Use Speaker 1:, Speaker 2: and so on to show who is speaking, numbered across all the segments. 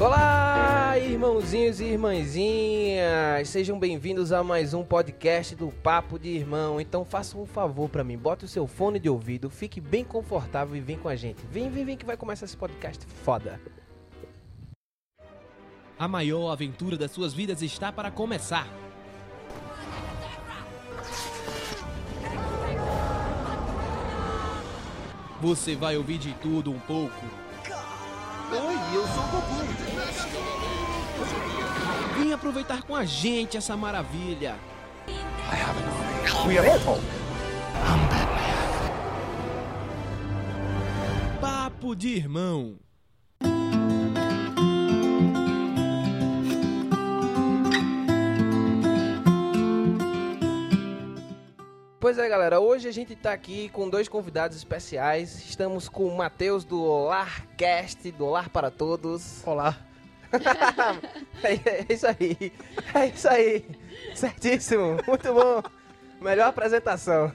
Speaker 1: Olá, irmãozinhos e irmãzinhas! Sejam bem-vindos a mais um podcast do Papo de Irmão. Então faça um favor pra mim, bota o seu fone de ouvido, fique bem confortável e vem com a gente. Vem, vem, vem que vai começar esse podcast foda.
Speaker 2: A maior aventura das suas vidas está para começar. Você vai ouvir de tudo um pouco.
Speaker 3: Oi, eu sou o Goku.
Speaker 2: Vem aproveitar com a gente essa maravilha.
Speaker 3: We are Apple.
Speaker 2: Papo de irmão.
Speaker 1: Pois é, galera, hoje a gente tá aqui com dois convidados especiais. Estamos com o Matheus do Olarcast, do Olar para Todos.
Speaker 4: Olá.
Speaker 1: É isso aí. É isso aí. Certíssimo. Muito bom. Melhor apresentação.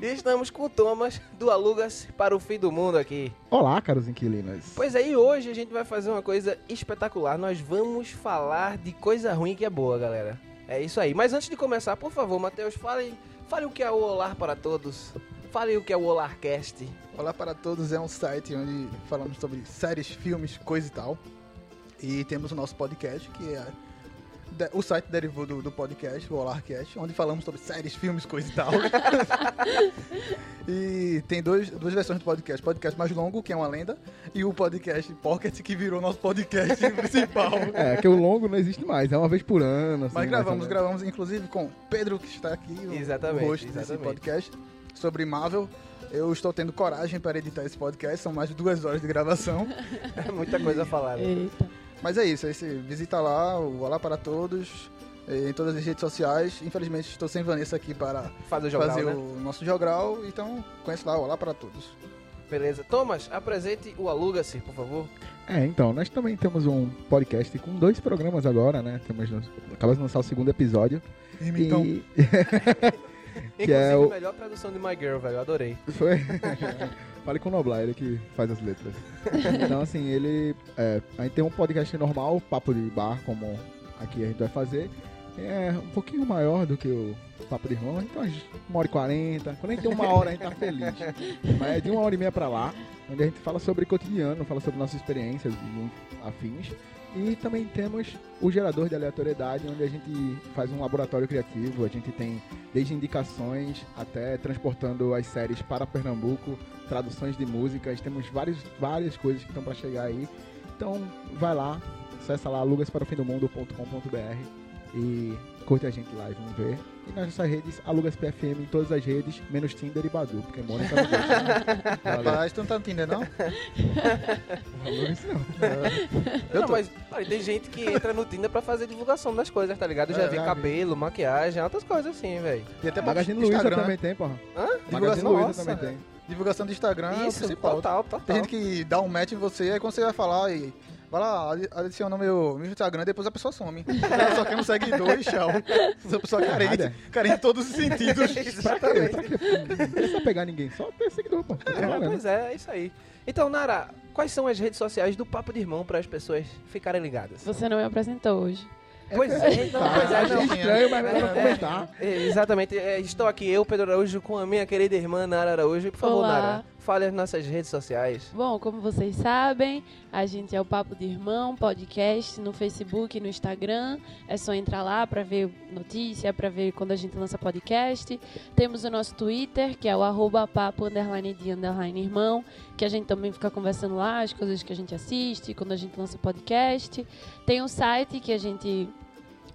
Speaker 1: E estamos com o Thomas do Alugas para o Fim do Mundo aqui.
Speaker 4: Olá, caros inquilinos.
Speaker 1: Pois aí, hoje a gente vai fazer uma coisa espetacular. Nós vamos falar de coisa ruim que é boa, galera. É isso aí. Mas antes de começar, por favor, Matheus, fale, fale o que é o Olar para todos. Fale o que é o Olarcast.
Speaker 4: Olá para todos é um site onde falamos sobre séries, filmes, coisa e tal. E temos o nosso podcast, que é. de- O site derivou do, do podcast, o Olarcast, onde falamos sobre séries, filmes, coisa e tal. e tem dois, duas versões do podcast. O podcast mais longo, que é uma lenda, e o podcast Pocket, que virou nosso podcast principal.
Speaker 5: É, que o longo não existe mais, é uma vez por ano. assim,
Speaker 4: Mas gravamos,
Speaker 5: mais ou menos.
Speaker 4: gravamos inclusive com Pedro, que está aqui, o
Speaker 1: Exatamente,
Speaker 4: host desse
Speaker 1: exatamente.
Speaker 4: podcast, sobre Marvel. Eu estou tendo coragem para editar esse podcast, são mais de duas horas de gravação.
Speaker 1: É muita coisa a falar. né?
Speaker 6: Eita.
Speaker 4: Mas é isso, é esse, visita lá, o Olá para Todos, eh, em todas as redes sociais. Infelizmente estou sem Vanessa aqui para
Speaker 1: Fazer o jogral,
Speaker 4: É.
Speaker 1: né?
Speaker 4: fazer o nosso jogral, então conhece lá, o Olá para Todos.
Speaker 1: Beleza. Thomas, apresente o Aluga-se, por favor.
Speaker 5: É, então, nós também temos um podcast com dois programas agora, né? Temos, acabamos de lançar o segundo episódio.
Speaker 4: Então,
Speaker 5: E
Speaker 1: Inclusive,
Speaker 5: Que é o-
Speaker 1: melhor tradução de My Girl, velho. eu Adorei.
Speaker 5: foi. Fale com o Noblar, ele que faz as letras. Então, assim, ele. É, a gente tem um podcast normal, papo de bar, como aqui a gente vai fazer. É um pouquinho maior do que o Papo de Irmão, então a gente- uma hora e quarenta. Quando a gente tem uma hora, a gente tá feliz. Mas é de uma hora e meia pra lá, onde a gente fala sobre cotidiano, fala sobre nossas experiências e afins. E também temos o gerador de aleatoriedade, onde a gente faz um laboratório criativo. A gente tem desde indicações até transportando as séries para Pernambuco, traduções de músicas. Temos várias, várias coisas que estão pra chegar aí. Então vai lá, acessa lá alugasparofindomundo.com.br e curte a gente lá e vamos ver. E nas nossas redes, alugaspfm em todas as redes, menos Tinder e Badu, porque Mônica não deixa. né? Valeu.
Speaker 4: rapaz, tu não tá no Tinder, não?
Speaker 5: Alugas não.
Speaker 4: Eu
Speaker 1: não,
Speaker 4: tô.
Speaker 1: mas olha, tem gente que entra no Tinder pra fazer divulgação das coisas, tá ligado? Eu já
Speaker 5: É,
Speaker 1: vi
Speaker 5: já vi.
Speaker 1: cabelo, maquiagem, outras coisas assim, velho.
Speaker 4: E até
Speaker 5: Magazine
Speaker 4: Instagram,
Speaker 5: Luiza
Speaker 4: né?
Speaker 5: também tem, porra.
Speaker 1: Hã?
Speaker 5: Magazine
Speaker 4: Divulgação-
Speaker 5: Luiza também
Speaker 4: Nossa,
Speaker 5: tem.
Speaker 1: né?
Speaker 4: Divulgação do Instagram é o
Speaker 1: Isso,
Speaker 4: principal.
Speaker 1: total, total.
Speaker 4: Tem gente que dá um match em você, aí quando você vai falar, e vai lá, adi- adiciona o meu, meu Instagram, depois a pessoa some. Ela só quer um seguidor e tchau. Essa pessoa carente,
Speaker 5: Errada.
Speaker 4: carente em todos os sentidos.
Speaker 5: Pra quê? Pra quê? Não precisa pegar ninguém, só ter seguidor, pô. Tá
Speaker 1: É, pois é, é isso aí. Então, Nara, quais são as redes sociais do Papo de Irmão para as pessoas ficarem ligadas?
Speaker 6: Você não me apresentou hoje.
Speaker 1: Pois é, não,
Speaker 5: Tá,
Speaker 1: pois é,
Speaker 5: achei
Speaker 1: não.
Speaker 5: estranho, mas melhor
Speaker 1: É.
Speaker 5: não comentar.
Speaker 1: É, Exatamente, é, estou aqui eu, Pedro Araújo, com a minha querida irmã Nara Araújo. Por favor,
Speaker 6: Olá.
Speaker 1: Nara, fale as nossas redes sociais.
Speaker 6: Bom, como vocês sabem, a gente é o Papo de Irmão podcast no Facebook, no Instagram. É só entrar lá para ver notícia, para ver quando a gente lança podcast. Temos o nosso Twitter, que é o arroba papo underline de underline irmão, que a gente também fica conversando lá, as coisas que a gente assiste, quando a gente lança podcast. Tem o site que a gente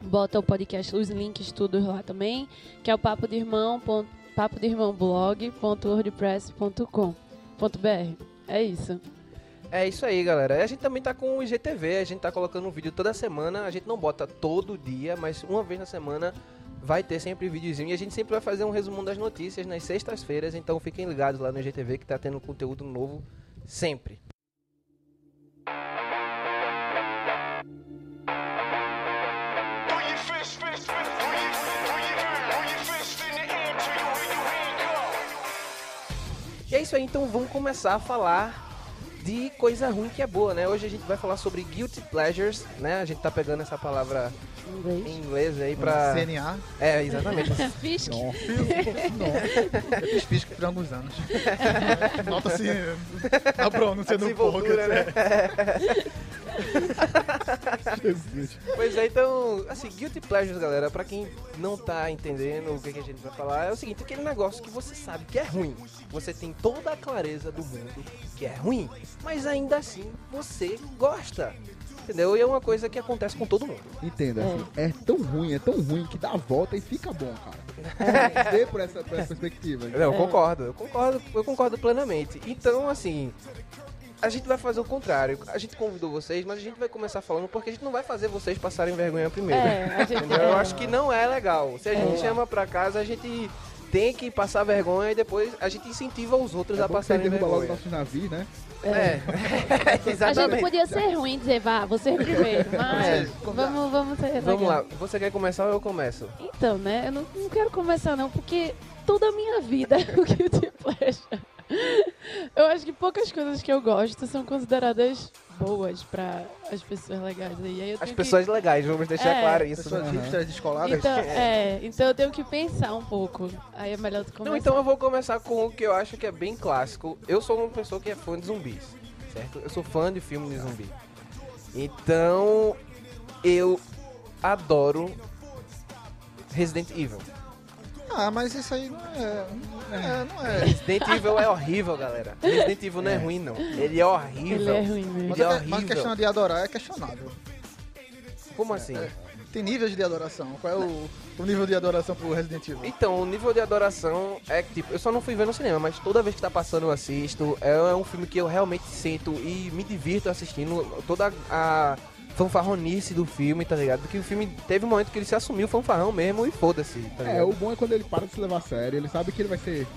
Speaker 6: bota o podcast, os links tudo lá também, que é o papo de irmão ponto- papo de irmão blog.wordpress.com.br. É isso.
Speaker 1: É isso aí, galera. A gente também tá com o IGTV, a gente tá colocando um vídeo toda semana. A gente não bota todo dia, mas uma vez na semana vai ter sempre videozinho. E a gente sempre vai fazer um resumão das notícias nas sextas-feiras, então fiquem ligados lá no IGTV que tá tendo conteúdo novo sempre. E é isso aí, então vamos começar a falar de coisa ruim que é boa, né? Hoje a gente vai falar sobre guilty pleasures, né? A gente tá pegando essa palavra
Speaker 6: Em inglês.
Speaker 1: em inglês aí pra...
Speaker 4: CNA,
Speaker 1: É, exatamente.
Speaker 6: Fiz
Speaker 5: Não.
Speaker 4: eu fiz físico por alguns anos. Nota-se a pronúncia do
Speaker 1: Desenvoltura,
Speaker 4: poker.
Speaker 1: né?
Speaker 5: Jesus.
Speaker 1: Pois é, então, assim, Guilty Pleasures, galera, pra quem não tá entendendo o que, que a gente vai falar, é o seguinte, aquele negócio que você sabe que é ruim. Você tem toda a clareza do mundo que é ruim, mas ainda assim você gosta. Entendeu? E é uma coisa que acontece com todo mundo.
Speaker 5: Entenda, assim, é tão ruim, é tão ruim que dá a volta e fica bom, cara. Vê por essa, por essa perspectiva.
Speaker 1: Eu
Speaker 6: É.
Speaker 1: concordo, eu concordo, eu concordo plenamente. Então, assim, a gente vai fazer o contrário. A gente convidou vocês, mas a gente vai começar falando porque a gente não vai fazer vocês passarem vergonha primeiro.
Speaker 6: É, a gente-
Speaker 1: Entendeu? Eu acho que não é legal. Se a gente chama pra casa, a gente tem que passar vergonha e depois a gente incentiva os outros
Speaker 5: É
Speaker 1: a
Speaker 5: bom que você
Speaker 1: passarem
Speaker 5: derruba logo
Speaker 1: vergonha.
Speaker 5: nossos navios, né?
Speaker 1: É,
Speaker 6: A gente
Speaker 1: exatamente.
Speaker 6: podia ser ruim e dizer, vá, você primeiro,
Speaker 1: É.
Speaker 6: mas vamos, vamos ser
Speaker 1: Vamos lá,
Speaker 6: legal.
Speaker 1: você quer começar ou eu começo?
Speaker 6: Então, né, eu não, não quero começar não, porque toda a minha vida é o Guilty Pleasure. Eu acho que poucas coisas que eu gosto são consideradas boas pra as pessoas legais aí. Aí eu
Speaker 1: As
Speaker 6: tenho que-
Speaker 1: pessoas legais, vamos deixar
Speaker 6: É.
Speaker 1: claro isso. né?
Speaker 4: Pessoas hipsters descoladas.
Speaker 6: Então, é, então eu tenho que pensar um pouco. Aí é melhor tu começar.
Speaker 1: Não, então eu vou começar com o que eu acho que é bem clássico. Eu sou uma pessoa que é fã de zumbis, certo? Eu sou fã de filme de zumbi. Então, eu adoro Resident Evil.
Speaker 4: Ah, mas isso aí não é. é, não é.
Speaker 1: Resident Evil é horrível, galera. Resident Evil não é, ruim, não. Ele é horrível.
Speaker 6: Ele é ruim mesmo.
Speaker 4: Mas,
Speaker 1: Ele é
Speaker 4: a, que- mas a
Speaker 1: horrível.
Speaker 4: questão é- de adorar é questionável.
Speaker 1: Como assim?
Speaker 4: Tem níveis de adoração. Qual é o, o nível de adoração pro Resident Evil?
Speaker 1: Então, o nível de adoração é que, tipo, eu só não fui ver no cinema, mas toda vez que tá passando eu assisto. É, é um filme que eu realmente sinto e me divirto assistindo toda a fanfarronice do filme, tá ligado? Porque o filme teve um momento que ele se assumiu fanfarrão mesmo e foda-se, tá ligado?
Speaker 5: É, o bom é quando ele para de se levar a sério, ele sabe que ele vai ser.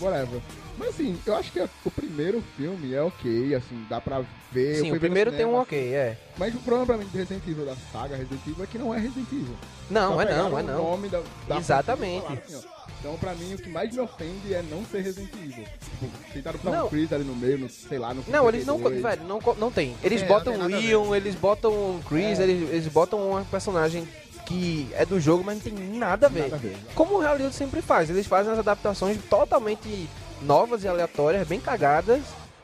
Speaker 5: whatever. Mas assim, eu acho que a- o primeiro filme é ok, assim, dá pra ver. eu
Speaker 1: Sim,
Speaker 5: fui
Speaker 1: o
Speaker 5: ver no
Speaker 1: primeiro tem um
Speaker 5: cinema,
Speaker 1: ok, é.
Speaker 5: Mas o problema pra mim de Resident Evil, da saga Resident Evil, é que não é Resident Evil.
Speaker 1: Não,
Speaker 5: Só
Speaker 1: é não, é
Speaker 5: pegaram o
Speaker 1: não.
Speaker 5: nome da- da
Speaker 1: Exatamente.
Speaker 5: franquia e falaram assim, ó. então, pra mim, o que mais me ofende é não ser Resident Evil. Tipo, tentaram botar
Speaker 1: Não.
Speaker 5: um Chris ali no meio, no, sei lá, no.
Speaker 1: Não, eles não.
Speaker 5: 52.
Speaker 1: Velho, não, co- não tem. Eles
Speaker 4: É,
Speaker 1: botam
Speaker 4: não tem nada a ver.
Speaker 1: Leon, eles botam
Speaker 5: É.
Speaker 1: Chris, eles, eles botam uma personagem que é do jogo, mas não tem nada a ver.
Speaker 5: Nada a ver.
Speaker 1: Como o Hollywood sempre faz, eles fazem as adaptações totalmente novas e aleatórias, bem cagadas,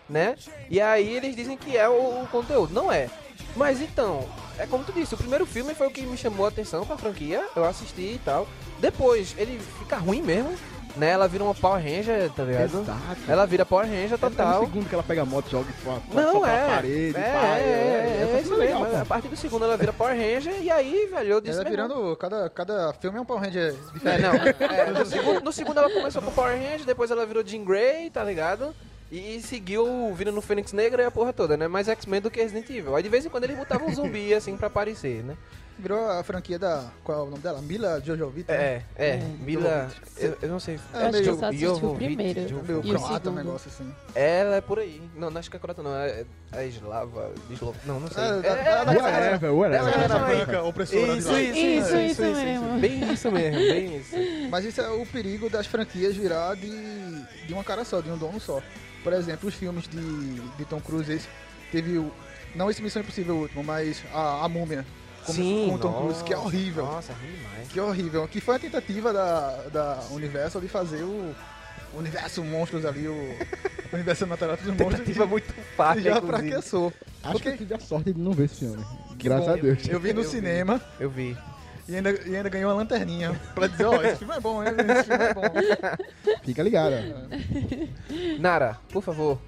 Speaker 1: né? E aí eles dizem que é o, o conteúdo. Não é. Mas então, é como tu disse, o primeiro filme foi o que me chamou a atenção pra franquia, eu assisti e tal. Depois, ele fica ruim mesmo, né? Ela vira uma Power Ranger, tá ligado?
Speaker 5: Exato.
Speaker 1: Ela vira Power Ranger
Speaker 5: É no
Speaker 1: total.
Speaker 5: segundo que ela pega a moto, joga e fa- fa-
Speaker 1: Não,
Speaker 5: soca
Speaker 1: é.
Speaker 5: na parede.
Speaker 1: é,
Speaker 5: pá,
Speaker 1: é, é, é,
Speaker 5: Essa
Speaker 1: isso
Speaker 5: foi legal,
Speaker 1: mesmo.
Speaker 5: pô.
Speaker 1: A partir do segundo ela vira Power Ranger e aí, velho, eu disse.
Speaker 4: Ela
Speaker 1: meu irmão,
Speaker 4: virando. É, Cada, cada filme é um Power Ranger
Speaker 1: É,
Speaker 4: diferente.
Speaker 1: não. É, no, segundo, no segundo ela começou com Power Rangers, depois ela virou Jean Grey, tá ligado? E seguiu virando Fênix Negra e a porra toda, né? Mais X-Men do que Resident Evil. Aí de vez em quando eles botavam um zumbi, assim, pra aparecer, né?
Speaker 4: Virou a franquia da. Qual é o nome dela? Mila Jojovic? né?
Speaker 1: É, é.
Speaker 6: É.
Speaker 1: Mila... Eu, eu não sei.
Speaker 4: É
Speaker 6: acho que eu
Speaker 4: meio,
Speaker 6: só assisti o
Speaker 1: Jovovich,
Speaker 6: primeiro.
Speaker 1: Jovovich.
Speaker 4: meio
Speaker 6: E o
Speaker 4: croata, um
Speaker 6: segundo?
Speaker 4: negócio assim.
Speaker 1: Ela é por aí. Não, não acho que é croata, não. É, é eslava, eslo... Não, não sei.
Speaker 4: É,
Speaker 1: É,
Speaker 4: da-
Speaker 1: é,
Speaker 4: da-
Speaker 1: é,
Speaker 4: da-
Speaker 1: é,
Speaker 5: Whatever, whatever.
Speaker 1: Ela é na
Speaker 4: branca, opressora
Speaker 1: Isso, isso, isso,
Speaker 6: Isso, isso
Speaker 4: isso,
Speaker 6: mesmo.
Speaker 1: é. Bem isso mesmo, bem isso.
Speaker 4: Mas isso é o perigo das franquias virar de, de uma cara só, de um dono só. Por exemplo, os filmes de, de Tom Cruise, esse teve o. Não esse Missão Impossível último, mas a, a Múmia. Com,
Speaker 1: Sim,
Speaker 4: com o Tom Cruise, que é
Speaker 1: nossa,
Speaker 4: horrível.
Speaker 1: Nossa, ruim demais.
Speaker 4: Que é horrível. Que foi a tentativa da, da Universal de fazer o. o Universo Monstros ali, o. o universo Natural dos Monstros.
Speaker 1: Tentativa muito
Speaker 4: e
Speaker 1: fácil,
Speaker 4: já
Speaker 1: inclusive.
Speaker 4: fracassou.
Speaker 5: Acho
Speaker 4: Porque-
Speaker 5: que eu tive a sorte de não ver esse filme. Graças a Deus.
Speaker 4: Eu vi no
Speaker 1: Eu vi.
Speaker 4: cinema
Speaker 1: Eu vi.
Speaker 4: e ainda, e ainda ganhou uma lanterninha pra dizer, ó, esse filme é bom, hein? Esse filme é bom.
Speaker 5: Fica ligado. ó.
Speaker 1: Nara, por favor.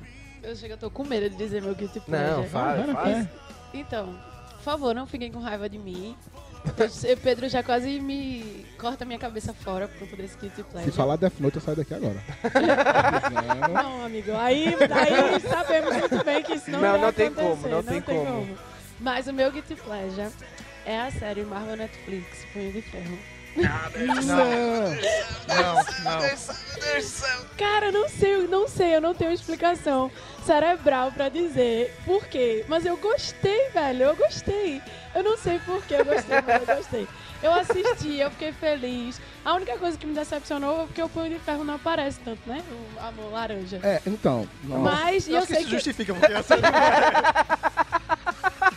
Speaker 6: Eu chego, eu tô com medo de dizer meu Guilty Pleasure.
Speaker 1: Não, fala,
Speaker 5: Vai na
Speaker 1: fala.
Speaker 5: fé.
Speaker 6: Então, por favor, não fiquem com raiva de mim. Eu- Pedro já quase me corta minha cabeça fora pra eu poder esse Guilty
Speaker 5: Se
Speaker 6: Pleasure.
Speaker 5: falar Death Note, eu saio daqui agora.
Speaker 6: Não, amigo, aí, aí sabemos muito bem que isso não
Speaker 1: Não,
Speaker 6: vai
Speaker 1: não tem
Speaker 6: acontecer,
Speaker 1: como, não tem como.
Speaker 6: Mas o meu Guilty Pleasure é a série Marvel Netflix, Punho de Ferro.
Speaker 4: Não, não.
Speaker 6: Cara, eu não sei, eu não sei, eu não tenho explicação. cerebral pra dizer por quê. Mas eu gostei, velho. Eu gostei. Eu não sei por que eu gostei, mas eu gostei. Eu assisti, eu fiquei feliz. A única coisa que me decepcionou é porque o Punho de Ferro não aparece tanto, né? O amor laranja.
Speaker 5: É, então. Nossa,
Speaker 6: Mas e
Speaker 4: Eu
Speaker 6: eu
Speaker 4: acho que
Speaker 6: sei
Speaker 4: isso
Speaker 6: que.
Speaker 4: justifica, porque essa não é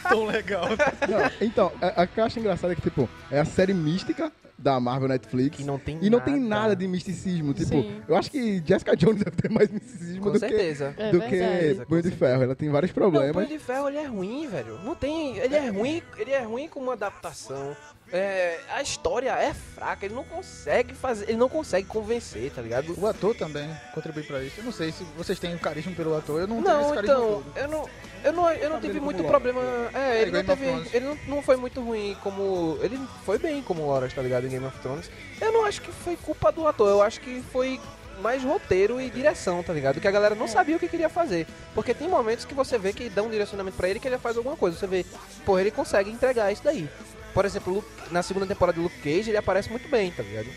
Speaker 4: tão legal.
Speaker 5: não, então, a, a que eu acho engraçado é que, tipo, é a série mística da Marvel Netflix.
Speaker 1: E não tem
Speaker 5: E não tem nada de misticismo. Tipo,
Speaker 6: Sim.
Speaker 5: eu acho que Jessica Jones deve ter mais misticismo
Speaker 1: Com
Speaker 5: do
Speaker 1: certeza.
Speaker 5: que.
Speaker 6: É
Speaker 5: do
Speaker 6: verdade.
Speaker 5: que Punho de Ferro. Ela tem vários
Speaker 1: Não, o Punho
Speaker 5: problemas.
Speaker 1: de Ferro ele é ruim, velho. Não tem. Ele é ruim, ele é ruim como adaptação. É, a história é fraca, ele não consegue fazer. Ele não consegue convencer, tá ligado?
Speaker 4: O ator também contribui pra isso. Eu não sei se vocês têm carisma pelo ator, eu não, tenho esse
Speaker 1: Não,
Speaker 4: carisma
Speaker 1: então,
Speaker 4: todo.
Speaker 1: eu não, eu não, eu não tive
Speaker 5: como
Speaker 1: muito
Speaker 5: Loras.
Speaker 1: problema. É, ele
Speaker 4: igual
Speaker 1: não
Speaker 4: Game of
Speaker 1: teve.
Speaker 4: Thrones.
Speaker 1: Ele não, não foi muito ruim como. Ele foi bem como Loras, tá ligado? Em Game of Thrones. Eu não acho que foi culpa do ator, eu acho que foi mais roteiro e direção, tá ligado? Que a galera não sabia o que queria fazer. Porque tem momentos que você vê que dá um direcionamento pra ele que ele faz alguma coisa. Você vê, pô, ele consegue entregar isso daí. Por exemplo, Luke- na segunda temporada do Luke Cage, ele aparece muito bem, tá ligado?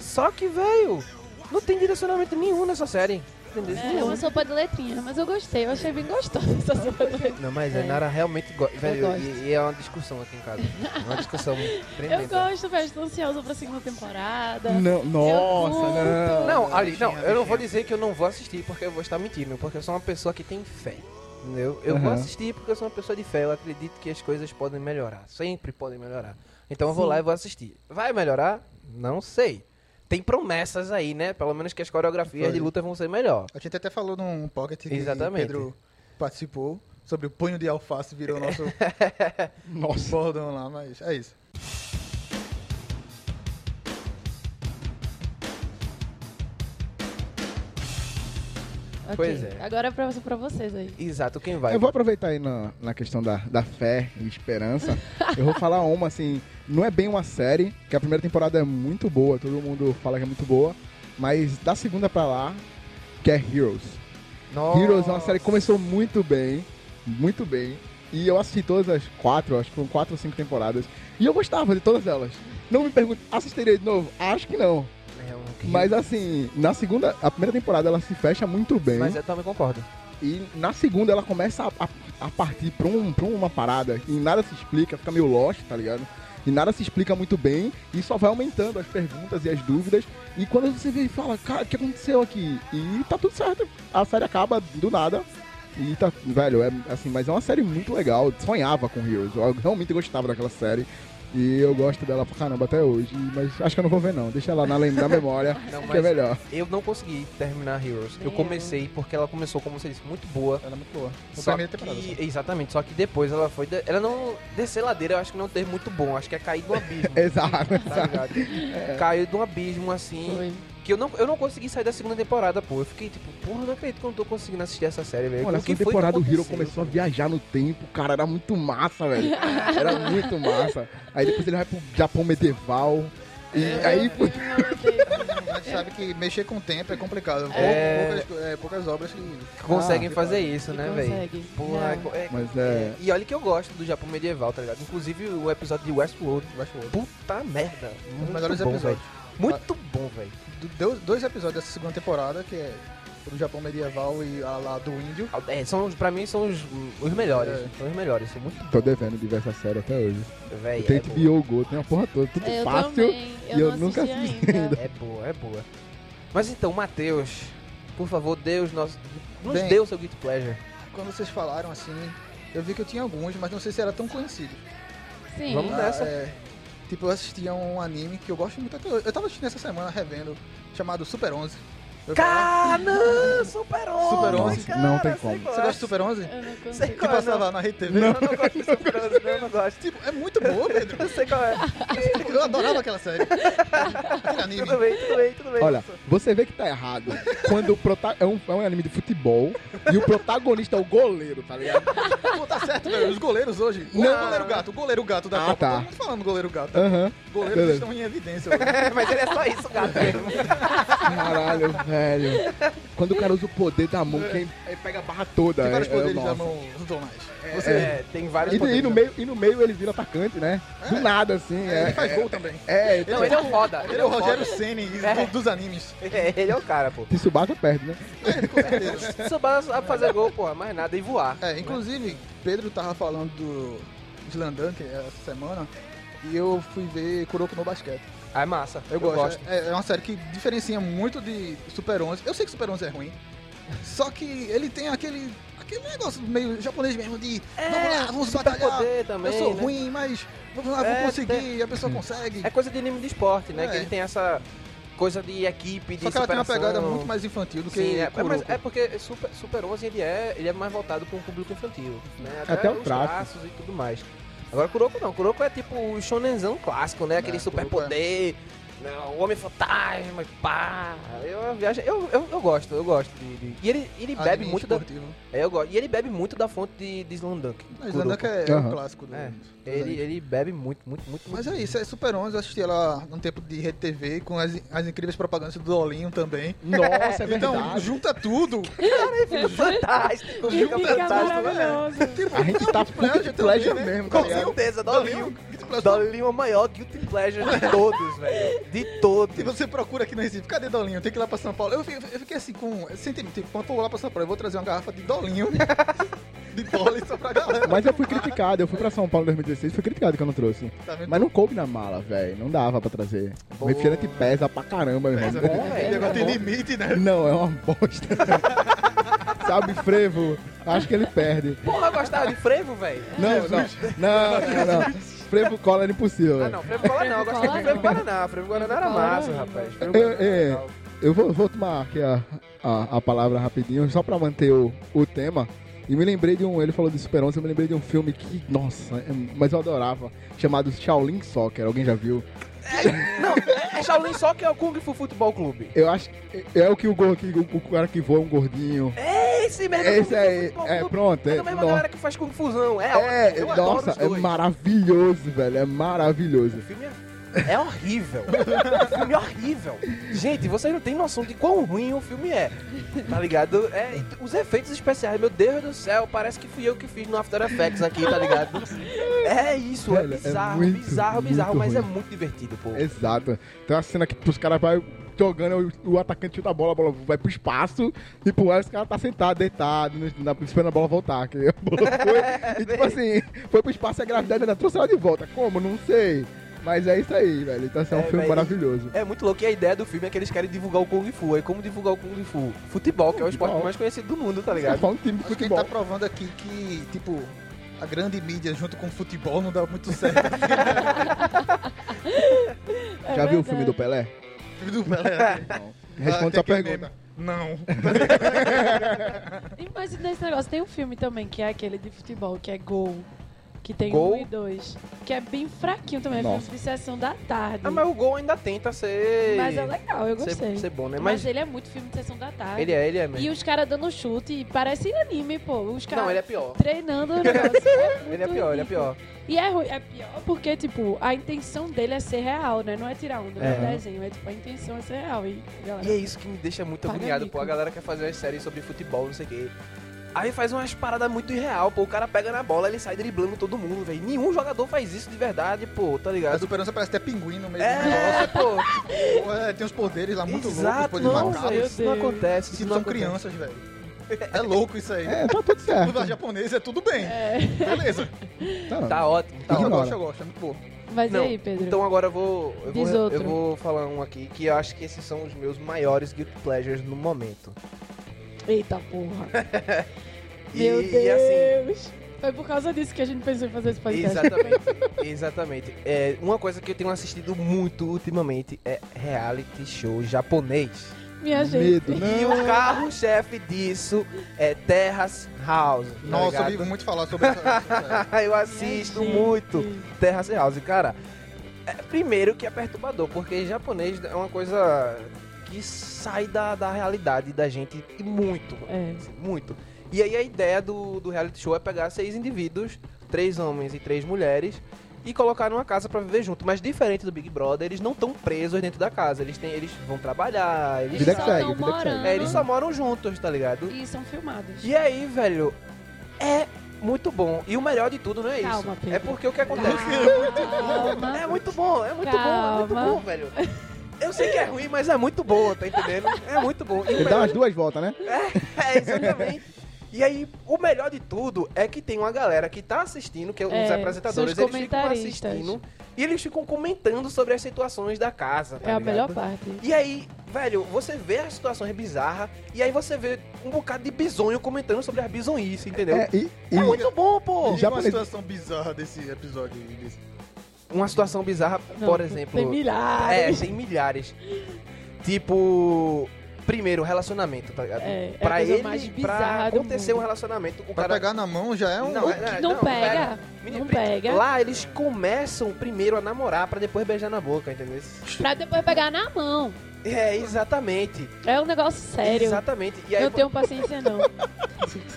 Speaker 1: Só que, velho, não tem direcionamento nenhum nessa série. Entendeu?
Speaker 6: É, é uma sopa de letrinha, mas eu gostei, eu achei bem gostosa essa sopa de letrinha.
Speaker 1: Não, mas a Nara realmente gosta. Velho,
Speaker 6: gosto.
Speaker 1: e, e é uma discussão aqui em casa. É uma discussão
Speaker 6: Eu
Speaker 1: tremenda.
Speaker 6: gosto, velho, estou ansiosa pra segunda temporada.
Speaker 5: Não, nossa, não.
Speaker 6: curto.
Speaker 1: Não, ali, não, eu não vou dizer que eu não vou assistir porque eu vou estar mentindo, porque eu sou uma pessoa que tem fé. Entendeu? Eu vou
Speaker 5: Aham.
Speaker 1: assistir porque eu sou uma pessoa de fé. Eu acredito que as coisas podem melhorar. Sempre podem melhorar. Então eu vou lá e vou assistir. Vai melhorar? Não sei. Tem promessas aí, né? Pelo menos que as coreografias
Speaker 4: Foi.
Speaker 1: de luta vão ser melhor.
Speaker 4: A gente até falou num pocket que
Speaker 1: Exatamente.
Speaker 4: Pedro participou sobre o punho de alface virou nosso
Speaker 5: Nossa.
Speaker 4: bordão lá, mas é isso.
Speaker 6: Ok,
Speaker 1: Pois é.
Speaker 6: Agora é pra, pra vocês aí.
Speaker 1: Exato, quem vai?
Speaker 5: Eu vou aproveitar aí na, na questão da, da fé e esperança. Eu vou falar uma, assim, não é bem uma série, que a primeira temporada é muito boa, todo mundo fala que é muito boa, mas da segunda pra lá, que é Heroes.
Speaker 1: Nossa.
Speaker 5: Heroes é uma série que começou muito bem, muito bem, e eu assisti todas as quatro, acho que foram quatro ou cinco temporadas, e eu gostava de todas elas. Não me pergunto, assistiria de novo? Acho que não.
Speaker 1: É um-
Speaker 5: Mas assim, na segunda, a primeira temporada ela se fecha muito bem.
Speaker 1: Mas eu também concordo.
Speaker 5: E na segunda ela começa a, a- a partir pra, um- pra uma parada e nada se explica, fica meio lost, tá ligado? E nada se explica muito bem e só vai aumentando as perguntas e as dúvidas. E quando você vê e fala, cara, o que aconteceu aqui? E tá tudo certo, a série acaba do nada. E tá, velho, é assim, mas é uma série muito legal. eu Sonhava com Heroes, eu realmente gostava daquela série. E eu gosto dela pra caramba até hoje, mas acho que eu não vou ver não. Deixa ela na, lem- na memória,
Speaker 1: Não,
Speaker 5: que é
Speaker 1: mas
Speaker 5: melhor.
Speaker 1: Eu não consegui terminar Heroes. Eu
Speaker 6: Nem
Speaker 1: comecei porque ela começou, como você disse, muito boa.
Speaker 4: Ela é muito boa. Foi
Speaker 1: Só
Speaker 4: a primeira temporada.
Speaker 1: que, exatamente, só que depois ela foi. de- Ela não. Descer ladeira, eu acho que não teve muito bom. Acho que é cair do abismo.
Speaker 5: Exato. É.
Speaker 1: tá ligado? Caiu de um abismo assim.
Speaker 6: Foi.
Speaker 1: Que eu não, eu não consegui sair da segunda temporada, pô. Eu fiquei tipo, porra, não acredito que eu não tô conseguindo assistir essa série, velho.
Speaker 5: Olha,
Speaker 1: O que foi
Speaker 5: essa
Speaker 1: que
Speaker 5: temporada o Hero
Speaker 1: É, aconteceu?
Speaker 5: começou a viajar no tempo, cara, era muito massa, velho. Era muito massa. Aí depois ele vai pro Japão medieval. E aí
Speaker 6: Eu- eu enroladei.
Speaker 4: A gente sabe que mexer com o tempo é complicado. Pou-
Speaker 1: É.
Speaker 4: Poucas, é, poucas obras que.
Speaker 1: Conseguem
Speaker 5: Ah,
Speaker 1: fazer isso, né, velho?
Speaker 6: Consegue.
Speaker 1: Porra,
Speaker 6: Não.
Speaker 1: é-
Speaker 5: Mas é.
Speaker 1: E olha que eu gosto do Japão medieval, tá ligado? Inclusive o episódio de Westworld. Puta merda.
Speaker 5: Um
Speaker 1: Muito
Speaker 4: Os Um melhores
Speaker 1: bom,
Speaker 4: episódios.
Speaker 1: velho. Muito bom, velho.
Speaker 4: Do- deu- Dois episódios dessa segunda temporada, que é do Japão medieval e a lá do índio.
Speaker 1: É, são, os- pra mim são os, os melhores.
Speaker 4: É.
Speaker 1: São os melhores. São muito
Speaker 5: Tô devendo diversas séries até hoje.
Speaker 1: Véi,
Speaker 5: Tem
Speaker 1: é boa.
Speaker 5: HBO Go, tem a porra toda, tudo
Speaker 6: Eu
Speaker 5: É fácil.
Speaker 6: também, eu,
Speaker 5: e eu
Speaker 6: não
Speaker 5: nunca
Speaker 6: assisti
Speaker 5: assisti
Speaker 6: ainda.
Speaker 1: É boa, é boa. Mas então, Matheus, por favor, dê os nossos. Nos
Speaker 4: Bem.
Speaker 1: dê o seu Guilty Pleasure.
Speaker 4: Quando vocês falaram assim, eu vi que eu tinha alguns, mas não sei se era tão conhecido.
Speaker 6: Sim.
Speaker 1: Vamos
Speaker 4: Ah,
Speaker 1: nessa.
Speaker 4: é, tipo, eu assistia um anime que eu gosto muito. até hoje. Eu tava assistindo essa semana, revendo, chamado Super 11. Eu "Ah, falava,
Speaker 1: Caramba, Super 11!
Speaker 4: Super 11,
Speaker 1: cara,
Speaker 5: não tem
Speaker 1: sei
Speaker 5: como.
Speaker 1: qual
Speaker 4: Você
Speaker 1: é.
Speaker 4: gosta de Super 11?
Speaker 6: Eu não consigo.
Speaker 1: Sei
Speaker 4: Que
Speaker 1: qual é,
Speaker 4: passava na RedeTV?
Speaker 1: Não, eu não gosto de Super 11, não, eu não gosto.
Speaker 4: Tipo, é muito boa, Pedro.
Speaker 1: Eu sei qual é.
Speaker 4: Eu adorava aquela série. Aquele anime.
Speaker 1: Tudo bem, tudo bem, tudo bem.
Speaker 5: Olha, você vê que tá errado quando o prota... é, um, é um anime de futebol e o protagonista é o goleiro, tá ligado?
Speaker 4: Pô, tá certo, velho. Os goleiros hoje. O
Speaker 5: Não.
Speaker 4: goleiro gato, o goleiro gato da
Speaker 5: Ah,
Speaker 4: Copa.
Speaker 5: tá.
Speaker 4: Todo mundo falando goleiro gato.
Speaker 5: Aham.
Speaker 4: Goleiros
Speaker 5: Beleza.
Speaker 1: É,
Speaker 4: estão em evidência. velho.
Speaker 1: Mas ele é só isso, gato.
Speaker 5: Caralho, Velho. Quando o cara usa o poder da mão, quem aí pega a barra toda.
Speaker 4: Tem vários
Speaker 5: é- é
Speaker 4: poderes da
Speaker 5: massa.
Speaker 4: mão do Tomás.
Speaker 1: Você tem vários
Speaker 5: É. E, no- e
Speaker 1: poderes,
Speaker 5: no
Speaker 1: né?
Speaker 5: meio, e no meio ele vira atacante, né? Do nada, assim. É,
Speaker 4: Ele faz gol também.
Speaker 5: é, é
Speaker 1: Não, ele é o foda.
Speaker 4: Ele é o
Speaker 1: foda.
Speaker 4: Rogério Senni do-
Speaker 1: É.
Speaker 4: dos animes.
Speaker 1: É, ele é o cara, pô.
Speaker 5: Tsubasa perde, né?
Speaker 1: Tsubasa sabe fazer gol, porra, mais nada, e voar.
Speaker 4: É, inclusive, Pedro tava falando do Slandan, que é essa semana, e eu fui ver Kuroko no Basquete.
Speaker 1: Ah, é massa.
Speaker 4: Eu, gosto. É, é uma série que diferencia muito de Super 11. Eu sei que Super 11 é ruim, só que ele tem aquele, aquele negócio meio japonês mesmo de É, vamos lá, vamos batalhar.
Speaker 1: É, Poder também,
Speaker 4: eu sou
Speaker 1: né?
Speaker 4: ruim, mas vamos lá, vou
Speaker 1: É,
Speaker 4: conseguir. E a pessoa consegue.
Speaker 1: É coisa de anime de esporte, né?
Speaker 4: É.
Speaker 1: Que ele tem essa coisa de equipe, de
Speaker 4: só que ela tem uma
Speaker 1: É superação.
Speaker 4: pegada muito mais infantil do que
Speaker 1: Sim, é, é, mas
Speaker 4: Kuroko.
Speaker 1: é porque Super, Super 11 ele é, ele é mais voltado para um público infantil, né?
Speaker 5: Até o
Speaker 1: os
Speaker 5: traço.
Speaker 1: traços e tudo mais. Agora Kuroko não, Kuroko é tipo o shonenzão clássico, né? Aquele
Speaker 4: É,
Speaker 1: super
Speaker 4: Kuroko é.
Speaker 1: poder, né? o homem fantasma, e pá. Eu, eu, viajo- eu, eu, eu gosto, eu gosto de, de- E ele, ele
Speaker 4: Anime
Speaker 1: bebe muito da,
Speaker 4: esportivo.
Speaker 1: é, eu gosto. E ele bebe muito da fonte de, de Slandunk.
Speaker 4: Mas Slandank é
Speaker 5: Aham.
Speaker 4: o clássico do.
Speaker 1: É,
Speaker 4: dos
Speaker 1: Ele,
Speaker 4: animes.
Speaker 1: ele bebe muito, muito, muito.
Speaker 4: Mas
Speaker 1: muito.
Speaker 4: é isso, é Super 11, eu assisti ela num tempo de Rede TV com as, as incríveis propagandas do Dolinho também.
Speaker 5: Nossa, é
Speaker 4: então,
Speaker 5: verdade.
Speaker 4: junta tudo.
Speaker 1: Fica fantástico, fica
Speaker 6: Fica
Speaker 1: fantástico. né?
Speaker 5: né?
Speaker 1: Tipo,
Speaker 6: maravilhoso.
Speaker 5: a gente tá guilty pleasure mesmo, tá
Speaker 1: Com
Speaker 5: ligado?
Speaker 1: certeza, Dolinho.
Speaker 4: Dolinho. Guilty Pleasure.
Speaker 1: Dolinho é o maior Guilty Pleasure de todos, velho. De todos.
Speaker 4: Se você procura aqui no Recife, cadê Dolinho? Tem que ir lá pra São Paulo. Eu, fi- eu fiquei assim com sentimento, tipo, quando eu vou lá pra São Paulo, eu vou trazer uma garrafa de Dolinho. de Dolly só pra galera.
Speaker 5: Mas eu fui criticado, eu fui pra São Paulo em 2016, fui criticado que eu não trouxe.
Speaker 4: Tá vendo?
Speaker 5: Mas não coube na mala, velho. Não dava pra trazer.
Speaker 1: Pô.
Speaker 5: Refrigerante pesa pra caramba, meu irmão.
Speaker 1: bom, velho.
Speaker 4: O negócio tem
Speaker 1: É bom.
Speaker 4: limite, né?
Speaker 5: Não, é uma bosta. Sabe, frevo? Acho que ele perde.
Speaker 1: Porra, eu gostava de frevo, velho.
Speaker 5: Não, não, não, não, não. Frevo cola era impossível,
Speaker 1: Ah,
Speaker 5: velho.
Speaker 1: não, frevo cola não. Eu gostava de frevo guaraná. Frevo guaraná era massa, rapaz. Frevo
Speaker 5: Eu, é,
Speaker 1: guaraná era legal.
Speaker 5: eu vou, vou tomar aqui a, a, a palavra rapidinho, só pra manter o, o tema. E me lembrei de um, ele falou de Super 11, eu me lembrei de um filme que, nossa, é- mas eu adorava, chamado Shaolin Soccer, alguém já viu?
Speaker 1: É Shaolin só que é o Kung Fu Futebol Clube.
Speaker 5: Eu acho que é o que o, gor- que o, o cara que voa é um gordinho.
Speaker 1: Esse mesmo Kung
Speaker 5: É Esse
Speaker 1: Fu
Speaker 5: aí,
Speaker 1: Futebol
Speaker 5: é,
Speaker 1: Clube.
Speaker 5: pronto.
Speaker 1: É
Speaker 5: É,
Speaker 1: da mesma
Speaker 5: no-
Speaker 1: galera que faz Kung Fusão. É,
Speaker 5: é,
Speaker 1: eu adoro
Speaker 5: nossa,
Speaker 1: os
Speaker 5: é
Speaker 1: dois.
Speaker 5: maravilhoso, velho, é
Speaker 1: O
Speaker 5: maravilhoso.
Speaker 1: filme é, é horrível. o filme é horrível. Gente, vocês não têm noção de quão ruim o filme é. Tá ligado? É, e t- os efeitos especiais, meu Deus do céu, parece que fui eu que fiz no After Effects aqui, tá ligado? É isso, é
Speaker 5: Velho, é
Speaker 1: bizarro,
Speaker 5: muito,
Speaker 1: bizarro, bizarro,
Speaker 5: muito
Speaker 1: mas é
Speaker 5: ruim.
Speaker 1: muito divertido, pô.
Speaker 5: Exato. Tem uma cena que os caras vai jogando, o, o atacante chuta a bola, a bola vai pro espaço, e pro ar os caras tá sentado, deitado, no- na- esperando a bola voltar. Que a bola foi, e tipo assim, foi pro espaço e a gravidade ainda trouxe ela de volta. Como? Não sei. Mas é isso aí, velho. Então assim, é um
Speaker 1: É,
Speaker 5: filme
Speaker 1: velho.
Speaker 5: maravilhoso.
Speaker 1: É muito louco e a ideia do filme é que eles querem divulgar o Kung Fu. Aí como divulgar o Kung Fu? Futebol, que é o esporte
Speaker 5: Futebol.
Speaker 1: mais conhecido do mundo, tá
Speaker 5: Você
Speaker 1: ligado?
Speaker 5: fala um time de
Speaker 4: Acho que a gente
Speaker 5: futebol.
Speaker 4: tá provando aqui que, tipo, a grande mídia junto com o futebol não dá muito certo.
Speaker 6: É
Speaker 5: Já viu o
Speaker 6: verdade.
Speaker 5: filme do Pelé?
Speaker 4: Tudo, galera.
Speaker 5: Responde
Speaker 4: Ah,
Speaker 5: sua
Speaker 4: tem que
Speaker 5: pergunta.
Speaker 4: Não.
Speaker 6: Imagina esse negócio. Tem um filme também que é aquele de futebol, que é Gol. Que tem
Speaker 1: Gol?
Speaker 6: um e dois. Que é bem fraquinho também. É
Speaker 5: Nossa.
Speaker 6: filme de sessão da tarde.
Speaker 1: Ah, mas o gol ainda tenta ser.
Speaker 6: Mas é legal, eu gostei.
Speaker 1: ser, ser bom, né?
Speaker 6: Mas
Speaker 1: Mas,
Speaker 6: ele é muito filme de sessão da tarde.
Speaker 1: ele é, ele é
Speaker 6: E
Speaker 1: mesmo.
Speaker 6: os caras dando chute, e parece anime, pô. Os caras
Speaker 1: Não, ele é pior.
Speaker 6: treinando o negócio. É muito
Speaker 1: Ele é pior, ele é pior.
Speaker 6: ridículo. E é, ruim- é pior porque, tipo, a intenção dele é ser real, né? Não é tirar onda, não é
Speaker 1: É.
Speaker 6: desenho. É, tipo, a intenção é ser real. E, galera,
Speaker 1: E é isso que me deixa muito
Speaker 6: Paga
Speaker 1: agoniado,
Speaker 6: mico.
Speaker 1: pô. A galera quer fazer umas séries sobre futebol, não sei o quê. Aí faz umas paradas muito irreal, pô. O cara pega na bola, ele sai driblando todo mundo, velho. Nenhum jogador faz isso de verdade, pô, tá
Speaker 4: A
Speaker 1: ligado?
Speaker 4: superança parece até pinguim no meio
Speaker 1: É, pô.
Speaker 4: do negócio. É, Tem uns poderes lá muito
Speaker 1: Exato,
Speaker 4: loucos, poder
Speaker 1: não,
Speaker 4: macaco.
Speaker 1: velho, isso não
Speaker 6: Meu Deus.
Speaker 1: acontece. Isso
Speaker 4: Se
Speaker 1: não
Speaker 4: são
Speaker 1: acontece.
Speaker 4: crianças, velho. É louco isso aí.
Speaker 5: É, tá tudo certo.
Speaker 4: Quando a japonesa é tudo bem. Beleza.
Speaker 5: Tá.
Speaker 1: Tá ótimo, tá
Speaker 5: Ignora.
Speaker 4: Eu
Speaker 1: ótimo.
Speaker 4: gosto, eu gosto. É muito bom.
Speaker 6: Mas
Speaker 1: Não,
Speaker 6: e aí, Pedro?
Speaker 1: Então agora eu vou. Eu
Speaker 6: Diz
Speaker 1: vou, eu
Speaker 6: outro.
Speaker 1: vou falar um aqui que eu acho que esses são os meus maiores guilty pleasures no momento.
Speaker 6: Eita porra.
Speaker 1: E-
Speaker 6: Meu
Speaker 1: e assim,
Speaker 6: Deus. Foi por causa disso que a gente pensou em fazer esse podcast.
Speaker 1: Exatamente, exatamente. É, uma coisa que eu tenho assistido muito ultimamente é reality show japonês.
Speaker 6: Minha gente.
Speaker 5: Medo.
Speaker 1: E o carro-chefe disso é Terrace House. tá
Speaker 4: Nossa, eu
Speaker 1: ligado?
Speaker 4: ouvi muito falar sobre essa.
Speaker 1: Eu assisto
Speaker 6: Minha
Speaker 1: muito
Speaker 6: gente.
Speaker 1: Terrace House, cara. é, primeiro que é perturbador, porque japonês é uma coisa que sai da, da realidade da gente e muito.
Speaker 6: É.
Speaker 1: assim, Muito. E aí a ideia do, do reality show é pegar seis indivíduos, três homens e três mulheres, e colocar numa casa pra viver junto. Mas diferente do Big Brother, eles não estão presos dentro da casa. Eles, têm, eles vão trabalhar, eles,
Speaker 5: Vida que
Speaker 6: só
Speaker 5: segue,
Speaker 6: tão
Speaker 5: vida que segue.
Speaker 6: morando
Speaker 1: é, eles só moram juntos, tá ligado?
Speaker 6: e são filmados.
Speaker 1: E aí, velho, é muito bom. E o melhor de tudo não é
Speaker 6: Calma,
Speaker 1: isso.
Speaker 6: Pedro.
Speaker 1: É porque o que
Speaker 6: Ah,
Speaker 1: acontece.
Speaker 6: é Calma.
Speaker 1: É muito bom, é muito bom, é muito
Speaker 6: Calma.
Speaker 1: bom, velho. Eu sei que é ruim, mas é muito bom, tá entendendo? É muito bom. E o
Speaker 5: Ele dá
Speaker 1: melhor
Speaker 5: umas duas voltas, né?
Speaker 1: é, exatamente. E aí, o melhor de tudo é que tem uma galera que tá assistindo, que é os
Speaker 6: É,
Speaker 1: apresentadores,
Speaker 6: são
Speaker 1: eles
Speaker 6: os
Speaker 1: ficam
Speaker 6: comentaristas.
Speaker 1: assistindo e eles ficam comentando sobre as situações da casa. tá
Speaker 6: É a
Speaker 1: ligado?
Speaker 6: melhor parte.
Speaker 1: E aí, velho, você vê as situações bizarras e aí você vê um bocado de bisonho comentando sobre as bizonhices, entendeu? É,
Speaker 5: É, e, e
Speaker 1: muito bom, pô!
Speaker 5: já
Speaker 4: Já uma
Speaker 5: parece-
Speaker 4: situação bizarra desse episódio aí. Desse...
Speaker 1: Uma situação bizarra,
Speaker 6: Não,
Speaker 1: por exemplo.
Speaker 6: Tem
Speaker 1: É,
Speaker 6: milhares.
Speaker 1: tem milhares. Tipo, primeiro, relacionamento, tá ligado?
Speaker 6: É, é a
Speaker 1: pra
Speaker 6: coisa
Speaker 1: ele,
Speaker 6: mais
Speaker 1: pra
Speaker 6: bizarra do
Speaker 1: acontecer um
Speaker 6: mundo.
Speaker 1: relacionamento, o
Speaker 4: Pra
Speaker 1: cara...
Speaker 4: pegar na mão já é um.
Speaker 1: Não, é-
Speaker 6: Não,
Speaker 1: não,
Speaker 6: pega.
Speaker 1: Mini
Speaker 6: Não
Speaker 1: print.
Speaker 6: pega.
Speaker 1: Lá eles começam primeiro a namorar pra depois beijar na boca, entendeu?
Speaker 6: Pra depois pegar na mão.
Speaker 1: É, exatamente.
Speaker 6: É um negócio sério.
Speaker 1: Exatamente. E aí,
Speaker 6: Não tenho paciência, não.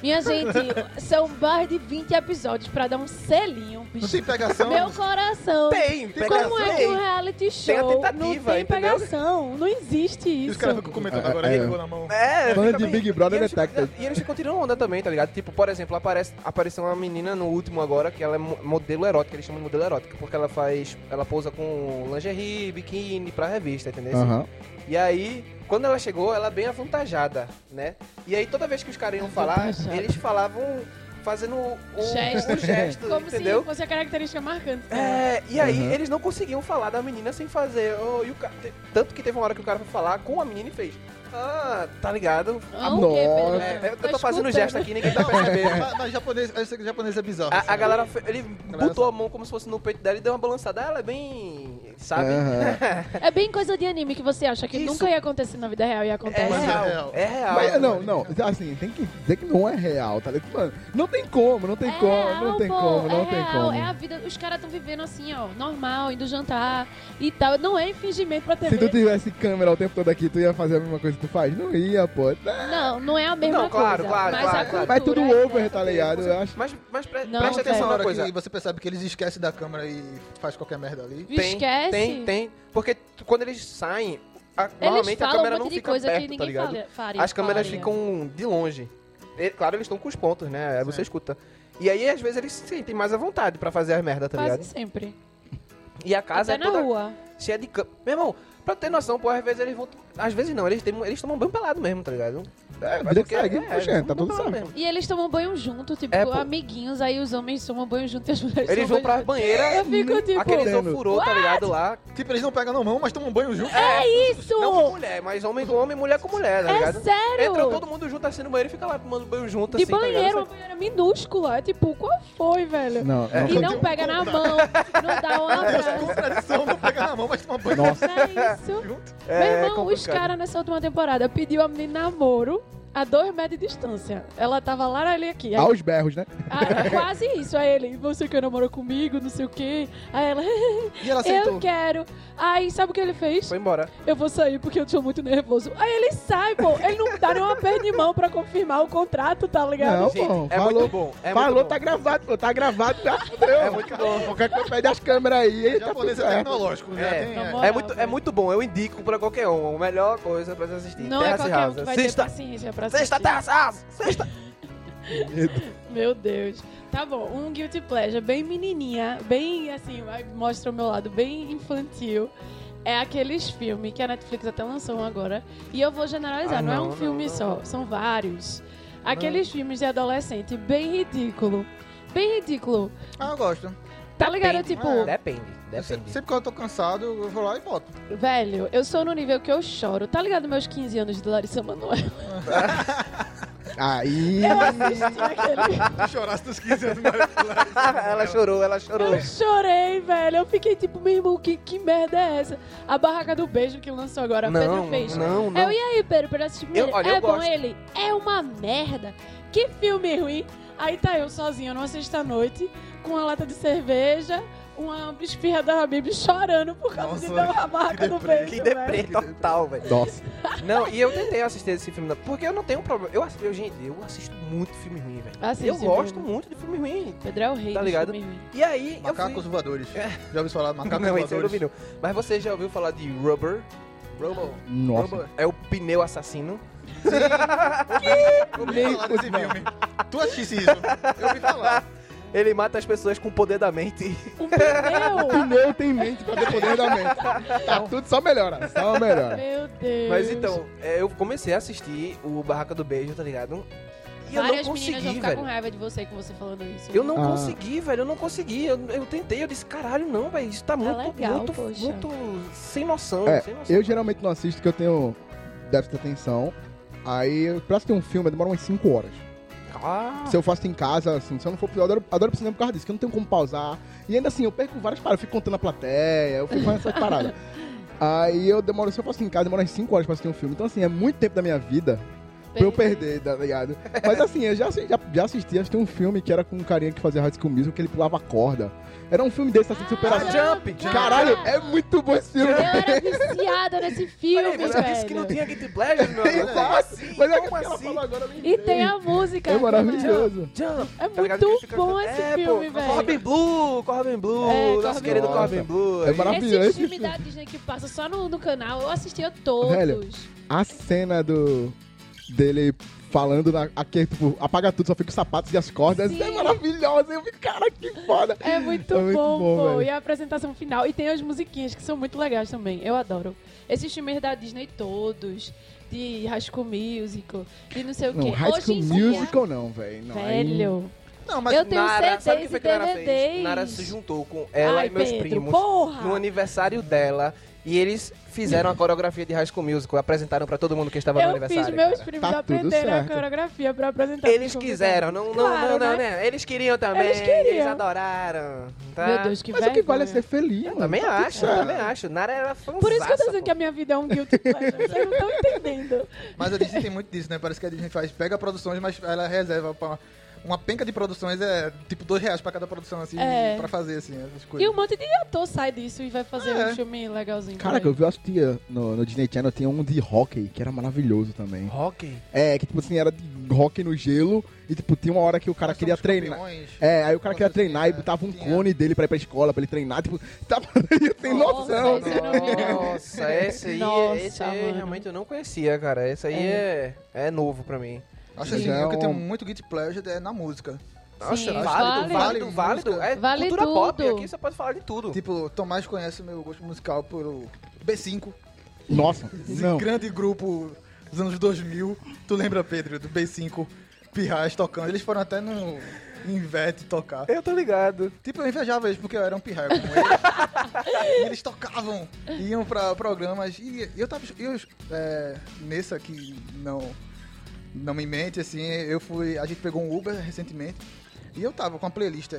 Speaker 6: Minha gente, são mais de 20 episódios pra dar um selinho,
Speaker 4: Não
Speaker 6: bicho.
Speaker 4: tem pegação.
Speaker 6: Meu coração.
Speaker 1: tem, pegação.
Speaker 6: um Como é que um reality show não
Speaker 1: tentativa,
Speaker 6: tem
Speaker 1: entendeu?
Speaker 6: pegação? Não existe
Speaker 4: E
Speaker 6: isso.
Speaker 4: os caras ficam comentando
Speaker 5: É,
Speaker 4: agora,
Speaker 5: é.
Speaker 4: ele pegou na mão.
Speaker 1: É,
Speaker 5: Fã
Speaker 1: fica
Speaker 5: de
Speaker 1: bem-
Speaker 5: Big Brother
Speaker 1: e eles ficam-
Speaker 5: Detected.
Speaker 1: E eles ficam tirando onda também, tá ligado? Tipo, por exemplo, aparece, apareceu uma menina no último agora que ela é mo- modelo erótica, eles chamam de modelo erótica, porque ela faz. Ela pousa com lingerie, biquíni pra revista, entendeu?
Speaker 5: Aham.
Speaker 1: E aí, quando ela chegou, ela é bem avantajada, né? E aí, toda vez que os caras iam falar,
Speaker 6: Avantajada.
Speaker 1: eles falavam fazendo o o
Speaker 6: Gesto.
Speaker 1: gesto,
Speaker 6: Como
Speaker 1: entendeu?
Speaker 6: se fosse a característica marcante.
Speaker 1: É, e aí
Speaker 5: Uhum.
Speaker 1: eles não conseguiam falar da menina sem fazer. oh, e o ca- te- Tanto que teve uma hora que o cara foi falar com a menina e fez. Ah, tá ligado?
Speaker 6: Ah, o quê, Pedro?
Speaker 1: É, eu tô,
Speaker 6: Tá
Speaker 1: fazendo
Speaker 6: escutando.
Speaker 1: gesto aqui, ninguém tá
Speaker 4: Não, é.
Speaker 1: percebendo.
Speaker 4: mas, mas japonês, esse japonês é bizarro. assim,
Speaker 1: A, a
Speaker 4: né?
Speaker 1: galera, fe- ele
Speaker 4: galera
Speaker 1: botou a mão como se fosse no peito dela e deu uma balançada. Ah, Ela é bem. Sabe?
Speaker 5: Aham.
Speaker 6: É bem coisa de anime que você acha que
Speaker 1: Isso.
Speaker 6: nunca ia acontecer na vida real e
Speaker 1: É
Speaker 6: acontece.
Speaker 4: Mas é
Speaker 1: real.
Speaker 4: real.
Speaker 1: É real.
Speaker 5: Mas, não, não, assim, tem que dizer que não é real, tá ligado? Mano, não tem como, não tem
Speaker 6: É
Speaker 5: como,
Speaker 6: real,
Speaker 5: não tem
Speaker 6: pô,
Speaker 5: como, não
Speaker 6: é
Speaker 5: tem
Speaker 6: real,
Speaker 5: como.
Speaker 6: É a vida, os caras estão vivendo assim, ó, normal, indo jantar e tal. Não é fingimento pra
Speaker 5: Se
Speaker 6: TV.
Speaker 5: tu tivesse câmera o tempo todo aqui, tu ia fazer a mesma coisa que tu faz? Não ia, pô.
Speaker 6: Não, não é a mesma
Speaker 1: Não, claro,
Speaker 6: coisa.
Speaker 1: claro,
Speaker 6: mas
Speaker 1: claro,
Speaker 6: a
Speaker 1: claro.
Speaker 6: cultura
Speaker 5: Mas tudo
Speaker 6: é
Speaker 5: over, tá ligado? Eu acho.
Speaker 1: Mas, mas pre-
Speaker 6: Não,
Speaker 1: preste
Speaker 4: Não tem
Speaker 1: atenção
Speaker 4: essa
Speaker 1: numa
Speaker 4: hora
Speaker 1: coisa.
Speaker 4: que você percebe que eles esquecem da câmera e faz qualquer merda ali.
Speaker 6: Tem, Esquece.
Speaker 1: Tem, tem. Porque t- quando eles saem, a-
Speaker 6: Eles
Speaker 1: normalmente a
Speaker 6: falam
Speaker 1: câmera
Speaker 6: um
Speaker 1: não
Speaker 6: monte de
Speaker 1: fica
Speaker 6: coisa que
Speaker 1: perto, tá
Speaker 6: ninguém
Speaker 1: ligado?
Speaker 6: fala- faria.
Speaker 1: As câmeras
Speaker 6: falaria.
Speaker 1: ficam de longe. E, claro, eles estão com os pontos, né? Aí você escuta. E aí, às vezes, eles se sentem mais à vontade pra fazer as merda, tá
Speaker 6: Quase
Speaker 1: ligado?
Speaker 6: sempre.
Speaker 1: E a casa
Speaker 6: Até
Speaker 1: é
Speaker 6: na
Speaker 1: toda
Speaker 6: rua.
Speaker 1: cheia de câmera. Meu irmão, pra ter noção, pô, às vezes eles vão... Às vezes não, eles, tem- eles tomam banho pelado mesmo, tá ligado? É,
Speaker 5: vida que segue, poxa,
Speaker 1: tomam
Speaker 5: tá tudo
Speaker 1: banho
Speaker 5: certo.
Speaker 1: mesmo.
Speaker 6: E eles tomam banho junto, tipo,
Speaker 1: É, pô.
Speaker 6: amiguinhos, aí os homens tomam banho junto e as mulheres
Speaker 1: Eles vão
Speaker 6: tomam
Speaker 1: pra Hum,
Speaker 6: banho
Speaker 1: banheira...
Speaker 6: junto. Eu fico tipo,
Speaker 1: Aqueles
Speaker 5: Entendo.
Speaker 1: ofurô, tá ligado? Lá.
Speaker 4: Tipo, eles não pegam na mão, mas tomam banho junto.
Speaker 6: é isso!
Speaker 1: Não com mulher, mas homem com homem, mulher com mulher, um tá
Speaker 6: é
Speaker 1: ligado?
Speaker 6: sério!
Speaker 1: Entra todo mundo junto assim no banheiro e fica lá tomando banho junto
Speaker 6: de
Speaker 1: assim, tá
Speaker 6: banheiro,
Speaker 1: ligado?
Speaker 6: uma banheira minúscula. É tipo, qual foi, velho?
Speaker 5: Não,
Speaker 1: É.
Speaker 6: E
Speaker 5: não.
Speaker 6: não pega na mão, não dá um abraço.
Speaker 4: é Contradição, não pega na mão, mas toma banho
Speaker 5: Nossa,
Speaker 6: É isso.
Speaker 4: junto.
Speaker 6: Meu
Speaker 1: É
Speaker 6: irmão, os
Speaker 1: complicado.
Speaker 6: caras nessa última temporada pediu a menina namoro a dois metros de distância. Ela tava lá ali aqui. Aí,
Speaker 5: aos berros, né?
Speaker 6: ah, quase isso. Aí ele, você quer namorar comigo, não sei o quê. Aí ela,
Speaker 4: E ela
Speaker 6: eu
Speaker 4: aceitou.
Speaker 6: quero. Aí sabe o que ele fez?
Speaker 1: Foi embora.
Speaker 6: Eu vou sair porque eu tô muito nervoso. Aí ele sai, pô. Ele não dá nenhuma perna de mão pra confirmar o contrato, tá ligado?
Speaker 5: Não,
Speaker 1: Gente,
Speaker 5: pô.
Speaker 1: é
Speaker 5: falou,
Speaker 1: muito bom. É
Speaker 5: falou,
Speaker 1: muito
Speaker 5: tá
Speaker 1: bom.
Speaker 5: gravado, pô. Tá gravado, graças a Deus.
Speaker 1: É muito bom.
Speaker 5: Qualquer coisa pede as câmeras aí, hein? Tá tudo
Speaker 4: Japonês é
Speaker 5: certo.
Speaker 4: tecnológico, né?
Speaker 1: É.
Speaker 4: Tem,
Speaker 6: Na
Speaker 4: é.
Speaker 6: moral,
Speaker 1: É muito, é
Speaker 6: velho.
Speaker 1: muito bom, eu indico pra qualquer um. A melhor coisa pra se assistir.
Speaker 6: Não é
Speaker 1: Terra
Speaker 6: qualquer um
Speaker 1: Rasa.
Speaker 6: que vai ter
Speaker 1: Sexta,
Speaker 6: paciência pra assistir.
Speaker 1: sexta Terra Rasa. Sexta.
Speaker 6: Meu Deus. Tá bom, um guilty pleasure bem menininha, bem assim, vai- mostra o meu lado bem infantil. É aqueles filmes que a Netflix até lançou um agora. E eu vou generalizar,
Speaker 1: Ah,
Speaker 6: não, é
Speaker 1: não,
Speaker 6: um
Speaker 1: não,
Speaker 6: filme
Speaker 1: não.
Speaker 6: só, são vários. Aqueles filmes de adolescente bem ridículo. Bem ridículo.
Speaker 4: Ah, eu gosto.
Speaker 6: Tá ligado? Tipo,
Speaker 4: é.
Speaker 1: Depende,
Speaker 4: Eu se-
Speaker 1: depende.
Speaker 4: sempre que eu tô cansado, eu vou lá e boto.
Speaker 6: velho, eu sou no nível que eu choro. Tá ligado meus 15 anos de Larissa Manoel?
Speaker 5: Aí.
Speaker 6: Eu assisti aquele.
Speaker 4: Se chorasse dos 15 anos, mas...
Speaker 1: ela chorou, ela chorou.
Speaker 6: Eu chorei, velho. Eu fiquei tipo, meu irmão, que, que merda é essa? A barraca do beijo que lançou agora, Pedro
Speaker 1: Não,
Speaker 6: fez.
Speaker 1: não,
Speaker 6: Eu,
Speaker 1: não.
Speaker 6: e aí, Pedro, pra assistir primeiro?
Speaker 1: olha,
Speaker 6: é
Speaker 1: eu
Speaker 6: bom
Speaker 1: gosto.
Speaker 6: ele? É uma merda. Que filme ruim. Aí tá eu sozinha numa sexta-noite, com uma lata de cerveja, uma espirra da Habib chorando por causa de
Speaker 4: Nossa,
Speaker 6: dar uma marca no
Speaker 4: deprê.
Speaker 6: peito.
Speaker 1: Que
Speaker 6: velho.
Speaker 1: deprê total, velho.
Speaker 5: Nossa.
Speaker 1: Não, e eu tentei assistir esse filme, não, porque eu não tenho problema. Eu, assisto- eu gente, eu assisto muito filme ruim, velho.
Speaker 6: Assiste
Speaker 1: Eu
Speaker 6: filme
Speaker 1: gosto
Speaker 6: ruim.
Speaker 1: muito de filme ruim.
Speaker 6: Pedro é o rei
Speaker 1: Tá
Speaker 6: do
Speaker 1: ligado?
Speaker 6: filme ruim.
Speaker 1: E aí, eu
Speaker 4: Macacos
Speaker 1: fui... É.
Speaker 4: voadores. Já ouviu falar de macacos
Speaker 1: Não, esse eu não
Speaker 4: voadores?
Speaker 1: vi, não. Mas você já ouviu falar de Rubber? Rubber.
Speaker 5: Nossa.
Speaker 1: Rubber é o pneu assassino.
Speaker 4: Eu ouvi falar desse filme. Tu assiste isso? Eu ouvi falar.
Speaker 1: Ele mata as pessoas com o poder da mente.
Speaker 6: Um pneu!
Speaker 5: Pneu tem mente pra ter poder da mente.
Speaker 1: Então.
Speaker 5: Tá tudo só melhora, só melhora.
Speaker 6: Meu Deus.
Speaker 1: Mas então, é, eu comecei a assistir o Barraca do Beijo, tá ligado? E eu não
Speaker 6: Várias meninas vão
Speaker 1: consegui,
Speaker 6: ficar com
Speaker 1: velho.
Speaker 6: raiva de você com você falando isso.
Speaker 1: Eu não
Speaker 5: Ah.
Speaker 1: consegui, velho. Eu não consegui. Eu, eu tentei, eu disse, caralho, não, velho. Isso tá, muito,
Speaker 6: legal,
Speaker 1: muito,
Speaker 6: poxa.
Speaker 1: muito sem noção,
Speaker 5: É,
Speaker 1: sem noção.
Speaker 5: Eu geralmente não assisto porque eu tenho déficit de atenção. Aí, eu- pra assistir um filme, demora umas 5 horas.
Speaker 1: Ah,
Speaker 5: Se eu faço em casa, assim, se eu não for pro cinema, eu adoro, adoro pro cinema por causa disso, que eu não tenho como pausar. E ainda assim, eu perco várias paradas, eu fico contando a plateia, eu fico fazendo essas paradas. Aí eu demoro, se eu faço em casa, demora umas 5 horas pra assistir um filme. Então, assim, é muito tempo da minha vida pra eu perder, tá ligado? Mas assim, eu já, assi- já, já assisti, assisti um filme que era com um carinha que fazia High School Musical, que ele pulava corda. Era um filme desse, assim, de
Speaker 1: ah,
Speaker 5: superação.
Speaker 1: jump, jump.
Speaker 5: Caralho, é muito bom esse filme.
Speaker 6: Eu era viciada nesse
Speaker 1: Olha
Speaker 6: filme,
Speaker 1: aí, você disse que não
Speaker 6: velho.
Speaker 1: tinha Guilty Pleasure, meu amigo.
Speaker 5: Exato.
Speaker 1: Como assim?
Speaker 5: Mas é que
Speaker 1: Como
Speaker 5: ela
Speaker 1: assim?
Speaker 5: falou agora, eu lembrei.
Speaker 6: E tem a música.
Speaker 5: É
Speaker 6: né, velho?
Speaker 5: maravilhoso.
Speaker 1: Jump.
Speaker 6: É
Speaker 1: Tá ligado? Que eles
Speaker 6: muito
Speaker 1: ficam
Speaker 6: bom
Speaker 1: cantando,
Speaker 6: esse
Speaker 1: é,
Speaker 6: filme,
Speaker 1: pô,
Speaker 6: velho.
Speaker 1: Corbin Blue, Corbin Blue,
Speaker 6: É,
Speaker 1: nosso
Speaker 6: Corbin
Speaker 1: querido
Speaker 5: Blue.
Speaker 1: Corbin Blue.
Speaker 5: É
Speaker 1: aí.
Speaker 5: maravilhoso. Maravilhoso
Speaker 6: Esses
Speaker 5: esse
Speaker 6: filmes
Speaker 5: filme.
Speaker 6: da Disney que passa só no, no canal, eu assistia todos.
Speaker 5: Velho, A cena do dele falando na, aqui, tipo, apaga tudo, só fica os sapatos e as cordas.
Speaker 6: Sim.
Speaker 5: É maravilhosa. Eu fico, cara, que foda.
Speaker 6: É muito,
Speaker 5: É muito
Speaker 6: bom,
Speaker 5: bom,
Speaker 6: pô.
Speaker 5: velho.
Speaker 6: E a apresentação final. E tem as musiquinhas que são muito legais também. Eu adoro. Esses filmes da Disney todos. De High School Musical. De não sei o
Speaker 5: Não,
Speaker 6: quê.
Speaker 5: High
Speaker 6: Hoje
Speaker 5: School
Speaker 6: em dia,
Speaker 5: Musical não, velho. Não, aí-
Speaker 6: Velho.
Speaker 4: Não, mas
Speaker 6: eu tenho
Speaker 1: Nara, sabe o que
Speaker 6: CDs
Speaker 1: foi
Speaker 6: e
Speaker 1: que Nara
Speaker 6: DVDs.
Speaker 1: fez? Nara se juntou com ela
Speaker 6: Ai,
Speaker 1: e meus
Speaker 6: Pedro,
Speaker 1: primos
Speaker 6: porra!
Speaker 1: no aniversário dela e eles fizeram a coreografia de High School Musical, apresentaram pra todo mundo que estava no
Speaker 6: Eu
Speaker 1: aniversário.
Speaker 6: fiz meus
Speaker 1: cara.
Speaker 6: primos
Speaker 5: Tá tudo
Speaker 6: aprenderem né, a
Speaker 5: certo.
Speaker 6: coreografia pra apresentar.
Speaker 1: Eles
Speaker 6: pros
Speaker 1: quiseram, não, não,
Speaker 6: então, Claro,
Speaker 1: não, não,
Speaker 6: né?
Speaker 1: né? Eles queriam também,
Speaker 6: Eles queriam.
Speaker 1: adoraram. Tá?
Speaker 6: convidados. Meu Deus, que
Speaker 5: Mas o que vale é ser
Speaker 6: vergonha.
Speaker 5: feliz,
Speaker 1: Eu
Speaker 5: mano.
Speaker 1: também
Speaker 5: Tá tudo
Speaker 1: acho, eu
Speaker 5: certo.
Speaker 1: também acho. Nara era fãzassa,
Speaker 6: Por isso que eu tô dizendo
Speaker 1: pô.
Speaker 6: que a minha vida é um guilty pleasure. Vocês não estão entendendo.
Speaker 4: Mas a Disney tem muito disso, né? Parece que a Disney faz, pega produções, mas ela reserva pra uma penca de produções, é tipo dois reais pra cada produção, assim,
Speaker 6: É.
Speaker 4: pra fazer, assim, essas coisas.
Speaker 6: E um monte de ator sai disso e vai fazer
Speaker 4: É.
Speaker 6: um filme legalzinho.
Speaker 5: Caraca, eu
Speaker 6: por aí.
Speaker 5: vi, eu assistia no, no Disney Channel, tinha um de hockey, que era maravilhoso também.
Speaker 1: Rock.
Speaker 5: É, que tipo assim, era de hockey no gelo, e tipo, tinha uma hora que o cara
Speaker 4: Nós
Speaker 5: queria
Speaker 4: somos
Speaker 5: treinar.
Speaker 4: campeões.
Speaker 5: É, aí o cara queria
Speaker 4: Nossa,
Speaker 5: treinar e
Speaker 4: tinha-
Speaker 5: botava um
Speaker 4: tinha-
Speaker 5: cone dele pra ir pra escola, pra ele treinar, tipo, tava sem noção.
Speaker 6: Nossa, esse eu não vi, não.
Speaker 1: Nossa, esse aí,
Speaker 6: Nossa,
Speaker 1: esse aí
Speaker 6: mano.
Speaker 1: realmente eu não conhecia, cara. Esse aí é, é, novo pra mim.
Speaker 4: Acho assim,
Speaker 5: Já é
Speaker 4: o que tem
Speaker 5: um-
Speaker 4: muito guilty pleasure é na música.
Speaker 1: Nossa,
Speaker 6: Sim,
Speaker 1: válido,
Speaker 4: vale.
Speaker 1: válido, válido. É
Speaker 6: Vale
Speaker 1: cultura pop,
Speaker 6: tudo.
Speaker 1: aqui você pode falar de tudo.
Speaker 4: Tipo, Tomás conhece meu gosto musical por o B5,
Speaker 5: Nossa,
Speaker 4: esse
Speaker 5: não.
Speaker 4: grande grupo dos anos 2000. Tu lembra, Pedro, do B5, Pirrais tocando? Eles foram até no Inverte tocar.
Speaker 1: Eu tô ligado.
Speaker 4: Tipo, eu invejava eles porque eu era um pirraia como eles. e eles tocavam, iam pra programas. E eu tava. Eu, é, nessa que não, não me mente, assim, eu fui. A gente pegou um Uber recentemente. E eu tava com uma playlist,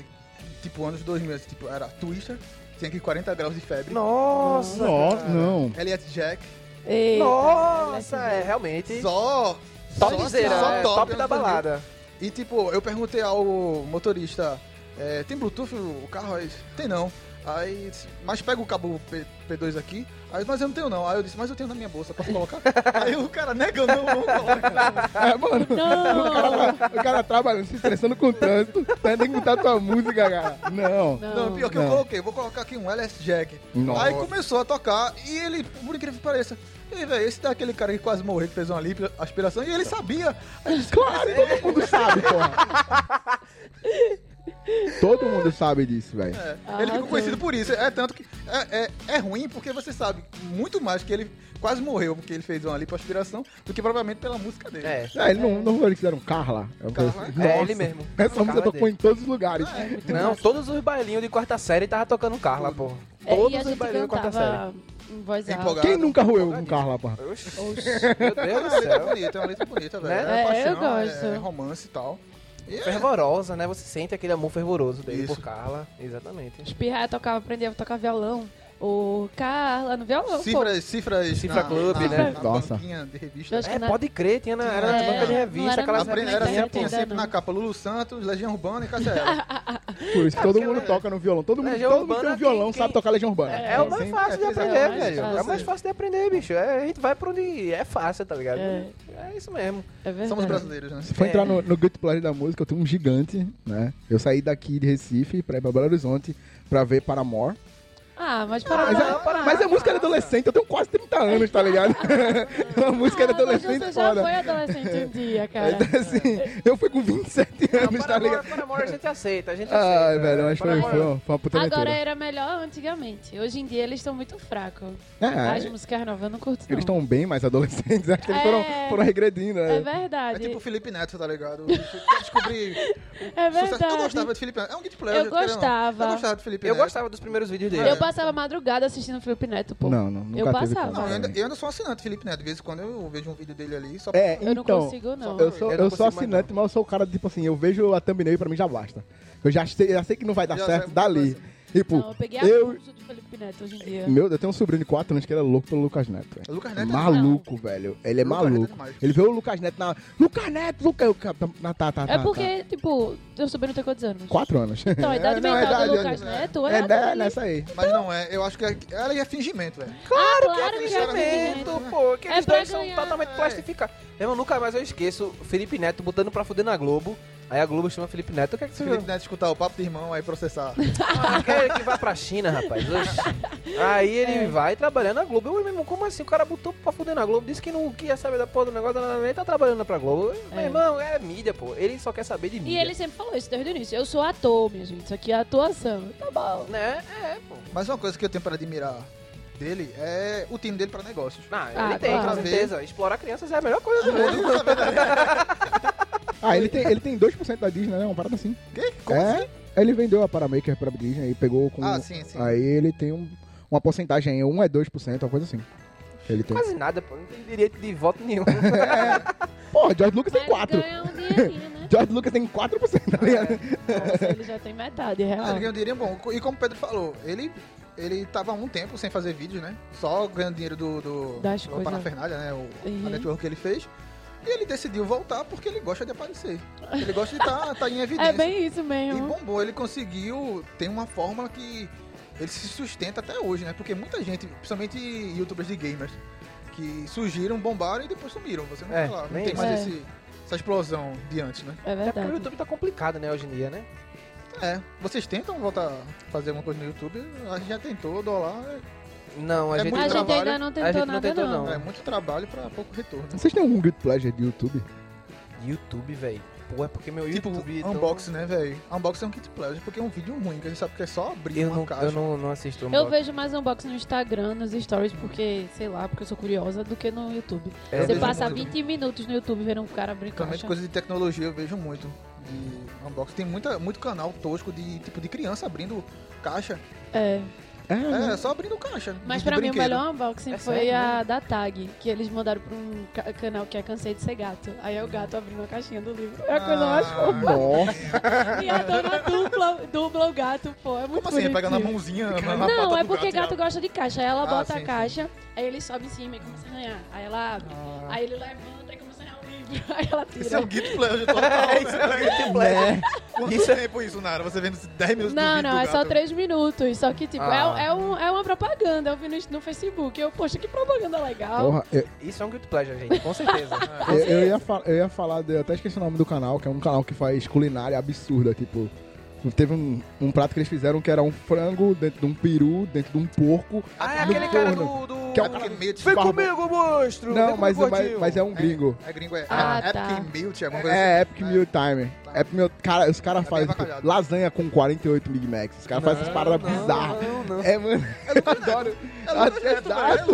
Speaker 4: tipo, anos 2000. assim, Tipo, era Twister, tinha aqui 40 graus de febre.
Speaker 1: Nossa,
Speaker 5: Nossa, não.
Speaker 4: Elliot Jack.
Speaker 6: Eita,
Speaker 1: Nossa,
Speaker 6: velho,
Speaker 1: é realmente
Speaker 4: Só. só,
Speaker 1: topzera,
Speaker 4: só
Speaker 1: é, top,
Speaker 4: anos
Speaker 1: da
Speaker 4: 2000.
Speaker 1: balada.
Speaker 4: E tipo, eu perguntei ao motorista, é, tem Bluetooth o carro? Aí, ele disse, tem não. Aí, ele disse, mas pega o cabo P, 2 aqui. Aí, mas eu não tenho não. Aí eu disse, mas eu tenho na minha bolsa, posso colocar? aí o cara, nega, não, não coloca.
Speaker 5: É, mano,
Speaker 6: Não.
Speaker 5: o cara, tá- o cara trabalhando, se estressando com o trânsito, tá nem mudar tua música, cara. Não.
Speaker 4: Não, pior que eu
Speaker 5: não.
Speaker 4: coloquei, vou colocar aqui um LS Jack.
Speaker 5: Nossa.
Speaker 4: Aí começou a tocar e ele, por incrível que pareça, ei, velho, esse daquele cara que quase morreu, que fez uma lipo- aspiração, e ele
Speaker 5: Tá.
Speaker 4: sabia. Aí ele disse,
Speaker 5: Claro, todo mundo sabe, porra. Todo mundo sabe disso, velho.
Speaker 4: É,
Speaker 6: Ah,
Speaker 4: ele ficou
Speaker 6: ok.
Speaker 4: conhecido por isso. É tanto que é, é, é ruim porque você sabe muito mais que ele quase morreu porque ele fez uma lipoaspiração do que provavelmente pela música dele.
Speaker 1: É,
Speaker 5: Ah, ele não, não foi eles que fizeram Carla. É, uma coisa
Speaker 4: Carla?
Speaker 5: assim.
Speaker 1: é
Speaker 5: Nossa,
Speaker 1: ele mesmo.
Speaker 5: Essa música
Speaker 1: Carla
Speaker 5: tocou
Speaker 1: dele.
Speaker 5: em todos os lugares.
Speaker 1: Não, todos os bailinhos de quarta série tava tocando Carla, pô.
Speaker 6: É, e
Speaker 1: Todos
Speaker 6: a
Speaker 1: os
Speaker 6: gente
Speaker 1: bailinhos de quarta série.
Speaker 6: cantava em voz alta.
Speaker 4: Empolgado.
Speaker 5: Quem nunca roeu com Carla, porra?
Speaker 1: Oxi,
Speaker 6: Oxi.
Speaker 1: meu Deus
Speaker 4: É
Speaker 1: do
Speaker 4: uma letra
Speaker 1: céu.
Speaker 4: bonita, é uma letra bonita, velho.
Speaker 1: Né?
Speaker 4: É,
Speaker 6: É,
Speaker 4: paixão,
Speaker 6: eu gosto.
Speaker 4: É, é romance e tal. E é,
Speaker 1: Fervorosa, né? Você sente aquele amor fervoroso dele
Speaker 4: Isso.
Speaker 1: por Carla. Exatamente.
Speaker 6: Espirrar, eu tocava, aprender a tocar violão. o Carla no violão.
Speaker 4: Cifras, cifras.
Speaker 1: Cifra Club,
Speaker 4: na,
Speaker 1: né?
Speaker 4: Na
Speaker 5: Nossa.
Speaker 4: banquinha de revista.
Speaker 6: Eu acho
Speaker 1: É,
Speaker 6: que na-
Speaker 1: pode crer, tinha na, era na
Speaker 6: É,
Speaker 1: banca de
Speaker 6: não
Speaker 1: revista,
Speaker 6: era
Speaker 4: Na
Speaker 1: aquelas
Speaker 6: muito
Speaker 4: primeira era
Speaker 6: internet
Speaker 4: sempre,
Speaker 1: revistinhas.
Speaker 4: tinha
Speaker 6: ainda,
Speaker 4: sempre
Speaker 6: não.
Speaker 4: na capa Lulu Santos, Legião Urbana e Cassiela.
Speaker 5: Por isso,
Speaker 1: É,
Speaker 5: todo
Speaker 1: porque,
Speaker 5: mundo
Speaker 1: né,
Speaker 5: toca no violão. Todo mundo,
Speaker 1: Legião
Speaker 5: todo mundo
Speaker 1: Urbana,
Speaker 5: tem um violão,
Speaker 1: quem-
Speaker 5: sabe
Speaker 1: quem-
Speaker 5: tocar Legião Urbana.
Speaker 1: É, o mais
Speaker 4: Sim,
Speaker 1: fácil de
Speaker 4: é,
Speaker 1: aprender,
Speaker 6: é o mais
Speaker 1: velho. É o mais
Speaker 6: fácil.
Speaker 1: fácil de aprender, bicho. É, a gente vai pra onde é fácil, tá ligado?
Speaker 6: É.
Speaker 1: É, isso mesmo.
Speaker 6: É verdade.
Speaker 4: Somos brasileiros, né?
Speaker 5: Se for
Speaker 1: É.
Speaker 5: entrar no, no Good Pleasure da música, eu tenho um gigante, né? Eu saí daqui de Recife pra ir pra Belo Horizonte pra ver Paramore.
Speaker 6: Ah, mas para
Speaker 5: Mas,
Speaker 6: lá.
Speaker 5: é, mas é música de adolescente, eu tenho quase 30 anos, tá ligado? a música de
Speaker 6: Ah, mas
Speaker 5: adolescente
Speaker 6: Você já
Speaker 5: foda.
Speaker 6: foi adolescente um
Speaker 1: É
Speaker 6: dia, cara.
Speaker 5: Então, assim, eu fui com 27 anos, tá
Speaker 1: Paramore,
Speaker 5: ligado?
Speaker 1: Paramore a gente aceita, a gente aceita.
Speaker 5: Ai, velho, mas foi,
Speaker 1: Paramore-
Speaker 6: um
Speaker 5: foi, uma- foi uma puta
Speaker 6: Agora é
Speaker 5: leitura.
Speaker 6: era melhor antigamente. Hoje em dia eles estão muito fracos.
Speaker 5: É,
Speaker 6: As músicas novas eu não curto. Não.
Speaker 5: eles estão bem mais adolescentes, acho que eles foram,
Speaker 6: É.
Speaker 5: foram regredindo, né?
Speaker 6: É
Speaker 4: É
Speaker 6: verdade.
Speaker 4: tipo o Felipe Neto, tá ligado? Eu descobri
Speaker 6: É
Speaker 4: sucesso. Eu
Speaker 6: verdade.
Speaker 4: gostava de Felipe Neto. É um guilty pleasure.
Speaker 6: Eu
Speaker 4: querendo ou não.
Speaker 6: gostava.
Speaker 4: Eu gostava de Felipe
Speaker 1: Eu
Speaker 4: Neto.
Speaker 1: gostava dos primeiros vídeos dele.
Speaker 6: Eu passava madrugada assistindo Felipe Neto, pô.
Speaker 5: Não, não, nunca
Speaker 6: Eu
Speaker 5: teve
Speaker 6: passava.
Speaker 5: como,
Speaker 4: Não, eu ainda,
Speaker 5: né?
Speaker 4: eu ainda sou um assinante de Felipe Neto. De vez em quando eu vejo um vídeo dele ali. Só
Speaker 5: É,
Speaker 6: Eu não
Speaker 5: então,
Speaker 6: consigo, não.
Speaker 5: Eu sou,
Speaker 1: Eu
Speaker 5: eu
Speaker 1: não
Speaker 5: sou
Speaker 1: consigo mais,
Speaker 5: assinante, mas eu sou o cara, tipo assim, eu vejo a thumbnail e pra mim já basta. Eu já sei, já sei que não vai dar
Speaker 4: Já
Speaker 5: certo
Speaker 4: sei.
Speaker 5: dali. Tipo,
Speaker 6: Não, eu peguei a
Speaker 5: eu.
Speaker 6: curso de Felipe Neto hoje em dia.
Speaker 5: Meu Deus, eu tenho um sobrinho de 4 anos que ele é louco pelo Lucas Neto. velho.
Speaker 4: O Lucas Neto é
Speaker 5: maluco, velho. Ele é
Speaker 4: Lucas Neto é
Speaker 5: maluco.
Speaker 4: demais.
Speaker 5: ele vê o Lucas Neto na. Lucas Neto, Lucas. Tá, tá, tá, tá,
Speaker 6: É porque, tipo, eu soube não ter quantos anos.
Speaker 5: 4 anos.
Speaker 6: Então, a idade
Speaker 5: É, não,
Speaker 6: mental
Speaker 5: idade,
Speaker 6: do Lucas
Speaker 5: é-
Speaker 6: Neto é,
Speaker 5: É,
Speaker 6: a
Speaker 5: né,
Speaker 6: dele.
Speaker 5: nessa aí.
Speaker 4: Mas não é. Eu acho que é, ela é fingimento, velho.
Speaker 6: Claro,
Speaker 4: que
Speaker 6: que
Speaker 4: é
Speaker 6: é
Speaker 4: fingimento.
Speaker 6: fingimento.
Speaker 1: Pimento, pô, aqueles
Speaker 6: É pra
Speaker 1: dois
Speaker 6: ganhar,
Speaker 1: são totalmente
Speaker 4: é.
Speaker 1: plastificados. Eu nunca mais eu esqueço Felipe Neto botando pra fuder na Globo. Aí a Globo chama Felipe Neto. O que é que
Speaker 4: Se
Speaker 1: você
Speaker 4: o Felipe Neto escutar o papo do irmão, aí processar.
Speaker 1: Ah, quer que vá pra China, rapaz. Oxi. Aí
Speaker 6: É.
Speaker 1: ele vai trabalhar na Globo. Eu, meu irmão, como assim? O cara botou pra fuder na Globo, disse que não que ia saber da porra do negócio, lá, lá, lá, ele tá trabalhando pra Globo. Meu
Speaker 6: É.
Speaker 1: irmão, é mídia, pô. Ele só quer saber de
Speaker 6: E
Speaker 1: mídia.
Speaker 6: ele sempre falou isso desde o início. Eu sou ator, minha gente. Isso aqui é atuação. Tá bom.
Speaker 1: Né? É, pô.
Speaker 4: Mas uma coisa que eu tenho pra admirar dele é o time dele pra negócios.
Speaker 1: Não,
Speaker 6: Ah,
Speaker 1: ele tem,
Speaker 6: claro.
Speaker 1: com certeza. Explorar crianças é a melhor coisa do mundo.
Speaker 4: né?
Speaker 5: Ah, ele tem, ele tem 2% da Disney, né? Uma parada assim.
Speaker 4: Quê?
Speaker 5: é, ele vendeu a Paramaker pra Disney e pegou com.
Speaker 4: Ah, sim, sim.
Speaker 5: Aí ele tem um- uma porcentagem aí, 1 é 2%, uma coisa assim. Ele tem.
Speaker 1: Quase nada, pô. Não tem direito de voto nenhum.
Speaker 6: É
Speaker 5: Pô, George Lucas
Speaker 6: Mas
Speaker 5: tem 4.
Speaker 6: ganha um dinheirinho, né?
Speaker 5: George Lucas tem 4%, tá ligado?
Speaker 6: Nossa, ele já tem metade, é
Speaker 4: Ah, ele ganhou
Speaker 6: real.
Speaker 4: dinheirinho bom. E como o Pedro falou, ele, ele tava há um tempo sem fazer vídeos, né? Só ganhando dinheiro do, do
Speaker 6: Das
Speaker 4: do
Speaker 6: coisas.
Speaker 4: Parafernália, né? O,
Speaker 6: Uhum.
Speaker 4: A network que ele fez. E ele decidiu voltar porque ele gosta de aparecer. Ele gosta de estar em evidência.
Speaker 6: É bem isso
Speaker 4: E
Speaker 6: mesmo.
Speaker 4: bombou, ele conseguiu. Tem uma fórmula que ele se sustenta até hoje, né? Porque muita gente, principalmente youtubers de gamers, que surgiram, bombaram e depois sumiram. Você não,
Speaker 1: É,
Speaker 4: tá lá, não
Speaker 1: bem
Speaker 4: tem
Speaker 1: isso.
Speaker 4: mais
Speaker 6: É.
Speaker 4: esse- essa explosão de antes, né?
Speaker 6: É
Speaker 1: Até porque o
Speaker 6: verdade.
Speaker 1: YouTube tá complicado, né, hoje em dia, né?
Speaker 4: É. Vocês tentam voltar a fazer alguma coisa no YouTube? A gente já tentou, dolar.
Speaker 1: Não, a
Speaker 4: É
Speaker 1: gente...
Speaker 4: muito
Speaker 6: A gente
Speaker 4: trabalho.
Speaker 6: ainda não
Speaker 1: A gente
Speaker 6: tentou
Speaker 1: não
Speaker 6: nada,
Speaker 1: tentou,
Speaker 6: não.
Speaker 1: não.
Speaker 4: É muito trabalho pra pouco retorno.
Speaker 1: Tipo,
Speaker 5: Vocês têm algum good pleasure de YouTube?
Speaker 1: YouTube, velho. Pô, é porque meu
Speaker 4: Tipo,
Speaker 1: YouTube... tão-
Speaker 4: unboxing, né, velho? Unboxing é um kit pleasure, porque é um vídeo ruim, que a gente sabe que é só abrir
Speaker 1: Eu
Speaker 4: uma
Speaker 1: não,
Speaker 4: caixa.
Speaker 1: eu não, não assisto
Speaker 6: Eu
Speaker 1: unboxing.
Speaker 6: vejo mais unboxing no Instagram, nos stories, porque, sei lá, porque eu sou curiosa, do que no YouTube.
Speaker 1: É,
Speaker 6: Você
Speaker 4: vejo
Speaker 6: passa
Speaker 4: muito.
Speaker 6: 20 minutos no YouTube vendo um cara abrir
Speaker 4: Principalmente
Speaker 6: caixa.
Speaker 4: coisa de tecnologia, eu vejo muito. De unboxing. Tem muita, muito canal tosco de tipo de criança abrindo caixa.
Speaker 6: É.
Speaker 5: É,
Speaker 4: É,
Speaker 5: né?
Speaker 4: só abrindo caixa.
Speaker 6: Mas
Speaker 4: de
Speaker 6: pra mim o
Speaker 4: brinquedo.
Speaker 6: melhor unboxing
Speaker 1: É
Speaker 6: foi
Speaker 1: sério,
Speaker 6: a da Tag, que eles mandaram pra um ca- canal que é Cansei de Ser Gato. Aí é o gato abrindo a caixinha do livro. É a coisa mais
Speaker 4: Ah.
Speaker 6: fofa.
Speaker 5: Nossa,
Speaker 6: E a dona dupla, dubla o gato, pô. É muito
Speaker 4: Como assim? É Pega na
Speaker 6: bonitinho.
Speaker 4: mãozinha, na, na pata
Speaker 6: Não, é
Speaker 4: do
Speaker 6: porque
Speaker 4: gato,
Speaker 6: gato gosta de caixa. Aí ela
Speaker 4: Ah,
Speaker 6: bota
Speaker 4: sim,
Speaker 6: a
Speaker 4: sim.
Speaker 6: caixa, aí ele sobe em cima e começa a arranhar. Aí ela abre. Aí ele levanta e começa a arranhar o livro. Aí ela
Speaker 4: Isso é
Speaker 6: tira.
Speaker 4: um git pleasure total.
Speaker 6: É,
Speaker 1: Né?
Speaker 4: Quanto
Speaker 1: Isso é-
Speaker 4: tempo isso, Nara? Você vendo esses 10 minutos do
Speaker 6: Não,
Speaker 4: vídeo
Speaker 6: não,
Speaker 4: do
Speaker 6: é só
Speaker 4: gato?
Speaker 6: três minutos. Só que, tipo,
Speaker 1: Ah.
Speaker 6: é, é um- é uma propaganda. Eu vi no, no Facebook. Eu, poxa, que propaganda legal.
Speaker 5: porra, eu,
Speaker 1: Isso é um guilty pleasure, gente, com certeza. Ah,
Speaker 5: eu- eu ia fa- eu ia falar, de- eu até esqueci o nome do canal, que é um canal que faz culinária absurda, tipo. Teve um, um prato que eles fizeram que era um frango dentro de um peru, dentro de um porco.
Speaker 1: ah, é
Speaker 5: no
Speaker 1: aquele cara do...
Speaker 5: forno.
Speaker 1: do...
Speaker 5: Que é o
Speaker 4: Epic Milt.
Speaker 1: Vem
Speaker 5: Barbu-
Speaker 1: comigo, monstro! Vem
Speaker 5: Não,
Speaker 1: comigo,
Speaker 5: mas, mas,
Speaker 1: gordinho!
Speaker 5: mas é um gringo.
Speaker 4: É gringo, é
Speaker 6: Ah,
Speaker 4: é
Speaker 6: tá.
Speaker 4: Epic Milt, alguma coisa
Speaker 5: É, Epic
Speaker 4: É.
Speaker 5: Meal Time.
Speaker 4: Tá.
Speaker 5: Epic Meal, cara, os caras
Speaker 4: É
Speaker 5: fazem
Speaker 4: bem
Speaker 5: tipo,
Speaker 4: avacalhado.
Speaker 5: lasanha com 48 Big Macs. Os caras fazem essas paradas
Speaker 1: Não,
Speaker 5: bizarras.
Speaker 1: Não, não.
Speaker 5: É, mano,
Speaker 4: assim.
Speaker 5: eu adoro. Exato,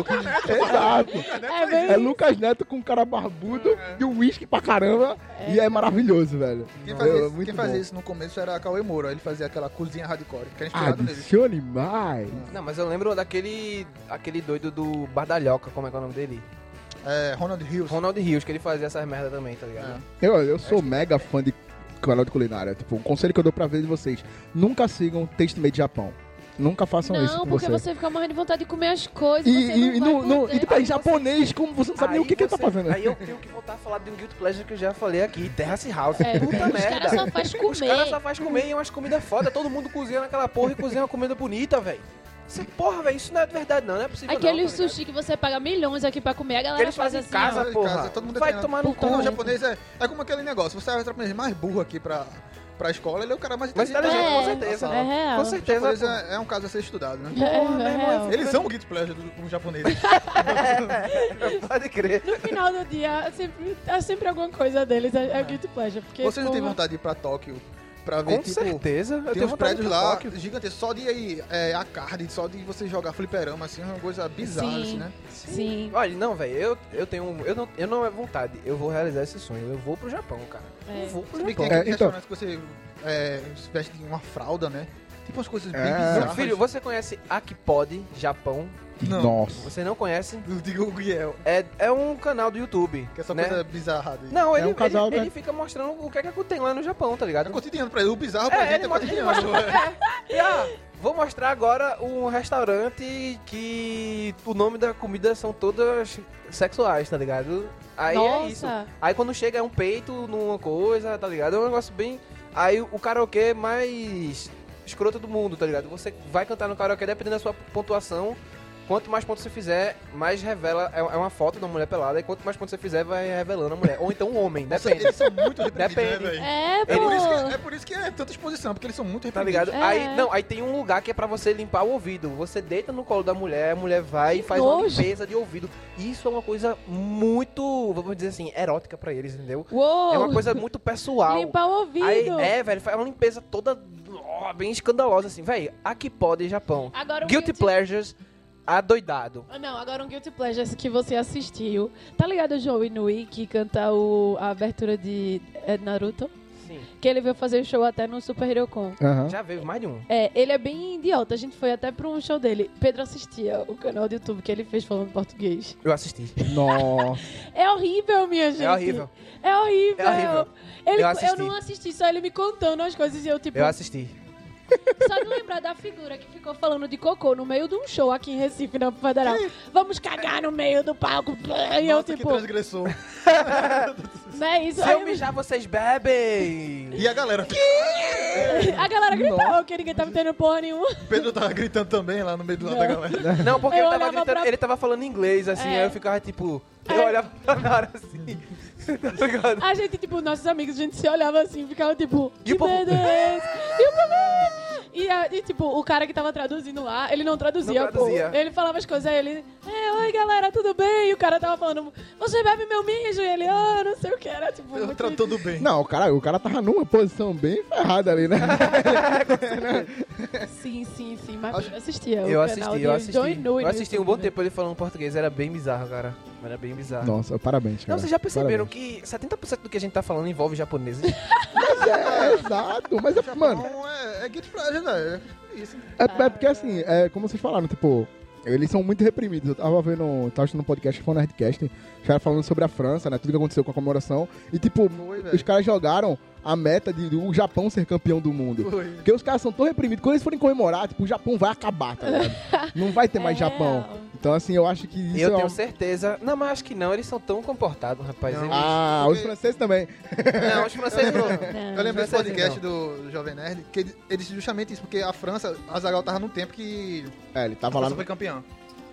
Speaker 5: exato.
Speaker 6: É bem
Speaker 5: É Lucas Neto com um cara barbudo
Speaker 1: Uhum.
Speaker 5: e um uísque pra caramba. E é maravilhoso, velho.
Speaker 4: Quem fazia,
Speaker 5: É
Speaker 4: isso,
Speaker 5: muito
Speaker 4: quem fazia
Speaker 5: bom.
Speaker 4: isso no começo era a Cauê Moura. Ele fazia aquela cozinha hardcore, que era
Speaker 6: Ah,
Speaker 5: Ah,
Speaker 4: inspirado nele.
Speaker 5: Adicione mais.
Speaker 1: Não, mas eu lembro daquele aquele doido do Bardalhoca, como é que é o nome dele?
Speaker 4: É, Ronald Hills. É.
Speaker 1: Ronald Rios, que ele fazia essas merda também, tá
Speaker 4: Ah.
Speaker 1: ligado?
Speaker 5: Eu, eu sou mega fã de canal de culinária. Tipo, um conselho que eu dou pra ver de vocês. Nunca sigam Taste Made Japão. Nunca façam isso
Speaker 6: Não,
Speaker 5: com
Speaker 6: porque
Speaker 5: você.
Speaker 6: você fica morrendo de vontade de comer as coisas.
Speaker 5: E,
Speaker 6: você
Speaker 5: e, e,
Speaker 6: não
Speaker 5: no,
Speaker 6: vai
Speaker 5: no,
Speaker 6: poder.
Speaker 5: e tipo, aí,
Speaker 6: Aí você-
Speaker 5: japonês, como você não sabe nem o que, que ele tá
Speaker 1: você-
Speaker 5: fazendo.
Speaker 1: Aí eu tenho que voltar a falar de um Guilty Pleasure que eu já falei aqui, Terrace House.
Speaker 6: É,
Speaker 1: Puta
Speaker 6: os
Speaker 1: merda.
Speaker 6: caras só faz
Speaker 1: Os caras só
Speaker 6: comer.
Speaker 1: faz comer e é umas comidas foda. Todo mundo cozinha naquela porra e cozinha uma comida bonita, velho. Isso- Porra, velho, isso não é verdade não, não é possível
Speaker 6: Aquele
Speaker 1: não, tá ligado?
Speaker 6: sushi que você paga milhões aqui pra comer, a galera
Speaker 1: Que eles
Speaker 6: faz
Speaker 1: fazem em
Speaker 6: assim.
Speaker 1: casa,
Speaker 6: ó.
Speaker 4: ó.
Speaker 1: porra.
Speaker 4: Em casa, todo mundo é
Speaker 1: Vai
Speaker 4: treinado.
Speaker 1: tomar no
Speaker 6: Por
Speaker 1: cu.
Speaker 4: O
Speaker 6: conta.
Speaker 4: japonês é, é como aquele negócio. Você é o japonês mais burro aqui pra, pra escola, ele é o cara mais
Speaker 1: Mas inteligente, com certeza.
Speaker 6: É real.
Speaker 1: Com
Speaker 4: O japonês
Speaker 1: certeza.
Speaker 4: é, é um caso a ser estudado, né?
Speaker 6: É,
Speaker 1: Porra, meu irmão,
Speaker 6: real.
Speaker 4: Eles são o Guilty Pleasure do- dos japoneses. é
Speaker 1: pô. Pode crer.
Speaker 6: No final do dia, é sempre, é sempre alguma coisa deles, é, é guilty pleasure. Porque,
Speaker 4: Você não tem
Speaker 6: porra,
Speaker 4: vontade de ir pra Tóquio pra ver,
Speaker 1: Com
Speaker 4: tipo...
Speaker 1: certeza. Eu
Speaker 4: Tem
Speaker 1: tenho
Speaker 4: uns
Speaker 1: vontade de
Speaker 4: prédios
Speaker 1: ir pra
Speaker 4: lá
Speaker 1: Tóquio.
Speaker 4: gigantescos, só de aí, é, a card, só de você jogar fliperama, assim, é uma coisa bizarra,
Speaker 6: Sim.
Speaker 4: assim, né?
Speaker 6: Sim,
Speaker 1: Olha, não, velho, eu, eu tenho. um- Eu não, eu não é vontade. Eu vou realizar esse sonho. Eu vou pro Japão, cara.
Speaker 6: É.
Speaker 1: Eu vou pro
Speaker 4: Você vê que
Speaker 1: Japão.
Speaker 4: tem
Speaker 5: É,
Speaker 4: aquele
Speaker 5: então.
Speaker 4: restaurante que você é, se veste de uma fralda, né? Tipo umas coisas bem
Speaker 5: É.
Speaker 1: Meu
Speaker 4: bizarras.
Speaker 1: filho, você conhece Akipod, Japão?
Speaker 4: Não.
Speaker 5: Nossa.
Speaker 1: Você não conhece?
Speaker 4: Eu digo o Guiel,
Speaker 1: É, é um canal do YouTube.
Speaker 4: que é essa
Speaker 1: né?
Speaker 4: coisa bizarra. Aí.
Speaker 1: Não,
Speaker 5: É
Speaker 1: ele,
Speaker 5: um casal,
Speaker 1: ele,
Speaker 5: né?
Speaker 1: ele fica mostrando o que é que tem lá no Japão, tá
Speaker 4: É
Speaker 1: ligado?
Speaker 4: cotidiano pra ele, o bizarro pra
Speaker 1: É,
Speaker 4: gente
Speaker 1: ele
Speaker 4: é
Speaker 1: mo- ele
Speaker 4: cotidiano.
Speaker 1: E, ah, vou mostrar agora um restaurante que o nome da comida são todas sexuais, tá ligado? Aí é isso.
Speaker 6: nossa.
Speaker 1: Aí quando chega é um peito numa coisa, tá ligado? É um negócio bem. Aí o karaokê mais escroto do mundo, tá ligado? Você vai cantar no karaokê dependendo da sua pontuação. Quanto mais pontos você fizer, mais revela. É é uma foto da mulher pelada. E quanto mais pontos você fizer, vai revelando a mulher. Ou então um homem,
Speaker 4: Nossa,
Speaker 1: depende.
Speaker 4: eles são muito reprimidos, né,
Speaker 1: Depende.
Speaker 4: velho?
Speaker 6: É,
Speaker 4: É por, isso
Speaker 6: pô.
Speaker 4: que, é por isso que é tanta exposição, porque eles são muito
Speaker 1: Tá
Speaker 4: reprimidos.
Speaker 1: ligado?
Speaker 6: É.
Speaker 1: Aí, não, aí tem um lugar que é pra você limpar o ouvido. Você deita no colo da mulher, a mulher vai e
Speaker 6: Que
Speaker 1: faz uma
Speaker 6: nojo.
Speaker 1: limpeza de ouvido. Isso é uma coisa muito, vamos dizer assim, erótica pra eles, entendeu?
Speaker 6: Uou,
Speaker 1: É uma coisa muito pessoal.
Speaker 6: Oh. limpar o ouvido.
Speaker 1: Aí, é, velho, faz uma limpeza toda ó, bem escandalosa, assim, velho. Aqui pode Japão.
Speaker 6: Agora um
Speaker 1: Guilty, Pleasures adoidado.
Speaker 6: Ah, Não, agora um Guilty Pleasure que você assistiu. Tá ligado o Joe Inui que canta o, a abertura de é, Naruto?
Speaker 1: Sim.
Speaker 6: Que ele veio fazer show até no Super Hero Con.
Speaker 5: Aham.
Speaker 1: Já veio mais de um.
Speaker 6: É, ele é bem idiota. A gente foi até pra um show dele. Pedro assistia o canal do YouTube que ele fez falando português.
Speaker 1: Eu assisti.
Speaker 5: Nossa.
Speaker 6: É horrível, minha gente.
Speaker 1: É horrível.
Speaker 6: É horrível.
Speaker 1: É horrível.
Speaker 6: Ele-
Speaker 1: Eu
Speaker 6: eu,
Speaker 1: assisti.
Speaker 6: não assisti, só ele me contando as coisas e eu, tipo,
Speaker 1: Eu assisti.
Speaker 6: Só de lembrar da figura que ficou falando de cocô no meio de um show aqui em Recife, na Federal. Vamos cagar no meio do palco. E eu,
Speaker 4: Nossa, que
Speaker 6: tipo,
Speaker 4: transgressor.
Speaker 6: não é isso.
Speaker 1: Se
Speaker 6: Aí
Speaker 1: eu mijar, vocês bebem.
Speaker 4: E a galera,
Speaker 6: A galera gritava que ninguém tava entendendo porra nenhuma.
Speaker 4: o Pedro tava gritando também lá no meio do lado da galera.
Speaker 1: Não, porque
Speaker 6: Eu
Speaker 1: ele tava,
Speaker 6: olhava
Speaker 1: gritando,
Speaker 6: pra-
Speaker 1: ele tava falando inglês, assim,
Speaker 6: É.
Speaker 1: aí eu ficava tipo.
Speaker 6: É.
Speaker 1: Eu olhava pra Nara assim. tá ligado?
Speaker 6: A gente, tipo, nossos amigos, a gente se olhava assim, ficava tipo,
Speaker 1: E o
Speaker 6: que
Speaker 1: povo-
Speaker 6: medo é esse? E o povo... E, a- e, tipo, o cara que tava traduzindo lá, ele não traduzia,
Speaker 1: Não traduzia.
Speaker 6: pô. Ele falava as coisas, aí ele, é, oi galera, tudo bem? E o cara tava falando, você bebe meu mijo? E ele, ah, não sei o que era, tipo,
Speaker 4: Eu
Speaker 6: muito-
Speaker 4: trato tudo bem.
Speaker 5: Não, o cara, o cara tava numa posição bem ferrada ali, né?
Speaker 6: Sim, sim, sim, mas
Speaker 4: Acho-
Speaker 6: eu assistia. Ah, é o
Speaker 1: Eu
Speaker 6: canal
Speaker 1: assisti,
Speaker 6: de
Speaker 1: eu assisti.
Speaker 6: Joy
Speaker 1: Eu
Speaker 6: Nui no
Speaker 1: assisti um
Speaker 6: YouTube,
Speaker 1: bom
Speaker 6: né?
Speaker 1: tempo ele falando português, era bem bizarro, cara. Era bem bizarro.
Speaker 5: Nossa, parabéns, cara.
Speaker 1: Não, vocês já perceberam que 70% do que a gente tá falando envolve japoneses.
Speaker 5: Parabéns. É, exato. Mas, é, mano,
Speaker 4: Então é, é Guilty Pleasure, né? É Isso.
Speaker 5: é, é porque assim, é como vocês falaram, tipo... Eles são muito reprimidos. Eu tava vendo, tava assistindo um podcast que foi no Nerdcast, os caras falando sobre a França, né? Tudo que aconteceu com a comemoração. E, tipo,
Speaker 4: Foi, velho.
Speaker 5: os caras jogaram a meta de o Japão ser campeão do mundo.
Speaker 4: Foi.
Speaker 5: Porque os caras são tão reprimidos, quando eles forem comemorar, tipo, o Japão vai acabar, tá ligado? Não vai ter mais
Speaker 6: É
Speaker 5: Japão.
Speaker 6: real.
Speaker 5: Então, assim, eu acho que isso
Speaker 1: eu
Speaker 5: é
Speaker 1: tenho
Speaker 5: uma...
Speaker 1: certeza. Não, mas acho que não, eles são tão comportados, rapaz.
Speaker 4: Não.
Speaker 1: Eles-
Speaker 5: Ah, os
Speaker 4: Porque-
Speaker 5: franceses também.
Speaker 1: Não, os franceses não.
Speaker 6: É, Não.
Speaker 4: Eu lembro desse
Speaker 1: Francês,
Speaker 4: podcast do Jovem Nerd, que ele, ele disse justamente isso, porque a França, a Zagal tava num tempo que
Speaker 5: É, ele
Speaker 4: a
Speaker 5: tava lá
Speaker 4: França
Speaker 5: no...
Speaker 4: foi campeã.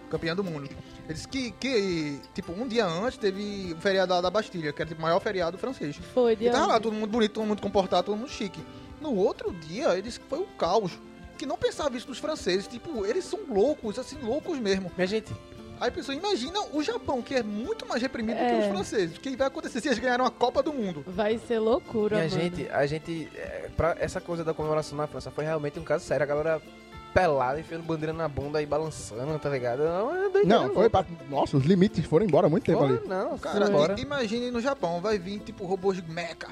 Speaker 4: Campeã do mundo. Ele disse que, que, tipo, um dia antes teve o feriado da- da Bastilha, que era tipo, o maior feriado francês.
Speaker 6: Foi,
Speaker 1: Tá
Speaker 6: de
Speaker 4: E tava lá,
Speaker 6: onde?
Speaker 4: todo mundo bonito, todo mundo comportado, todo mundo chique. No outro dia, ele disse que foi o caos. Que não pensava isso dos franceses. Tipo, eles são loucos, assim, loucos mesmo.
Speaker 1: Minha gente,
Speaker 4: Aí a pessoa imagina o Japão, que é muito mais reprimido
Speaker 6: É.
Speaker 4: que os franceses. O que vai acontecer se eles ganharam a Copa do Mundo?
Speaker 6: Vai ser loucura,
Speaker 1: minha
Speaker 6: mano.
Speaker 1: gente, tá a gente. é, pra essa coisa da comemoração na França foi realmente um caso sério. A galera pelada, enfiando bandeira na bunda e balançando, tá ligado? Não, é doideira
Speaker 5: Não, foi
Speaker 1: louca.
Speaker 5: pra... Nossa, os limites foram embora há muito tempo ali.
Speaker 1: Porra, não,
Speaker 4: Cara,
Speaker 1: cara, bora.
Speaker 4: i- imagine no Japão, vai vir tipo robôs de meca.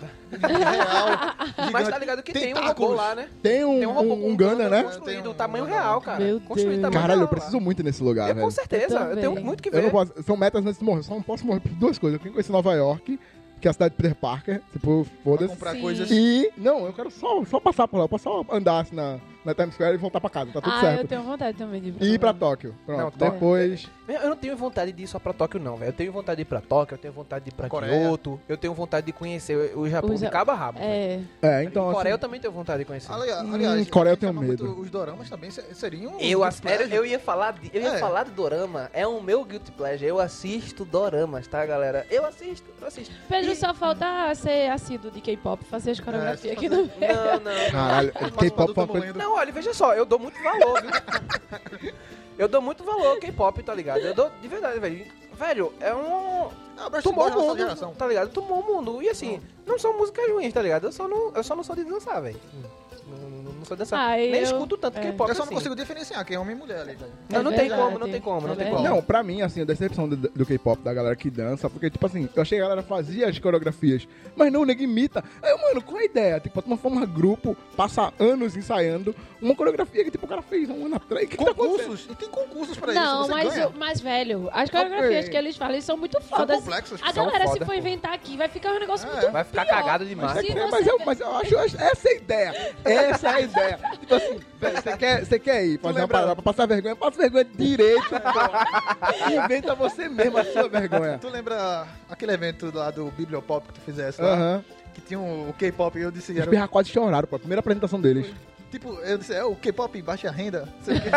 Speaker 4: Real,
Speaker 1: Mas
Speaker 4: gigante.
Speaker 1: tá ligado que tem um
Speaker 4: Tentáculos.
Speaker 1: robô lá, né?
Speaker 5: Tem um,
Speaker 1: Tem um robô
Speaker 5: um-
Speaker 1: com
Speaker 5: um Gana, né?
Speaker 1: Construído,
Speaker 4: Tem um-
Speaker 1: tamanho
Speaker 4: um-
Speaker 1: real, cara.
Speaker 6: Meu
Speaker 1: Construído
Speaker 6: Deus.
Speaker 1: tamanho
Speaker 5: Caralho,
Speaker 1: real
Speaker 5: eu preciso
Speaker 1: lá.
Speaker 5: muito ir nesse lugar,
Speaker 1: Eu,
Speaker 5: velho.
Speaker 1: com certeza, eu,
Speaker 6: também.
Speaker 1: tenho muito que
Speaker 5: Eu não
Speaker 1: ver.
Speaker 5: posso, são metas antes de morrer. Só não posso morrer por duas coisas. Eu quero conhecer Nova York, que é a cidade de Peter Parker. Tipo,
Speaker 4: Pra
Speaker 5: foda-se.
Speaker 4: comprar
Speaker 6: Sim.
Speaker 4: coisas.
Speaker 5: E, não, eu quero só, só passar por lá. Eu posso só andar assim, na, na Times Square e voltar pra casa, tá tudo
Speaker 6: ah, eu
Speaker 5: certo.
Speaker 6: tenho vontade também de
Speaker 5: E ir pra Tóquio. Pronto.
Speaker 1: Não, Tóquio-
Speaker 5: Depois.
Speaker 1: Eu não tenho vontade de ir só pra Tóquio, não, velho. Eu tenho vontade de ir pra Tóquio, eu tenho vontade de ir pra
Speaker 4: Coreia.
Speaker 1: Kyoto, eu tenho vontade de conhecer o Japão
Speaker 6: Os
Speaker 1: de
Speaker 6: ja-
Speaker 1: cabo a rabo. velho.
Speaker 6: É,
Speaker 5: É, então.
Speaker 1: Coreia eu
Speaker 5: Assim,
Speaker 1: também tenho vontade de conhecer.
Speaker 5: Hum,
Speaker 4: Aliás, aliás
Speaker 5: Coreia eu
Speaker 4: quem
Speaker 5: tenho
Speaker 4: ama muito
Speaker 5: medo.
Speaker 4: Os doramas também se- seriam.
Speaker 1: Eu,
Speaker 4: é um
Speaker 1: ass-
Speaker 4: pleasure.
Speaker 1: eu ia falar de, eu ia
Speaker 4: É.
Speaker 1: falar de dorama, é o meu guilty pleasure. Eu assisto doramas, tá, galera? Eu assisto, eu assisto.
Speaker 6: Pedro
Speaker 1: E-
Speaker 6: só falta ser assíduo de K-pop, fazer as coreografias aqui
Speaker 4: fazer-
Speaker 6: no
Speaker 1: Não, não.
Speaker 5: Caralho,
Speaker 4: Mas o Padu
Speaker 5: K-pop é
Speaker 4: tá
Speaker 5: uma coisa.
Speaker 4: morrendo.
Speaker 1: Não, olha, veja só, eu dou muito valor, viu? eu dou muito valor ao K-pop, tá ligado? Eu dou de verdade, velho. Velho, é um.
Speaker 4: Ah, Brasil,
Speaker 1: Tomou o
Speaker 4: geração,
Speaker 1: mundo,
Speaker 4: geração.
Speaker 1: tá ligado? Tomou o mundo. E assim, não são músicas ruins, tá ligado? Eu só não, eu só não sou de dançar, velho. Não, não- não sou de dançar.
Speaker 6: Ah,
Speaker 1: Nem
Speaker 6: eu-
Speaker 1: escuto tanto
Speaker 6: é.
Speaker 1: K-pop
Speaker 4: Eu só não
Speaker 1: assim.
Speaker 4: consigo diferenciar quem é homem e mulher ali. velho.
Speaker 1: Não,
Speaker 6: É
Speaker 1: não tem
Speaker 6: verdade.
Speaker 1: como, não tem como, não
Speaker 6: É
Speaker 1: tem como.
Speaker 6: verdade.
Speaker 5: Não, pra mim, assim, a decepção do, do K-pop, da galera que dança, porque, tipo assim, eu achei que a galera fazia as coreografias, mas não, o nego imita. Aí, eu, mano, qual a ideia? Tipo, uma forma grupo, passa anos ensaiando uma coreografia que, tipo, o cara fez há um ano atrás. O que, que tá acontecendo?
Speaker 4: Concursos? E tem concursos pra
Speaker 6: Não,
Speaker 4: isso. você
Speaker 6: mas,
Speaker 4: ganha.
Speaker 6: o- mas velho, as coreografias que eles falam eles são muito fodas.
Speaker 4: complexos,
Speaker 6: a
Speaker 1: são
Speaker 6: galera, se
Speaker 1: foda,
Speaker 6: for
Speaker 1: pô.
Speaker 6: inventar aqui, vai ficar um negócio
Speaker 4: Ah,
Speaker 6: muito.
Speaker 4: é.
Speaker 1: Vai ficar
Speaker 6: pior.
Speaker 1: cagado demais.
Speaker 5: Mas, é
Speaker 6: Se
Speaker 5: que-
Speaker 6: você
Speaker 5: mas eu,
Speaker 6: vê-
Speaker 5: mas eu acho acho- essa é a ideia. Essa é a ideia. Tipo assim, velho, você quer, você quer ir fazer uma
Speaker 4: lembra-
Speaker 5: parada pra passar vergonha? Passa vergonha direito. então. Inventa você mesmo a sua vergonha.
Speaker 4: Tu lembra aquele evento lá do Bibliopop que tu fizesse lá?
Speaker 5: Aham.
Speaker 4: Que tinha um, o K-pop e eu disse...
Speaker 5: Os
Speaker 4: Era,
Speaker 5: pirra quase choraram, pô. A primeira apresentação deles.
Speaker 4: tipo, eu disse, é o K-pop baixa renda? Sei o quê.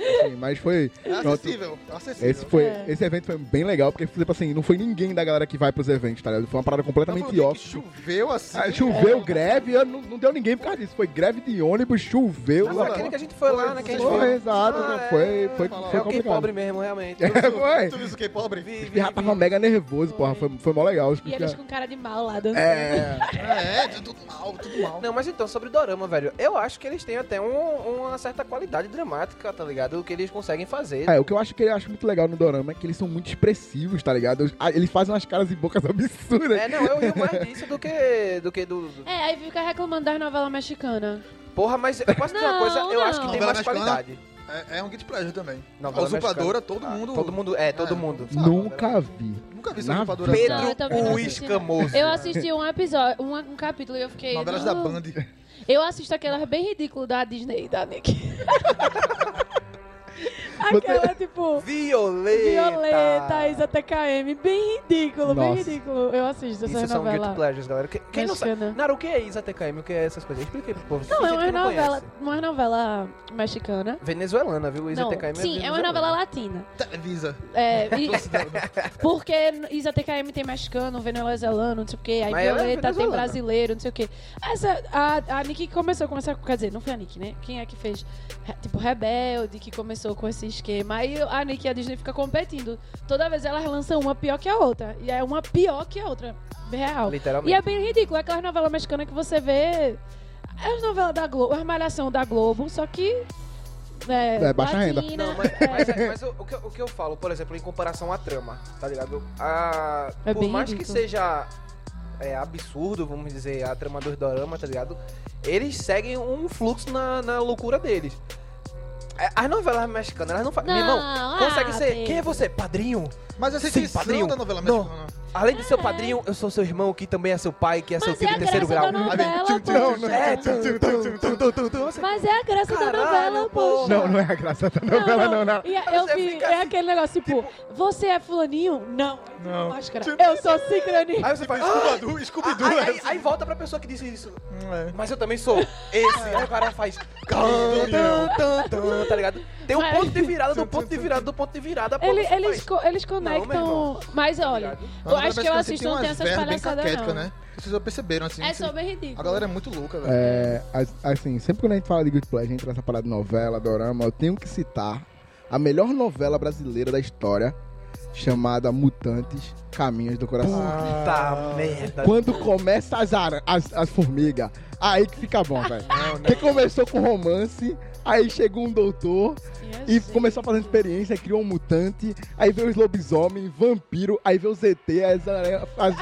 Speaker 5: É, assim, mas foi.
Speaker 4: É
Speaker 5: pronto.
Speaker 4: acessível, acessível.
Speaker 5: Esse, foi,
Speaker 6: É.
Speaker 5: esse evento foi bem legal, porque, tipo assim, não foi ninguém da galera que vai pros eventos, tá ligado? Foi uma parada
Speaker 4: Não foi um
Speaker 5: completamente
Speaker 4: dia que
Speaker 5: off.
Speaker 4: Choveu assim.
Speaker 5: Ah, choveu, greve, eu não, não deu ninguém por causa disso. Foi greve de ônibus, choveu.
Speaker 1: Mas
Speaker 5: lá-
Speaker 1: aquele que a gente foi lá, né? Que a gente
Speaker 5: Foi,
Speaker 1: viu.
Speaker 5: exato,
Speaker 1: Ah,
Speaker 5: né? foi,
Speaker 1: é,
Speaker 5: foi, foi,
Speaker 4: fala,
Speaker 1: É o
Speaker 5: complicado.
Speaker 1: K-pop mesmo, realmente.
Speaker 5: É, foi.
Speaker 4: Tu viu o K-pop?
Speaker 1: Vi-
Speaker 5: Os
Speaker 1: vi-
Speaker 5: pirra tava mega nervoso, porra. Foi, foi mó legal. Os
Speaker 6: E eles
Speaker 5: pirra...
Speaker 6: com cara de mal lá dançando.
Speaker 5: É,
Speaker 4: Ah, é, de tudo mal, tudo mal.
Speaker 1: Não, mas então, sobre Dorama, velho, eu acho que eles têm até um- uma certa qualidade dramática, tá ligado? O que eles conseguem fazer.
Speaker 5: é, o que eu acho que eu acho muito legal no Dorama é que eles são muito expressivos, tá ligado? Ah, Eles fazem umas caras e bocas absurdas.
Speaker 1: É, não, eu rio mais disso do que. do que do. do-
Speaker 6: É, aí fica reclamando das novelas mexicanas.
Speaker 1: Porra, mas eu posso dizer uma
Speaker 6: Não,
Speaker 1: coisa, eu
Speaker 6: não.
Speaker 1: acho que tem
Speaker 4: Novela
Speaker 1: mais
Speaker 4: mexicana?
Speaker 1: qualidade.
Speaker 4: É, é um guilty pleasure também.
Speaker 1: Novela
Speaker 4: a usurpadora, todo
Speaker 1: Ah,
Speaker 4: mundo...
Speaker 1: Todo mundo, é, todo
Speaker 4: É,
Speaker 1: mundo.
Speaker 4: sabe,
Speaker 5: Nunca vi.
Speaker 4: Nunca vi essa
Speaker 5: Na
Speaker 4: usurpadora.
Speaker 5: vida.
Speaker 6: Não, eu também
Speaker 1: Pedro
Speaker 6: não
Speaker 1: o
Speaker 6: assisti, não.
Speaker 1: Escamoso.
Speaker 6: Eu assisti um episódio, um, um capítulo e eu fiquei.
Speaker 4: Novelas da
Speaker 6: "Não".
Speaker 4: Band.
Speaker 6: Eu assisto aquelas bem ridículas da Disney e da Nick. Aquela, tipo.
Speaker 1: Violeta.
Speaker 6: Violeta, Isa TKM, bem ridículo, bem
Speaker 5: Nossa.
Speaker 6: ridículo. Eu assisto
Speaker 1: Isso
Speaker 6: essas
Speaker 1: são guilty
Speaker 6: novelas.
Speaker 1: pleasures, galera. Que- Quem não sabe?
Speaker 6: mexicana.
Speaker 1: Naru, o que é Isa TKM? O que é essas coisas? Explica aí pro povo.
Speaker 6: Não,
Speaker 1: tem
Speaker 6: é
Speaker 1: gente
Speaker 6: uma
Speaker 1: que não
Speaker 6: novela,
Speaker 1: conhece.
Speaker 6: uma novela mexicana.
Speaker 1: Venezuelana, viu? Isa
Speaker 6: Não,
Speaker 1: TKM é
Speaker 6: sim, é uma
Speaker 1: venezuelana.
Speaker 6: novela latina.
Speaker 4: Televisa.
Speaker 6: É, e- porque Isa TKM tem mexicano, venezuelano, é não sei o quê. Aí
Speaker 1: Mas ela é
Speaker 6: Violeta tem
Speaker 1: venezuelana.
Speaker 6: brasileiro, não sei o quê. Essa, a, a Nick começou com essa. Quer dizer, não foi a Nick, né? Quem é que fez? Re- Tipo, Rebelde, que começou com esse esquema. Aí a Nick e a Disney ficam competindo. Toda vez elas lançam uma pior que a outra. E é uma pior que a outra. Real. E
Speaker 1: Literalmente.
Speaker 6: é bem ridículo. É aquelas novelas mexicanas que você vê. É as novelas da Globo, a malhação da Globo, só que. É,
Speaker 5: É, baixa renda.
Speaker 6: latina,
Speaker 1: Não, mas,
Speaker 6: é.
Speaker 1: mas é- mas o, o que, eu- o que eu falo, por exemplo, em comparação à trama, tá ligado? A-
Speaker 6: É
Speaker 1: por
Speaker 6: bem
Speaker 1: mais que
Speaker 6: ridículo.
Speaker 1: seja é, absurdo, vamos dizer, a trama dos dorama, tá ligado? Eles seguem um fluxo na, na loucura deles. É, As novelas mexicanas, elas não fazem. Meu irmão,
Speaker 6: Não,
Speaker 1: consegue
Speaker 6: ah,
Speaker 1: ser.
Speaker 6: Pedro.
Speaker 1: Quem é você? Padrinho?
Speaker 4: Mas essa
Speaker 1: Sim, padrinho.
Speaker 4: edição da novela
Speaker 1: Não.
Speaker 4: mexicana.
Speaker 1: Além de seu padrinho, eu sou seu irmão, que também é seu pai, que é seu
Speaker 6: Mas
Speaker 1: filho
Speaker 6: é a
Speaker 1: em terceiro grau.
Speaker 6: graça da novela,
Speaker 4: Tchum,
Speaker 6: pô.
Speaker 4: tchum, tchum,
Speaker 1: É,
Speaker 4: tchum, tchum, tchum, tchum, tchum, tchum, tchum. Você-
Speaker 6: Mas é a graça
Speaker 1: Caralho,
Speaker 6: da novela,
Speaker 1: pô.
Speaker 6: poxa.
Speaker 5: Não, não é a graça da novela, não, não.
Speaker 6: E a- eu
Speaker 1: Você
Speaker 6: vi,
Speaker 1: fica
Speaker 6: é
Speaker 1: assim,
Speaker 6: aquele negócio, tipo, você é fulaninho? Não.
Speaker 4: Não.
Speaker 6: Máscara. Eu sou cicraninho.
Speaker 1: Tipo, Aí você faz. "Ah!"
Speaker 4: Scooby-Doo, Scooby-Doo.
Speaker 1: Aí- aí-
Speaker 4: assim.
Speaker 1: aí volta pra pessoa que disse isso.
Speaker 4: É.
Speaker 1: Mas eu também sou esse. Aí o cara faz. tan, tan, tan, tan, Tá ligado? Tem um
Speaker 6: Mas-
Speaker 1: ponto de virada, do ponto de virada, do ponto de virada. pô,
Speaker 6: Ele,
Speaker 1: você
Speaker 6: eles,
Speaker 1: faz.
Speaker 6: co- eles
Speaker 1: meu
Speaker 6: conectam.
Speaker 1: irmão.
Speaker 6: mas olha, eu
Speaker 4: Mas
Speaker 6: acho que
Speaker 4: parece você
Speaker 6: eu assisto, não tem
Speaker 4: umas
Speaker 6: essas
Speaker 4: verbas bem
Speaker 6: palhaçadas,
Speaker 4: caquéticas,
Speaker 6: não.
Speaker 4: né? Vocês já perceberam, assim.
Speaker 6: É
Speaker 4: que
Speaker 6: só bem
Speaker 4: A
Speaker 6: ridículo.
Speaker 4: galera é muito louca, velho.
Speaker 5: É, as- assim, sempre quando a gente fala de Good Pleasure, entra nessa parada de novela, dorama, eu tenho que citar a melhor novela brasileira da história, chamada Mutantes Caminhos do Coração.
Speaker 1: Puta merda.
Speaker 5: Quando começa as, ara- as, as formigas, aí que fica bom, velho.
Speaker 1: né?
Speaker 5: Porque começou com romance, aí chegou um doutor e
Speaker 6: Minha
Speaker 5: começou a fazer
Speaker 6: gente.
Speaker 5: experiência, criou um mutante, aí veio os lobisomem, vampiro, aí veio o ZT, as, aranha- as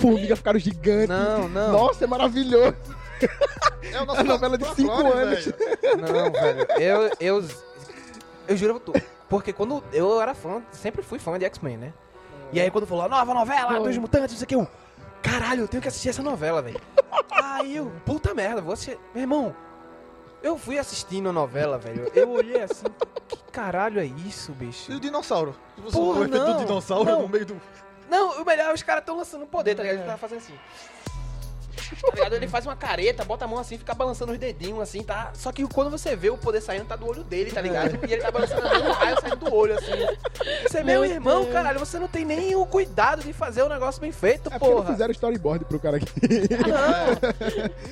Speaker 5: formigas ficaram gigantes.
Speaker 1: Não, não.
Speaker 5: Nossa, é maravilhoso.
Speaker 4: É o nosso
Speaker 5: a novela de
Speaker 4: folclore,
Speaker 5: cinco anos.
Speaker 4: velho.
Speaker 1: Não, velho. Eu, eu, eu juro pra tu. Porque quando eu era fã, sempre fui fã de X-Men, né? E aí quando falou a nova novela dos mutantes, não sei o que, eu. Caralho, eu tenho que assistir essa novela, velho. Aí eu, puta merda, vou assistir. Meu irmão, Eu fui assistindo a novela, velho. Eu olhei assim, que caralho é isso, bicho?
Speaker 4: E o dinossauro? Se você
Speaker 1: Porra,
Speaker 4: botou o efeito
Speaker 1: não.
Speaker 4: do dinossauro
Speaker 1: Não.
Speaker 4: no meio do.
Speaker 1: Não, o melhor, é os caras estão lançando poder, tá ligado? Ele tava fazendo assim. Tá ligado? Ele faz uma careta, bota a mão assim, fica balançando os dedinhos assim, tá? Só que quando você vê o poder saindo, tá do olho dele, tá ligado? E ele tá balançando a mão, o raio saindo do olho, assim. Você é meu,
Speaker 6: Meu
Speaker 1: irmão,
Speaker 6: Deus.
Speaker 1: caralho, você não tem nem o cuidado de fazer o negócio bem feito,
Speaker 5: É porque não
Speaker 1: porra.
Speaker 5: fizeram storyboard pro cara aqui.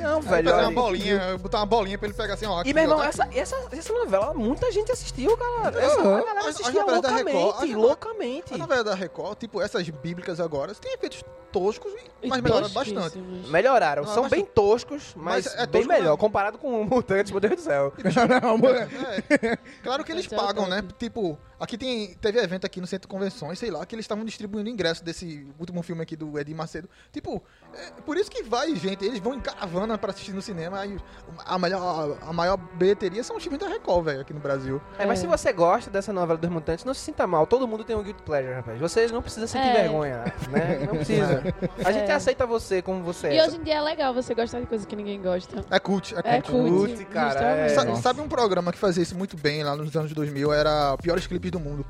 Speaker 1: Não, não
Speaker 4: Fazer
Speaker 1: velho.
Speaker 4: uma
Speaker 1: olha.
Speaker 4: bolinha, botar uma bolinha pra ele pegar assim, ó.
Speaker 1: E,
Speaker 4: aqui,
Speaker 1: meu irmão,
Speaker 4: ó, tá
Speaker 1: essa,
Speaker 4: aqui.
Speaker 1: essa, essa novela, muita gente assistiu, cara. Essa,
Speaker 5: Aham.
Speaker 1: a galera
Speaker 4: As- as
Speaker 1: assistia
Speaker 4: novelas da Record,
Speaker 1: loucamente,
Speaker 4: as-
Speaker 1: loucamente.
Speaker 4: A novela da Record, tipo, essas bíblicas agora, tem efeitos toscos,
Speaker 6: E
Speaker 4: mas melhoram
Speaker 6: tosquíssimos.
Speaker 4: bastante.
Speaker 1: Melhoraram,
Speaker 4: Não,
Speaker 1: são
Speaker 4: mas- é
Speaker 1: bem toscos, mas,
Speaker 4: Mas
Speaker 1: bem
Speaker 4: é tosco
Speaker 1: melhor,
Speaker 4: mesmo.
Speaker 1: comparado com o Mutantes, meu Deus do céu.
Speaker 5: não, mano.
Speaker 4: É. Claro que eles
Speaker 6: Esse é o
Speaker 4: pagam, né?
Speaker 6: top.
Speaker 4: Tipo, aqui tem, teve evento aqui no Centro de Convenções, sei lá, que eles estavam distribuindo ingresso desse último filme aqui do Edir Macedo. Tipo, é por isso que vai, gente. Eles vão em caravana pra assistir no cinema. Aí a maior, a maior bilheteria são os filmes da Record, velho, aqui no Brasil.
Speaker 1: É, mas
Speaker 6: É.
Speaker 1: se você gosta dessa novela dos mutantes, não se sinta mal. Todo mundo tem um guilty pleasure, rapaz. Vocês não precisam sentir
Speaker 6: É.
Speaker 1: vergonha, né? Não precisa. A gente
Speaker 6: É.
Speaker 1: aceita você como você
Speaker 6: E
Speaker 1: é.
Speaker 6: hoje em dia é legal você gostar de coisa que ninguém gosta.
Speaker 4: É cult, é cult.
Speaker 6: É
Speaker 1: Cult,
Speaker 6: cult.
Speaker 1: cara,
Speaker 6: justamente.
Speaker 1: é.
Speaker 4: Sa-
Speaker 5: Nossa.
Speaker 4: Sabe um programa que fazia isso muito bem lá nos anos 2000? Era Piores Clipes do Mundo,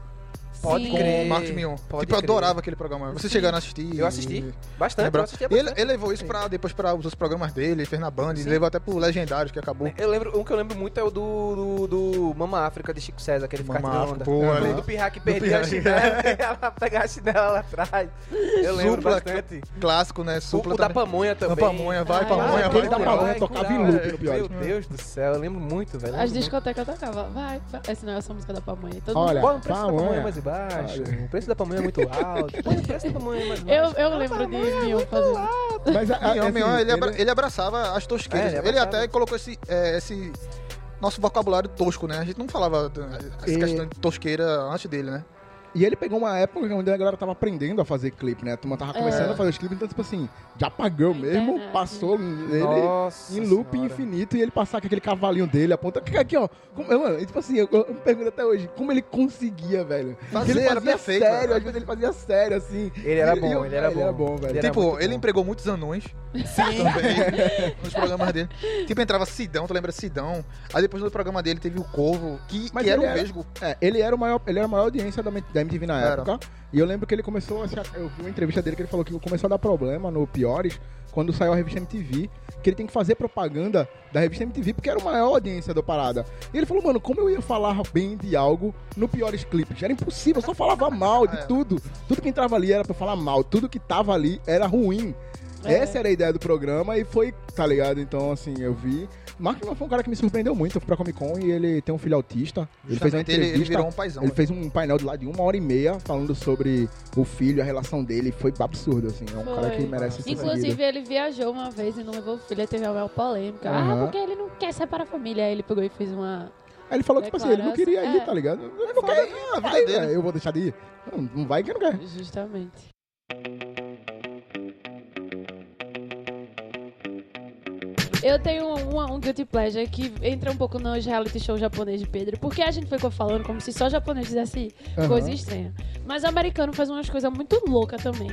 Speaker 1: Pode
Speaker 6: Sim.
Speaker 4: com
Speaker 1: crer.
Speaker 4: o Marcos Mion. Tipo,
Speaker 1: Pode
Speaker 4: eu
Speaker 1: crer.
Speaker 4: adorava aquele programa. Vocês
Speaker 6: Sim.
Speaker 4: chegaram a assistir?
Speaker 1: Eu assisti
Speaker 4: É,
Speaker 1: bastante, Tá, eu
Speaker 4: bro.
Speaker 1: assistia
Speaker 4: Ele,
Speaker 1: bastante.
Speaker 4: ele levou isso pra, depois para os outros programas dele, fez na Band,
Speaker 1: Sim.
Speaker 4: levou até pro Legendários, que acabou.
Speaker 1: Eu lembro, um que eu lembro muito é o do, do, do Mama África de Chico César, aquele ficar
Speaker 4: Mama
Speaker 1: tirando
Speaker 4: África,
Speaker 1: onda.
Speaker 4: pô,
Speaker 1: Uhum.
Speaker 4: ali.
Speaker 1: Do pirra que perdia a
Speaker 4: pirra.
Speaker 1: chinela, ela pegava a chinela lá atrás. Eu lembro
Speaker 4: Supla,
Speaker 1: bastante.
Speaker 4: Clássico, né?
Speaker 1: O,
Speaker 4: Supla
Speaker 1: o da
Speaker 4: também.
Speaker 1: pamonha também. Ah, é,
Speaker 4: Da Pamonha, vai,
Speaker 6: Ai,
Speaker 4: Pamonha,
Speaker 5: ai,
Speaker 4: Ah, é, vai,
Speaker 5: aquele
Speaker 1: tá
Speaker 5: da
Speaker 4: Pamonha.
Speaker 5: Pamonha. tocava em loop no pior.
Speaker 1: Meu Deus do céu, eu lembro muito, velho.
Speaker 6: As
Speaker 1: lembro muito.
Speaker 6: discotecas tocavam. Vai, vai. Essa não é essa música da pamonha. Todo
Speaker 5: Olha,
Speaker 1: Põe é o preço da pamonha
Speaker 5: pamonha.
Speaker 1: mais embaixo. O preço da pamonha é muito alto. Põe o preço da pamonha mais
Speaker 6: mundo... eu,
Speaker 1: baixo.
Speaker 6: eu lembro de
Speaker 1: é
Speaker 6: Mion fazendo.
Speaker 5: Mas a, a,
Speaker 4: Mion,
Speaker 5: assim,
Speaker 4: Mion, Ah, ele, abra-
Speaker 5: ele-
Speaker 4: ele abraçava as tosqueiras.
Speaker 1: É, ele
Speaker 4: ele, até
Speaker 1: abraçava.
Speaker 4: colocou esse, é, esse nosso vocabulário tosco, né? A gente não falava eh, essa
Speaker 5: E-
Speaker 4: questão de tosqueira antes dele, né?
Speaker 5: E ele pegou uma época onde a galera tava aprendendo a fazer clipe, né? A turma tava começando
Speaker 4: É.
Speaker 5: a fazer os clipes, então, tipo assim, já pagou
Speaker 6: Na
Speaker 5: mesmo,
Speaker 6: internet.
Speaker 5: passou ele
Speaker 1: Nossa
Speaker 5: em loop
Speaker 1: senhora.
Speaker 5: infinito e ele passar com aquele cavalinho dele, aponta. Fica aqui, ó. Como, eu, mano, tipo assim, eu, eu me pergunto até hoje, como ele conseguia, velho? Porque
Speaker 4: Fazer
Speaker 5: ele
Speaker 4: era
Speaker 5: fazia
Speaker 4: perfeito,
Speaker 5: sério,
Speaker 4: né?
Speaker 5: às vezes ele fazia sério, assim.
Speaker 1: Ele era
Speaker 5: E-
Speaker 1: bom,
Speaker 5: e eu-
Speaker 1: ele era
Speaker 5: ele
Speaker 1: bom.
Speaker 5: era bom, velho.
Speaker 1: Ele era
Speaker 4: Tipo,
Speaker 1: muito
Speaker 4: ele
Speaker 1: bom.
Speaker 4: empregou muitos anões também nos programas dele. Tipo, entrava Sidão, tu lembra Sidão? Aí depois no programa dele teve o Corvo, que,
Speaker 5: Mas
Speaker 4: que era
Speaker 5: ele
Speaker 4: um
Speaker 5: era-
Speaker 4: vesgo.
Speaker 5: É, ele era o maior, ele era a maior audiência da, da MTV na
Speaker 4: Era.
Speaker 5: época. E eu lembro que ele começou, a se- eu vi uma entrevista dele que ele falou que começou a dar problema no Piores quando saiu a revista MTV, que ele tem que fazer propaganda da revista MTV porque era a maior audiência da parada. E ele falou, mano, como eu ia falar bem de algo no Piores Clipes? Era impossível, eu só falava mal de
Speaker 4: É.
Speaker 5: tudo. Tudo que entrava ali era pra falar mal, tudo que tava ali era ruim.
Speaker 6: É.
Speaker 5: Essa era a ideia do programa e foi, tá ligado? Então, assim, eu vi. Mark Milan foi um cara que me surpreendeu muito pra Comic Con e ele tem um filho autista. Ele fez uma
Speaker 4: Justamente, ele,
Speaker 5: entrevista.
Speaker 4: ele virou um paizão.
Speaker 5: Ele fez um painel de lá de uma hora e meia falando sobre o filho, a relação dele. Foi absurdo, assim. É um
Speaker 6: Foi.
Speaker 5: cara que merece ser seguido.
Speaker 6: Inclusive, ele viajou uma vez e não levou o filho, aí teve uma maior polêmica. Ah,
Speaker 5: Aham.
Speaker 6: porque ele não quer separar a família. Aí ele pegou e fez uma.
Speaker 5: Aí ele falou que, tipo assim, ele não
Speaker 6: Declaração-
Speaker 5: queria ir,
Speaker 6: é.
Speaker 5: tá ligado? Ele não quer ir, a vida dele. Eu vou deixar de ir. Não, não vai que não quer.
Speaker 6: Justamente. Eu tenho uma- um guilty pleasure que entra um pouco nos reality show japonês de Pedro, porque a gente ficou falando como se só japonês fizesse
Speaker 5: Aham.
Speaker 6: coisa estranha. Mas o americano faz umas coisas muito loucas também.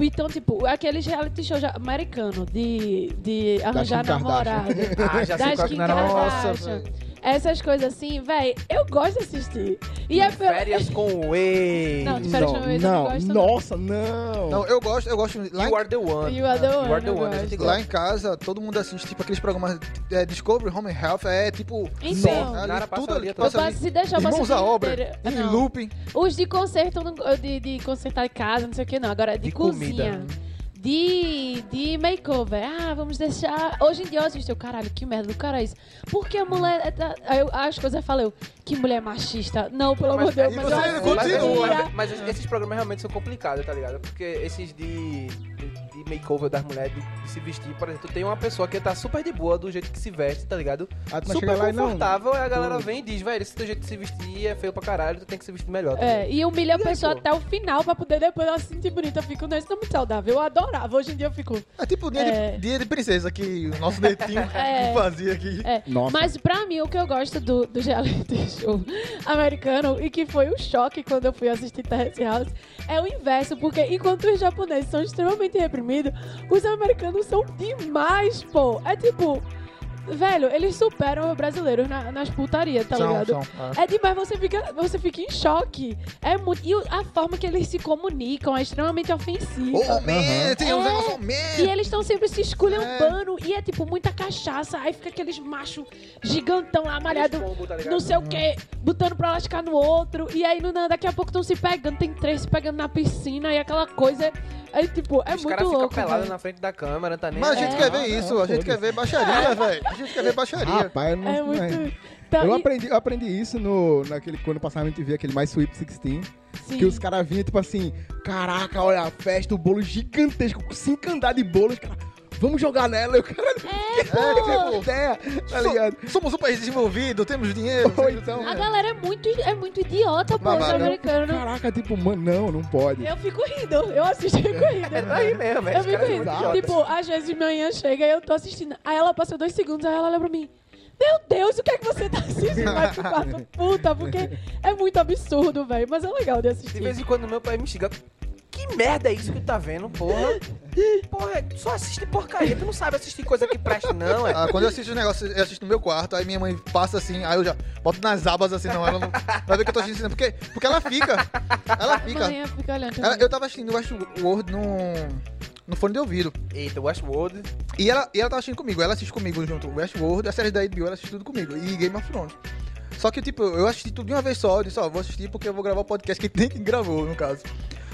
Speaker 6: Então, tipo, aqueles reality show ja- americano de, de arranjar
Speaker 5: Kim Tá Kardashian.
Speaker 6: namorado,
Speaker 1: Ah, já sei
Speaker 6: das
Speaker 1: qual
Speaker 6: Kim
Speaker 1: que era. Nossa,
Speaker 6: Kardashian, essas coisas assim, véi, eu gosto de assistir. E é pelo-
Speaker 1: férias com o Way.
Speaker 6: Não, de férias com o ex eu não
Speaker 5: não,
Speaker 6: gosto, não.
Speaker 5: nossa, não.
Speaker 4: Não, eu gosto, eu gosto. Lá em
Speaker 1: You are the one.
Speaker 6: You are the one, né, eu
Speaker 1: one,
Speaker 6: gosto.
Speaker 1: a gente
Speaker 4: Lá
Speaker 1: gosta.
Speaker 4: em casa, todo mundo assiste, tipo, aqueles programas é, Discovery, Home Health, é tipo...
Speaker 6: Então,
Speaker 4: ali,
Speaker 1: Nara passa
Speaker 4: tudo
Speaker 1: ali
Speaker 4: ali,
Speaker 1: atrás.
Speaker 6: Eu
Speaker 4: passa ali.
Speaker 6: posso se deixar eu
Speaker 4: Irmãos
Speaker 6: passo
Speaker 4: à
Speaker 6: a vida
Speaker 4: obra,
Speaker 6: inteira.
Speaker 4: em
Speaker 6: Não.
Speaker 4: looping.
Speaker 6: Os de conserto, eu não go- de, de consertar casa, não sei o que não. Agora, de,
Speaker 1: De
Speaker 6: cozinha.
Speaker 1: comida.
Speaker 6: De, de makeover. Ah, vamos deixar. Hoje em dia eu assisto. eu, Caralho, que merda do cara é isso. Porque a mulher. é da- Aí eu- as coisas falei, eu, que mulher machista. Não, pelo amor de Deus,
Speaker 1: e
Speaker 6: mas
Speaker 4: você
Speaker 6: eu
Speaker 4: ainda
Speaker 6: assisto.
Speaker 1: é mas,
Speaker 4: continua.
Speaker 1: mas- mas esses programas realmente são complicados, tá ligado? Porque esses de, de, de makeover das mulheres, de, de se vestir, por exemplo, tem uma pessoa que tá super de boa do jeito que se veste, tá ligado?
Speaker 5: A turma chega
Speaker 1: super
Speaker 5: lá e não.
Speaker 1: confortável, aí a galera vem e diz, velho, esse teu jeito de se vestir é feio pra caralho, tu tem que se vestir melhor. tá ligado?
Speaker 6: É, e humilha a
Speaker 1: E aí,
Speaker 6: pessoa
Speaker 1: pô?
Speaker 6: até o final pra poder depois ela se sentir bonita. Eu fico, não, isso não é muito saudável. Eu adorava. Hoje em dia eu fico.
Speaker 4: É tipo dia, de-
Speaker 6: É.
Speaker 4: dia de, princesa que o nosso netinho
Speaker 6: É.
Speaker 4: fazia aqui.
Speaker 6: É,
Speaker 5: Nossa.
Speaker 6: Mas pra mim, o que eu gosto do, do reality show americano e que foi um choque quando eu fui assistir Terrace House é o inverso, porque enquanto os japoneses são extremamente reprimidos, os americanos são demais, pô. É tipo. Velho, eles superam os brasileiros na- nas putarias, tá ligado?
Speaker 4: são,
Speaker 6: É demais, você fica, você fica em choque. É muito. E o- a forma que eles se comunicam é extremamente ofensiva.
Speaker 4: Aumentem,
Speaker 6: É.
Speaker 4: um negócio
Speaker 6: E
Speaker 4: aumentem.
Speaker 6: eles estão sempre se esculhambando e é tipo muita cachaça. Aí fica aqueles macho gigantão lá malhado,
Speaker 1: Combo, tá ligado?
Speaker 6: não sei o que, botando pra lascar no outro. E aí no, na- daqui a pouco estão se pegando, tem três se pegando na piscina e aquela coisa. Aí, tipo, é
Speaker 1: Os
Speaker 6: muito
Speaker 1: caras ficam
Speaker 6: louco.
Speaker 1: pelados
Speaker 6: velho.
Speaker 1: na frente da câmera, tá nem.
Speaker 4: Mas a gente
Speaker 1: É.
Speaker 4: quer ver isso, a gente quer ver baixaria, velho. A gente quer ver baixaria.
Speaker 5: Rapaz, eu não
Speaker 6: É
Speaker 5: não
Speaker 6: muito. Tá,
Speaker 5: Eu
Speaker 6: e-
Speaker 5: aprendi, eu aprendi isso no, naquele, quando passava a gente via aquele mais Sweet 16.
Speaker 6: sim.
Speaker 5: Que os caras vinham, tipo assim, caraca, olha a festa, o bolo gigantesco, com cinco andares de bolo, os caras, vamos jogar nela, eu cara,
Speaker 4: É, tipo,
Speaker 5: ideia, tá
Speaker 4: so-
Speaker 5: ligado?
Speaker 4: somos um país desenvolvido, temos dinheiro.
Speaker 5: Ou
Speaker 4: sei-
Speaker 5: então,
Speaker 6: A galera é muito, é muito idiota, pô, os
Speaker 4: Babaca.
Speaker 6: americanos.
Speaker 5: caraca, tipo, mano, não, não pode.
Speaker 6: Eu fico rindo, eu assisto e fico rindo.
Speaker 1: É daí mesmo, velho.
Speaker 6: Eu
Speaker 1: Os
Speaker 6: fico
Speaker 1: caras são muito
Speaker 6: rindo.
Speaker 1: idiotas.
Speaker 6: Tipo, às vezes de manhã chega e eu tô assistindo. Aí ela passa dois segundos, aí ela olha pra mim. Meu Deus, o que é que você tá assistindo? Vai pro quarto, puta, porque é muito absurdo, velho. Mas é legal de
Speaker 1: De
Speaker 6: assistir.
Speaker 1: vez em quando meu pai me xinga. Que merda é isso que tu tá vendo, porra? Porra, é, só assiste porcaria. Tu não sabe assistir coisa que presta, não, é.
Speaker 4: Ah, quando eu assisto os negócios, eu assisto no meu quarto, aí minha mãe passa assim, aí eu já boto nas abas assim, não, ela não vai ver que eu tô assistindo cinema. Porque, porque ela fica. Ela fica.
Speaker 6: Amanhã fica olhando.
Speaker 4: Ela-
Speaker 6: também.
Speaker 4: eu tava assistindo o Word no, no fone de ouvido.
Speaker 1: Eita, Westworld.
Speaker 4: E ela, e ela tava assistindo comigo, ela assiste comigo junto. Westworld, a série da HBO, ela assiste tudo comigo. E Game of Thrones. Só que, tipo, eu assisti tudo de uma vez só. Eu disse, ó, vou assistir porque eu vou gravar o podcast que nem que gravou, no caso.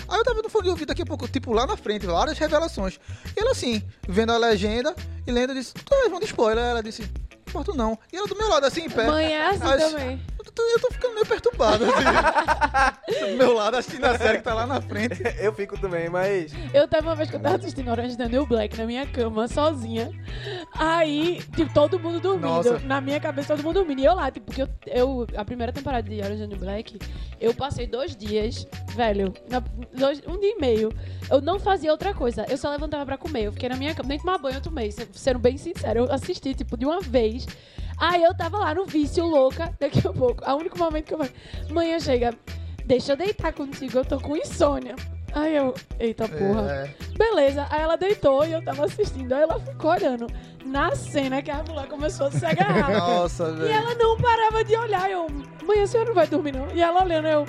Speaker 4: Aí eu tava no fone de ouvido daqui a pouco, tipo, lá na frente, várias revelações. E ela assim, vendo a legenda e lendo, eu disse, tu é levando spoiler. Ela disse, importa não. E ela do meu lado, assim, em pé.
Speaker 6: Mãe é assim
Speaker 4: Mas-
Speaker 6: também.
Speaker 4: Eu tô, eu tô ficando meio perturbado, assim. do meu lado, assistindo a série que tá lá na frente.
Speaker 1: Eu fico também, mas.
Speaker 6: Eu tava uma vez que eu tava assistindo Orange is the New Black na minha cama, sozinha. Aí, tipo, todo mundo dormindo.
Speaker 4: Nossa.
Speaker 6: Na minha cabeça, todo mundo dormindo. E eu lá, tipo, porque eu, eu- a primeira temporada de Orange is the New Black, eu passei dois dias, velho, na- dois- um dia e meio. Eu não fazia outra coisa. Eu só levantava pra comer. Eu fiquei na minha cama, nem tomar banho eu tomei. se- Sendo bem sincero, eu assisti, tipo, de uma vez. Aí eu tava lá no vício, louca, daqui a pouco. A único momento que eu falei, manhã chega, deixa eu deitar contigo, eu tô com insônia. Aí eu, eita porra.
Speaker 4: É.
Speaker 6: Beleza, aí ela deitou e eu tava assistindo. Aí ela ficou olhando na cena que a mulher começou a se agarrar.
Speaker 4: É, Nossa,
Speaker 6: e
Speaker 4: velho.
Speaker 6: ela não parava de olhar. Eu, mãe, a senhora não vai dormir, não? E ela olhando, eu.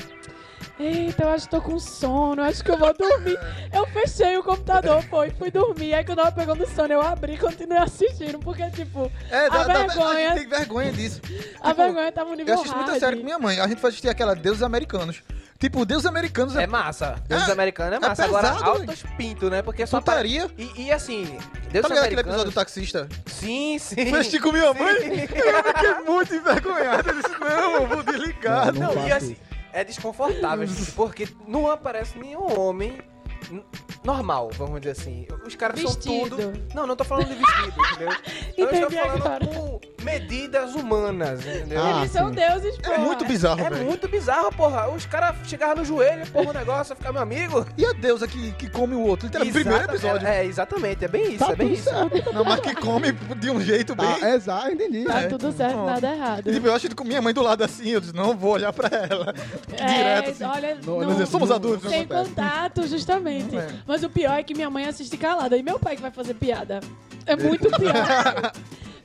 Speaker 6: Eita, eu acho que tô com sono, eu acho que eu vou dormir. Eu fechei o computador, foi, fui dormir. Aí quando ela pegou no sono, eu abri e continuei assistindo, porque, tipo,
Speaker 4: É,
Speaker 6: a
Speaker 4: dá, dá, a
Speaker 6: vergonha-
Speaker 4: gente tem vergonha disso.
Speaker 6: a vergonha tava no nível
Speaker 4: Tipo, Eu assisto muita
Speaker 6: hard.
Speaker 4: série com minha mãe. A gente foi assistir aquela Deuses Americanos. Tipo, Deuses Americanos é,
Speaker 1: É massa. Deus
Speaker 4: É,
Speaker 1: americano é
Speaker 4: é
Speaker 1: massa. Agora,
Speaker 4: pesado,
Speaker 1: altos pinto, né? Porque só. Pare...
Speaker 4: putaria.
Speaker 1: E, e assim, Deus
Speaker 4: Tá ligado aquele
Speaker 1: americano.
Speaker 4: episódio do taxista?
Speaker 1: Sim, sim.
Speaker 4: Foi assistir com minha mãe?
Speaker 1: Sim.
Speaker 4: Eu fiquei muito envergonhado. Eu disse, não, eu vou desligar.
Speaker 5: Não
Speaker 1: Não, e
Speaker 5: faço
Speaker 1: assim, é desconfortável, gente, porque não aparece nenhum homem n- normal, vamos dizer assim. Os caras
Speaker 6: Vestido.
Speaker 1: são tudo. Não, não tô falando de vestido, entendeu? Eu estou
Speaker 6: Entendi
Speaker 1: falando
Speaker 6: agora.
Speaker 1: com medidas humanas, entendeu?
Speaker 5: Ah,
Speaker 6: Eles são
Speaker 5: sim.
Speaker 6: deuses, pô.
Speaker 4: É muito
Speaker 5: Ah,
Speaker 4: bizarro,
Speaker 1: É
Speaker 4: velho.
Speaker 1: muito bizarro, porra. Os caras chegavam no joelho, porra, o negócio, ficar meu amigo.
Speaker 4: E a deusa que, que come o outro? Literalmente, primeiro
Speaker 1: Exata-
Speaker 4: episódio.
Speaker 1: É, exatamente, é bem isso,
Speaker 5: Tá
Speaker 1: é Ah, bem
Speaker 5: tudo
Speaker 1: isso.
Speaker 5: certo.
Speaker 4: Não, mas que come de um jeito bem...
Speaker 5: Tá, exato, entendi.
Speaker 6: Tá tudo certo, nada errado.
Speaker 1: é.
Speaker 4: né? E, Tipo, eu acho que com minha mãe do lado assim, eu disse, não vou olhar pra ela. direto, assim.
Speaker 6: É, olha,
Speaker 5: Não,
Speaker 6: não-
Speaker 5: não-
Speaker 4: Somos adultos, não
Speaker 6: Sem
Speaker 4: acontece.
Speaker 6: contato, justamente.
Speaker 4: Não é.
Speaker 6: Mas o pior é que minha mãe assiste calada. E meu pai que vai fazer piada. É muito pior.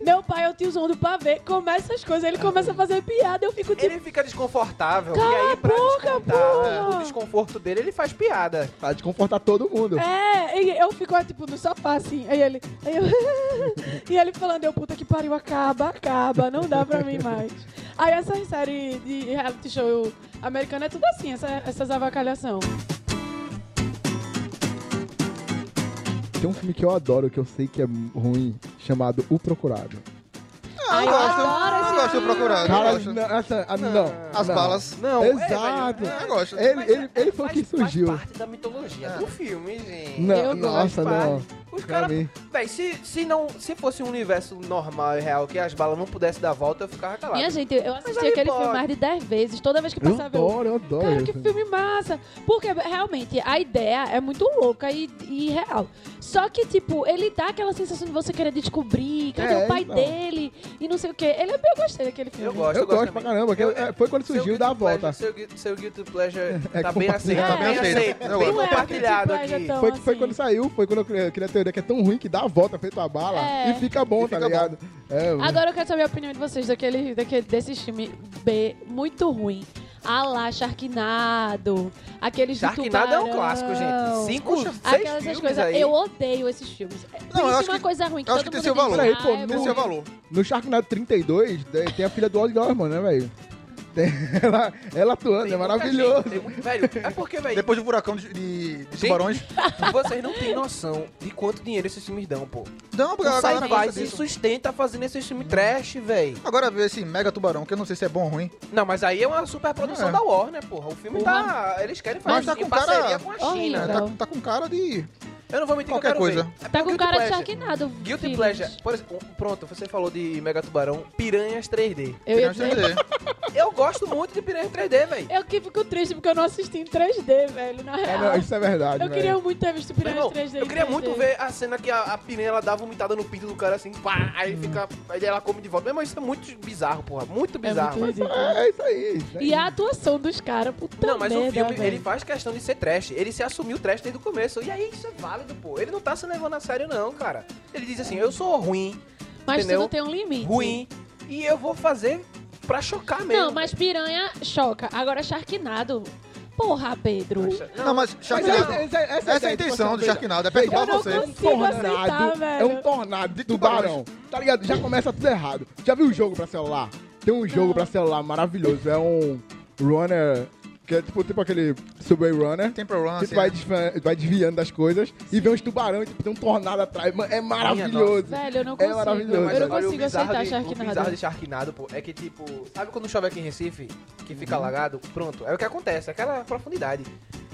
Speaker 6: meu pai é o tiozão do pavê. Começa as coisas, ele começa a fazer piada. Eu fico tipo,
Speaker 1: Ele fica desconfortável. e
Speaker 6: Cala
Speaker 1: aí,
Speaker 6: a
Speaker 1: pra
Speaker 6: boca,
Speaker 4: é,
Speaker 1: descontar
Speaker 6: porra.
Speaker 1: o desconforto dele, ele faz piada.
Speaker 5: Pra desconfortar Tá todo mundo.
Speaker 6: é, e eu fico, ah, tipo, no sofá, assim, aí ele, aí eu, e ele falando, eu, puta que pariu, acaba, acaba, não dá pra mim mais. Aí essa série de reality show americana é tudo assim, essa, essas avacalhação.
Speaker 5: Tem um filme que eu adoro, que eu sei que é ruim, chamado O Procurado.
Speaker 4: Ah, eu gosto.
Speaker 6: adoro
Speaker 4: Eu gosto de procurar. Eu
Speaker 5: Cara,
Speaker 4: gosto.
Speaker 5: não, essa- ah, não,
Speaker 4: As
Speaker 5: não.
Speaker 4: balas.
Speaker 1: Não, é,
Speaker 5: Exato.
Speaker 4: Eu gosto. É.
Speaker 5: Ele,
Speaker 1: Mas
Speaker 5: ele,
Speaker 1: é-
Speaker 5: ele foi o
Speaker 1: faz-
Speaker 5: que surgiu.
Speaker 1: Faz parte da mitologia do filme, gente.
Speaker 5: Não,
Speaker 6: Eu
Speaker 5: nossa,
Speaker 1: Faz
Speaker 5: não.
Speaker 1: parte. Os
Speaker 5: Pra
Speaker 1: caras.
Speaker 5: mim.
Speaker 1: Véi, se, se, não, se fosse um universo normal e real que as balas não pudessem dar volta, eu ficava calado.
Speaker 6: Minha gente, eu assisti
Speaker 1: ele
Speaker 6: aquele
Speaker 1: pode.
Speaker 6: filme mais de 10 vezes. Toda vez que
Speaker 5: Eu
Speaker 6: passava, eu...
Speaker 5: adoro, eu adoro.
Speaker 6: Cara,
Speaker 5: esse
Speaker 6: que
Speaker 5: filme.
Speaker 6: filme massa! Porque realmente a ideia é muito louca e, e real. Só que, tipo, ele dá aquela sensação de você querer descobrir, cadê
Speaker 5: É,
Speaker 6: o pai
Speaker 5: então.
Speaker 6: dele e não sei o quê. Ele é eu gostei daquele filme.
Speaker 1: Eu gosto,
Speaker 5: Eu gosto
Speaker 1: também.
Speaker 5: pra caramba, que
Speaker 1: Eu-
Speaker 5: é- foi quando
Speaker 1: seu guilty
Speaker 5: surgiu da
Speaker 1: pleasure-
Speaker 5: volta.
Speaker 1: Seu, gui- seu Guilty Pleasure
Speaker 5: É
Speaker 1: tá bem
Speaker 5: compartilhado.
Speaker 1: aceito, tá
Speaker 4: Tá
Speaker 1: bem
Speaker 4: bem aceito.
Speaker 1: aceito,
Speaker 4: Eu
Speaker 1: bem
Speaker 4: gosto.
Speaker 6: Não é
Speaker 1: compartilhado
Speaker 6: guilty pleasure
Speaker 1: aqui.
Speaker 6: tão
Speaker 5: Foi, foi
Speaker 6: assim.
Speaker 5: quando saiu, foi quando eu queria, queria ter teoria que é tão ruim que dá a volta feito a bala
Speaker 6: É.
Speaker 5: e fica bom,
Speaker 4: E fica
Speaker 5: tá ligado? É,
Speaker 6: Agora eu quero saber a opinião de vocês daquele, daquele, desses filmes B muito ruim. Ah lá, Sharknado. Aqueles do
Speaker 1: Sharknado é um
Speaker 6: tubarão.
Speaker 1: clássico, gente. Cinco,
Speaker 4: Poxa,
Speaker 1: seis
Speaker 6: Aquelas
Speaker 1: filmes
Speaker 6: coisas.
Speaker 1: aí.
Speaker 6: Eu odeio esses filmes. Não,
Speaker 4: eu
Speaker 6: Existe
Speaker 4: acho
Speaker 6: uma
Speaker 4: que-
Speaker 6: coisa ruim que
Speaker 4: eu
Speaker 6: todo
Speaker 4: acho que tem
Speaker 6: mundo
Speaker 4: seu
Speaker 6: diz,
Speaker 4: valor.
Speaker 6: "Ah,
Speaker 5: Peraí, pô,
Speaker 6: é
Speaker 5: tem
Speaker 6: bom."
Speaker 4: Esse é o valor.
Speaker 5: no Sharknado 32 tem- tem a filha do Old Norman, né, velho? Tem- Ela, ela atuando,
Speaker 1: Tem
Speaker 5: é
Speaker 1: muita
Speaker 5: maravilhoso.
Speaker 1: gente, tem muito- velho, é porque, velho,
Speaker 4: Depois do furacão de, de- de
Speaker 1: Gente.
Speaker 4: tubarões.
Speaker 1: vocês não têm noção de quanto dinheiro esses filmes dão, pô.
Speaker 4: Não,
Speaker 1: O
Speaker 4: porque a galera
Speaker 1: sci
Speaker 4: gosta
Speaker 1: se
Speaker 4: disso.
Speaker 1: sustenta fazendo esses filmes trash, velho.
Speaker 4: é assim. Agora vê esse mega tubarão, que eu não sei se é bom ou ruim.
Speaker 1: Não, mas aí é uma super produção
Speaker 4: É.
Speaker 1: da Warner, porra. O filme tá. Eles querem fazer
Speaker 4: Mas tá
Speaker 1: em
Speaker 4: com
Speaker 1: parceria
Speaker 4: cara-
Speaker 1: com a
Speaker 6: Horrível.
Speaker 1: China.
Speaker 4: É, tá, tá com cara de.
Speaker 1: Eu não vou mentir
Speaker 4: Qualquer
Speaker 1: que eu quero
Speaker 4: coisa.
Speaker 1: ver. É
Speaker 6: Tá
Speaker 1: porque
Speaker 6: com
Speaker 1: o
Speaker 6: cara de
Speaker 1: Guilty Pleasure-
Speaker 6: Sharknado.
Speaker 1: Guilty
Speaker 6: filhos.
Speaker 1: Pleasure. Por exemplo, pronto, você falou de Mega Tubarão, Piranhas 3D.
Speaker 6: Eu ia
Speaker 4: Piranhas
Speaker 6: dizer.
Speaker 4: 3D.
Speaker 1: Eu gosto muito de Piranhas 3D, velho.
Speaker 6: Eu que fico triste porque eu não assisti em 3D, velho. Na
Speaker 5: É,
Speaker 6: real.
Speaker 5: não, isso é verdade,
Speaker 6: eu queria um
Speaker 5: velho.
Speaker 6: muito ter visto
Speaker 1: Meu
Speaker 6: Piranhas
Speaker 1: irmão,
Speaker 6: 3D.
Speaker 1: eu queria
Speaker 6: em 3D.
Speaker 1: muito ver a cena que a, a piranha ela dá vomitada no pinto do cara assim, pá, aí
Speaker 4: Hum.
Speaker 1: fica. Aí ela come de volta. Meu irmão, isso é muito bizarro, porra. Muito
Speaker 6: É
Speaker 1: bizarro.
Speaker 6: muito ridículo.
Speaker 5: É isso aí. isso aí.
Speaker 6: E a atuação dos caras, puta
Speaker 1: Não, mas
Speaker 6: merda,
Speaker 1: o filme,
Speaker 6: velho.
Speaker 1: ele faz questão de ser trash. Ele se assumiu trash desde o começo. E aí isso é válido, pô. Ele não tá se levando a sério, não, cara. Ele diz assim, eu sou ruim,
Speaker 6: Mas
Speaker 1: entendeu?
Speaker 6: tudo tem um limite.
Speaker 1: ruim, e eu vou fazer pra chocar mesmo.
Speaker 6: Não, mas piranha choca. Agora Sharknado. Porra, Pedro.
Speaker 4: Não, mas
Speaker 5: Mas
Speaker 4: Sharknado.
Speaker 5: é- essa, essa,
Speaker 4: Essa é a intenção do
Speaker 5: do
Speaker 4: Sharknado, é
Speaker 6: Eu
Speaker 4: perturbar
Speaker 6: não
Speaker 4: você.
Speaker 6: consigo aceitar,
Speaker 5: É um tornado,
Speaker 6: velho.
Speaker 5: é um tornado de tubarão.
Speaker 4: tubarões.
Speaker 5: Tá ligado? Já começa tudo errado. Já viu o jogo pra celular? Tem um jogo pra celular maravilhoso. É um runner, que é tipo, tipo aquele Subway Runner.
Speaker 4: Tem problema
Speaker 5: Você
Speaker 4: assim.
Speaker 6: é
Speaker 5: vai,
Speaker 4: né?
Speaker 5: desfa- vai desviando das coisas e vê uns tubarão e tipo, tem um tornado atrás. Mano, é maravilhoso.
Speaker 6: Velho, eu não
Speaker 5: É
Speaker 6: consigo.
Speaker 5: maravilhoso.
Speaker 6: eu
Speaker 5: Mas
Speaker 6: não
Speaker 1: olha, o
Speaker 6: consigo
Speaker 1: bizarro
Speaker 6: aceitar
Speaker 1: de- O
Speaker 6: Sharknado.
Speaker 1: bizarro de Sharknado, pô, é que tipo, sabe quando chove aqui em Recife, que
Speaker 6: Uhum.
Speaker 1: fica alagado? Pronto, é o que acontece, é aquela profundidade.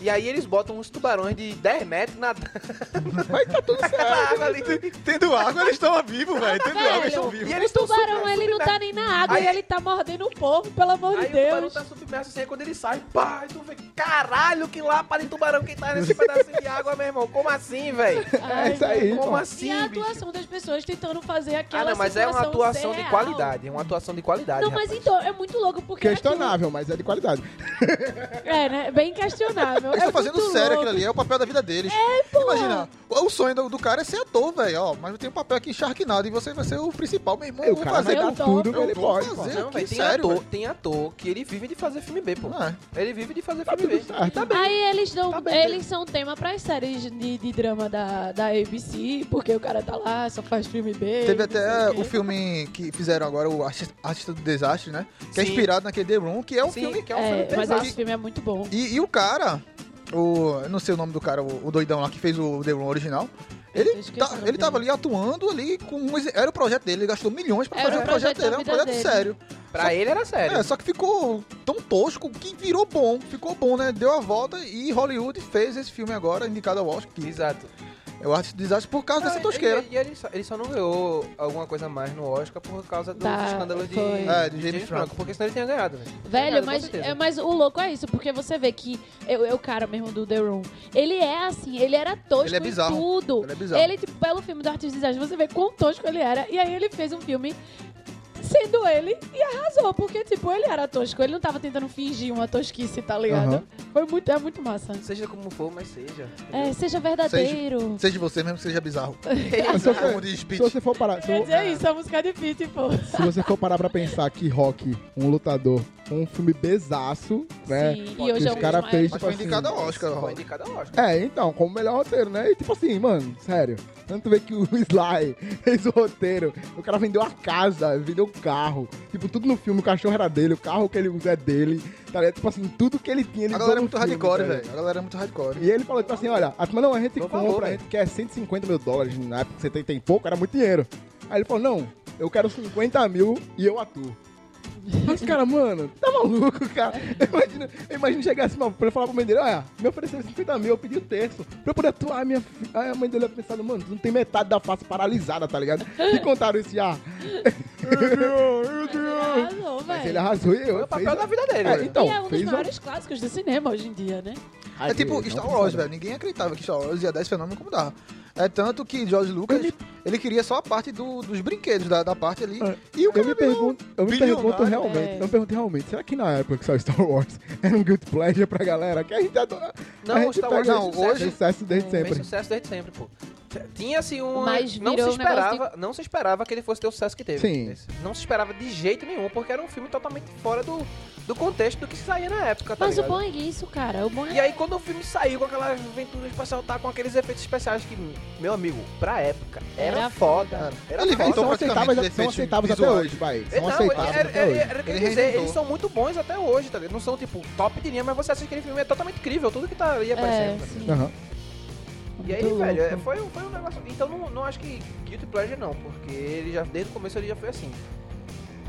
Speaker 1: E aí eles botam uns tubarões de 10 metros na,
Speaker 5: Mas tá tudo certo.
Speaker 1: na água ali.
Speaker 4: Tendo água, eles estão vivos, velho. Tendo água, eles estão
Speaker 1: E
Speaker 4: vivos.
Speaker 1: é eles
Speaker 6: O
Speaker 1: tão
Speaker 6: tubarão,
Speaker 1: super-
Speaker 6: ele não tá nem na água
Speaker 1: Aí-
Speaker 6: e ele tá mordendo o povo, pelo amor
Speaker 1: Aí
Speaker 6: de
Speaker 1: o tubarão
Speaker 6: Deus.
Speaker 1: tá submerso assim, aí quando ele sai, pá, e tu vê, caralho, que lá para de tubarão que tá nesse pedacinho de água, meu irmão. Como assim, velho?
Speaker 6: Ai,
Speaker 5: É isso aí.
Speaker 1: Como
Speaker 5: pô.
Speaker 1: assim,
Speaker 6: e a
Speaker 1: bicho?
Speaker 6: atuação das pessoas tentando fazer aquela
Speaker 1: Ah, não, mas é uma
Speaker 6: situação
Speaker 1: atuação
Speaker 6: ser
Speaker 1: de
Speaker 6: real.
Speaker 1: qualidade, é uma atuação de qualidade.
Speaker 6: Não, mas então, é muito louco porque... é
Speaker 5: Questionável, mas é de qualidade.
Speaker 6: Então aquilo- É, né? Bem questionável.
Speaker 4: Eles
Speaker 6: é
Speaker 4: estão fazendo
Speaker 6: muito
Speaker 4: sério
Speaker 6: louco.
Speaker 4: aquilo ali, é o papel da vida deles. Tipo,
Speaker 6: porra.
Speaker 4: Imagina, o sonho do, do cara é ser ator, velho. Ó, mas eu tenho um papel aqui Sharknado e você vai ser o principal, meu irmão.
Speaker 5: Aí É,
Speaker 4: Eu
Speaker 5: o
Speaker 4: vou
Speaker 5: cara
Speaker 4: fazer
Speaker 5: vai
Speaker 6: eu um
Speaker 5: dar
Speaker 6: tô-
Speaker 5: tudo que
Speaker 4: eu
Speaker 5: ele
Speaker 4: tô
Speaker 5: pode. pô.
Speaker 4: fazendo.
Speaker 1: Não,
Speaker 4: que
Speaker 1: velho, tem
Speaker 4: sério,
Speaker 1: ator,
Speaker 4: velho.
Speaker 1: tem ator que ele vive de fazer filme B, pô.
Speaker 4: Não é.
Speaker 1: Ele vive de fazer
Speaker 5: Tá
Speaker 1: filme
Speaker 5: tudo
Speaker 1: B.
Speaker 5: certo.
Speaker 6: Aí eles dão,
Speaker 1: Tá bem,
Speaker 6: eles são tema pras séries de, de drama da, da ABC, porque o cara tá lá, só faz filme B.
Speaker 4: Teve
Speaker 6: não
Speaker 4: até é,
Speaker 6: sei quê.
Speaker 4: o filme que fizeram agora, o Artista, Artista do Desastre, né? Que é
Speaker 1: Sim.
Speaker 4: inspirado naquele The Room, que é um
Speaker 1: Sim,
Speaker 4: filme
Speaker 1: que é um filme
Speaker 6: É, mas
Speaker 1: pesado.
Speaker 6: esse filme é muito bom.
Speaker 4: E, e o cara, o. Eu não sei o nome do cara, o, o doidão lá que fez o The Room original.
Speaker 6: Eu
Speaker 4: Ele,
Speaker 6: esqueci o
Speaker 4: tá,
Speaker 6: nome
Speaker 4: ele
Speaker 6: dele.
Speaker 4: tava ali atuando ali com. um ex- Era o projeto dele, ele gastou milhões pra
Speaker 6: Era
Speaker 4: fazer
Speaker 6: o
Speaker 4: um projeto
Speaker 6: projeto da
Speaker 4: dele, é um
Speaker 6: vida
Speaker 4: projeto
Speaker 6: dele.
Speaker 4: sério.
Speaker 1: Pra ele era sério.
Speaker 4: É, só que ficou tão tosco que virou bom. Ficou bom, né? Deu a volta e Hollywood fez esse filme agora, indicado ao Oscar. Que
Speaker 1: Exato.
Speaker 4: é o Artista do Desastre por causa
Speaker 6: É,
Speaker 4: dessa
Speaker 1: Ah,
Speaker 4: tosqueira.
Speaker 1: E, e ele, só, ele só não ganhou alguma coisa a mais no Oscar por causa dos
Speaker 6: Tá,
Speaker 1: escândalos de,
Speaker 6: foi.
Speaker 4: É, de James Franco.
Speaker 1: porque senão ele tinha ganhado, velho. Tinha
Speaker 6: Velho,
Speaker 1: ganhado, com
Speaker 6: mas,
Speaker 1: certeza.
Speaker 6: é, mas o louco é isso, porque você vê que eu, eu, o cara mesmo do The Room, ele é assim, ele era tosco
Speaker 4: Ele é
Speaker 6: em
Speaker 4: bizarro.
Speaker 6: tudo.
Speaker 4: Ele é bizarro.
Speaker 6: Ele, tipo, pelo filme do Artista Design, você vê quão tosco ele era. E aí ele fez um filme sendo ele e arrasou, porque, tipo, ele era tosco, ele não tava tentando fingir uma tosquice, tá ligado?
Speaker 5: Aham.
Speaker 6: Foi muito, é muito massa.
Speaker 1: Seja como for, mas seja.
Speaker 6: É, seja verdadeiro.
Speaker 4: Seja você mesmo que seja bizarro.
Speaker 5: Mas se
Speaker 4: Como
Speaker 5: você-
Speaker 4: diz
Speaker 5: Se
Speaker 4: Pete.
Speaker 5: você for parar. se
Speaker 6: Quer
Speaker 5: eu-
Speaker 6: dizer isso, a música de Pete, pô.
Speaker 5: Se você for parar pra pensar que Rock, um lutador, um filme besaço, né?
Speaker 6: Sim,
Speaker 5: que
Speaker 6: e hoje
Speaker 5: os
Speaker 6: é um
Speaker 5: cara
Speaker 6: dos
Speaker 5: fez,
Speaker 4: Mas
Speaker 6: maiores.
Speaker 5: tipo
Speaker 4: foi
Speaker 5: assim...
Speaker 4: indicado ao Oscar,
Speaker 1: Foi
Speaker 4: ó.
Speaker 1: indicado ao Oscar.
Speaker 5: É, então, como melhor roteiro, né? E tipo assim, mano, sério. Tanto vê que o Sly fez o roteiro. O cara vendeu a casa, vendeu o carro. Tipo, tudo no filme, o cachorro era dele, o carro que ele usa é dele. Tá ligado? Tipo assim, tudo que ele tinha, ele
Speaker 4: A
Speaker 5: usou
Speaker 4: galera
Speaker 5: no
Speaker 4: é muito
Speaker 5: filme,
Speaker 4: hardcore,
Speaker 5: tá ligado?
Speaker 4: velho. A galera é muito hardcore.
Speaker 5: E ele falou, tipo assim, olha, a turma, não, a gente
Speaker 1: Bom
Speaker 5: compra,
Speaker 1: valor,
Speaker 5: a
Speaker 4: né?"
Speaker 1: velho.
Speaker 5: gente quer 150 mil dólares, na época 70 e pouco, era muito dinheiro. Aí ele falou, não, eu quero 50 mil e eu atuo. Mas, cara, mano, tá maluco, cara. Eu imagino, eu imagino chegar assim, mano, pra eu falar pro mãe dele, olha, me ofereceu 50 mil, eu pedi o terço. Pra eu poder atuar, minha fi- Aí a mãe dele ia pensando, mano, tu não tem metade da face paralisada, tá ligado? E contaram isso "Ah, já. Meu Deus, meu Deus.
Speaker 6: Arrasou,
Speaker 5: Mas ele
Speaker 6: velho.
Speaker 5: arrasou e eu.
Speaker 1: É. Foi o papel
Speaker 5: fez-
Speaker 1: da vida dele, né?
Speaker 5: É,
Speaker 1: velho.
Speaker 5: então,
Speaker 6: e é um dos
Speaker 5: fez
Speaker 6: maiores clássicos do cinema hoje em dia, né?
Speaker 5: a...
Speaker 4: É tipo
Speaker 5: Não,
Speaker 4: Star
Speaker 5: não
Speaker 4: Wars,
Speaker 5: foda.
Speaker 4: velho. Ninguém acreditava que Star Wars ia dar esse fenômeno como dá. É tanto que George Lucas,
Speaker 5: Ele-
Speaker 4: ele, queria só a parte do- dos brinquedos da, da parte ali.
Speaker 5: É.
Speaker 4: E o
Speaker 5: Eu
Speaker 4: cara
Speaker 5: me,
Speaker 4: virou
Speaker 5: pergunto, eu me
Speaker 4: bilionário,
Speaker 5: pergunto realmente,
Speaker 6: velho.
Speaker 5: eu me pergunto realmente, será que na época que saiu Star Wars era um good pleasure pra galera? Que a gente adora.
Speaker 1: Não,
Speaker 5: então, a gente
Speaker 1: Star Wars
Speaker 5: pega
Speaker 1: é um
Speaker 5: esse
Speaker 1: sucesso.
Speaker 5: sucesso desde
Speaker 1: Fez
Speaker 5: sempre.
Speaker 1: sucesso desde sempre, pô. Tinha assim um.
Speaker 6: Mas
Speaker 1: não se
Speaker 6: virou um negócio
Speaker 1: esperava, não se esperava que ele fosse ter o sucesso que teve.
Speaker 5: Sim.
Speaker 1: Esse- Não se esperava de jeito nenhum, porque era um filme totalmente fora do, do contexto do que saía na época, tá
Speaker 6: Mas o
Speaker 1: ligado?
Speaker 6: bom é isso, cara. O bom é
Speaker 1: E aí quando o filme saiu com aquela aventura espacial, tá com aqueles efeitos especiais que, meu amigo, pra época, era,
Speaker 6: Era
Speaker 1: foda.
Speaker 6: foda.
Speaker 1: Era
Speaker 5: Eles
Speaker 1: foda.
Speaker 4: inventou
Speaker 5: são
Speaker 4: praticamente os
Speaker 5: aceitáveis, são
Speaker 4: efeitos
Speaker 5: aceitáveis até
Speaker 4: visuais.
Speaker 5: hoje, vai.
Speaker 1: Ele-
Speaker 5: São
Speaker 1: Não, Então, é, ele-
Speaker 5: aceitáveis
Speaker 1: era,
Speaker 5: até
Speaker 1: era,
Speaker 5: hoje.
Speaker 1: era o que eu
Speaker 4: Ele
Speaker 1: ia dizer,
Speaker 4: reinventou.
Speaker 1: eles são muito bons até hoje, tá ligado? Não são, tipo, top de linha, mas você assiste aquele filme, é totalmente incrível, tudo que tá ali aparecendo.
Speaker 6: É,
Speaker 1: tá ligado?
Speaker 6: sim.
Speaker 5: Aham.
Speaker 1: E aí,
Speaker 6: Muito
Speaker 1: velho, é,
Speaker 6: louco.
Speaker 1: foi, um- foi um negócio. Então não, não acho que Guilty Pleasure não, porque ele já, desde o começo ele já foi assim.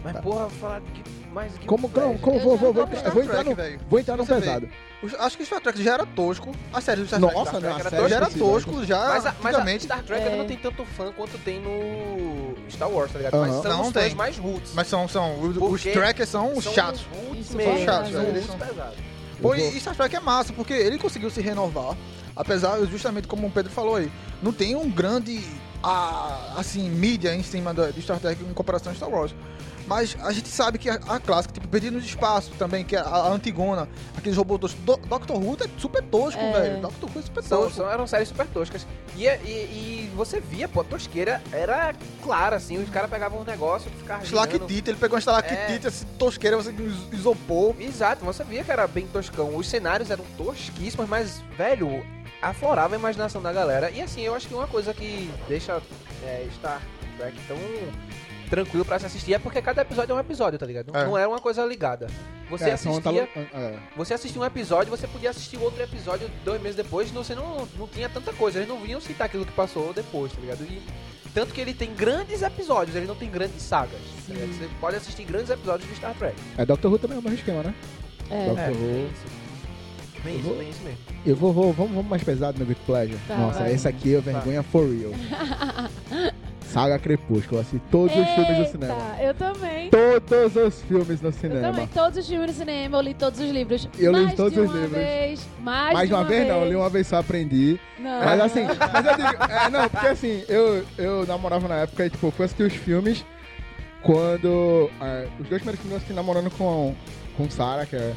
Speaker 1: Mas porra, falar que. Mas Guilty
Speaker 5: Tá. Como, como,
Speaker 1: Pleasure-
Speaker 5: como
Speaker 6: Eu
Speaker 5: vou,
Speaker 6: já
Speaker 5: vou,
Speaker 6: não
Speaker 5: vou,
Speaker 6: gosto
Speaker 5: eu vou entrar
Speaker 4: Star
Speaker 5: no,
Speaker 4: Trek, velho.
Speaker 5: vou entrar no
Speaker 4: é, Você vê.
Speaker 5: pesado.
Speaker 4: Os- Acho que o Star Trek já era tosco. A série do Star Trek
Speaker 5: Nossa,
Speaker 1: Trek
Speaker 5: não,
Speaker 1: era
Speaker 5: a
Speaker 1: Trek
Speaker 5: série né?
Speaker 4: já era
Speaker 5: possível.
Speaker 4: tosco, já
Speaker 1: Mas, a, mas a
Speaker 4: antigamente.
Speaker 1: Star Trek
Speaker 6: É.
Speaker 1: não tem tanto fã quanto tem no Star Wars, tá ligado? Mas
Speaker 5: Aham.
Speaker 1: são
Speaker 4: Não
Speaker 1: os fãs
Speaker 4: tem.
Speaker 1: mais roots.
Speaker 4: Mas são, são os, os
Speaker 1: Porque
Speaker 4: trackers são,
Speaker 1: São
Speaker 4: chatos.
Speaker 1: os roots
Speaker 6: Isso,
Speaker 1: mesmo, tá
Speaker 6: são chatos,
Speaker 1: são
Speaker 6: né?
Speaker 1: roots
Speaker 4: Eles são-
Speaker 1: pesados.
Speaker 4: Pô,
Speaker 5: Eu vou-
Speaker 4: e Star Trek é massa, porque ele conseguiu se renovar, apesar, justamente como o Pedro falou aí, não tem um grande, ah, assim, mídia em cima da- de Star Trek em comparação a Star Wars. Mas a gente sabe que a, a clássica, tipo, Perdido no Espaço também, que é a, a Antigona, aqueles robôs toscos. Do, Doctor Who é super tosco,
Speaker 6: É.
Speaker 4: velho. Doctor Who é super
Speaker 1: São,
Speaker 4: tosco.
Speaker 1: são- eram séries super toscas. E, é- e, e você via, pô, a tosqueira era clara, assim. Os caras pegavam um negócio que ficava. girando.
Speaker 4: Slactita, ele pegou uma estalactite,
Speaker 1: É.
Speaker 4: assim, tosqueira, você com is- isopor.
Speaker 1: Exato, você via que era bem toscão. Os cenários eram tosquíssimos, mas, velho, aflorava a imaginação da galera. E assim, eu acho que uma coisa que deixa é, Star Trek tão tranquilo pra se assistir é porque cada episódio é um episódio, tá ligado?
Speaker 4: É.
Speaker 1: Não era uma coisa ligada. Você
Speaker 5: É, são
Speaker 1: assistia.
Speaker 5: antalo- an- é.
Speaker 1: Você assistia um episódio, você podia assistir outro episódio dois meses depois, não- você não, não tinha tanta coisa, eles não vinham citar aquilo que passou depois, tá ligado? E, tanto que ele tem grandes episódios, ele não tem grandes sagas. tá ligado? Você pode assistir grandes episódios de Star Trek.
Speaker 5: É, Doctor Who também é o mesmo esquema, né?
Speaker 6: É,
Speaker 5: Doctor Who.
Speaker 1: Bem isso,
Speaker 5: Eu
Speaker 4: Uhum.
Speaker 5: vou-
Speaker 1: bem isso mesmo.
Speaker 5: Eu vou, vou vamos, vamos mais pesado no Good Pleasure.
Speaker 6: Tá,
Speaker 5: Nossa,
Speaker 6: vai.
Speaker 5: esse aqui é vergonha for real. Saga Crepúsculo, eu assisti todos os filmes no cinema.
Speaker 6: Eita, eu também.
Speaker 5: Todos os filmes no
Speaker 6: Eu também,
Speaker 5: cinema.
Speaker 6: todos os filmes no cinema, eu li todos os livros.
Speaker 5: Eu li
Speaker 6: mais
Speaker 5: todos
Speaker 6: de
Speaker 5: os
Speaker 6: uma
Speaker 5: livros.
Speaker 6: Vez, mais,
Speaker 5: Mais
Speaker 6: de uma, Ah.
Speaker 5: vez, não, eu li uma vez só aprendi.
Speaker 6: Não.
Speaker 5: Mas assim, mas eu digo, é, não, porque assim, eu, eu namorava na época e tipo, eu fui assistir os filmes quando. ah, os dois primeiros filmes eu assisti namorando com, com Sarah, que é.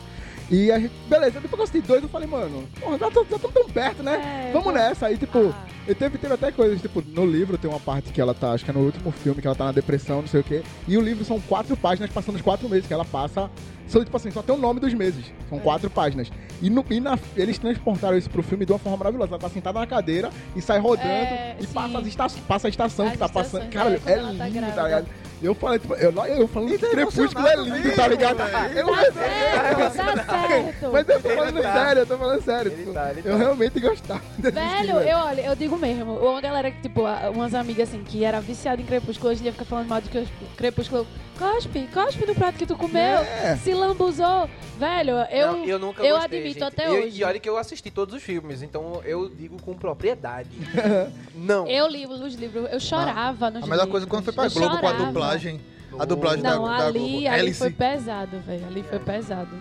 Speaker 5: E a gente, beleza, depois que eu assisti dois, eu falei, mano, porra, já estamos tão perto, né?
Speaker 6: É,
Speaker 5: Vamos
Speaker 6: tá.
Speaker 5: nessa. Aí, tipo,
Speaker 6: Ah.
Speaker 5: E teve, teve até coisas, tipo, no livro tem uma parte que ela tá, acho que é no último filme, que ela tá na depressão, não sei o quê. E o livro são quatro páginas passando os quatro meses que ela passa. Só, tipo assim, só tem o nome dos meses.
Speaker 6: É.
Speaker 5: São quatro páginas. E, no, e na- eles transportaram isso pro filme de uma forma maravilhosa. Ela tá sentada na cadeira e sai rodando
Speaker 6: É,
Speaker 5: e
Speaker 6: sim.
Speaker 5: passa, as esta, passa a estação
Speaker 6: As
Speaker 5: que tá
Speaker 6: estações,
Speaker 5: passando.
Speaker 6: é,
Speaker 5: Cara,
Speaker 6: quando
Speaker 5: é
Speaker 6: ela tá
Speaker 5: lindo, tá
Speaker 6: grávida.
Speaker 5: ligado? Eu falei, tipo, eu, eu falando
Speaker 1: tá
Speaker 5: que crepúsculo é lindo, tá
Speaker 4: mesmo,
Speaker 5: ligado?
Speaker 4: velho.
Speaker 5: Eu,
Speaker 6: Certo, tá certo.
Speaker 5: mas eu tô falando
Speaker 1: Ele tá.
Speaker 5: sério, eu tô falando sério.
Speaker 1: Ele
Speaker 5: tipo,
Speaker 1: tá, ele
Speaker 5: Eu
Speaker 1: tá.
Speaker 5: realmente gostava. desse
Speaker 6: Velho,
Speaker 5: filme.
Speaker 6: eu olha, eu digo mesmo. Uma galera que, tipo, a- umas amigas assim, que era viciada em crepúsculo, hoje em dia fica falando mal de crepú- crepúsculo. Cospe, cospe no prato que tu comeu,
Speaker 5: É.
Speaker 6: se lambuzou. Velho, eu.
Speaker 1: Não, eu nunca
Speaker 6: eu
Speaker 1: gostei,
Speaker 6: admito
Speaker 1: gente.
Speaker 6: até
Speaker 1: E-
Speaker 6: hoje.
Speaker 1: E olha que eu assisti todos os filmes, então eu digo com propriedade. não.
Speaker 6: eu li os livros, eu chorava nos
Speaker 4: A melhor
Speaker 6: livros.
Speaker 4: coisa é quando foi pra
Speaker 6: Eu
Speaker 4: Globo com a
Speaker 6: chorava.
Speaker 4: dublagem. A
Speaker 1: Não.
Speaker 4: dublagem
Speaker 6: Não,
Speaker 4: da, da
Speaker 6: ali,
Speaker 4: Globo.
Speaker 6: ali
Speaker 4: Alice.
Speaker 6: foi pesado, velho. Ali foi pesado.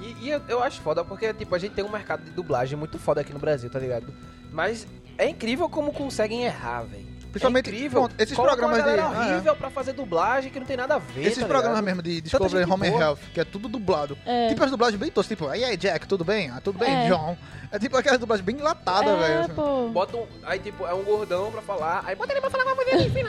Speaker 1: E, e eu, eu acho foda, porque, tipo, a gente tem um mercado de dublagem muito foda aqui no Brasil, tá ligado? Mas é incrível como conseguem errar, velho.
Speaker 4: Principalmente,
Speaker 1: é incrível.
Speaker 4: pronto, esses
Speaker 1: Colocam
Speaker 4: programas
Speaker 1: uma galera
Speaker 4: de- ah, é.
Speaker 1: horrível pra fazer dublagem que não tem nada a ver,
Speaker 4: Esses
Speaker 1: tá
Speaker 4: programas
Speaker 1: ligado?
Speaker 4: mesmo de Discovery
Speaker 1: gente
Speaker 4: Home and
Speaker 1: boa.
Speaker 4: Health, que é tudo dublado.
Speaker 6: É.
Speaker 4: Tipo as dublagens bem toscas, tipo, aí aí Jack, tudo bem? Ah, tudo bem,
Speaker 6: É.
Speaker 4: John. É tipo aquelas dublagens bem latadas, velho.
Speaker 6: é,
Speaker 4: assim.
Speaker 6: pô.
Speaker 1: Botam. Aí, tipo, é um gordão pra falar. Aí bota ele pra falar com a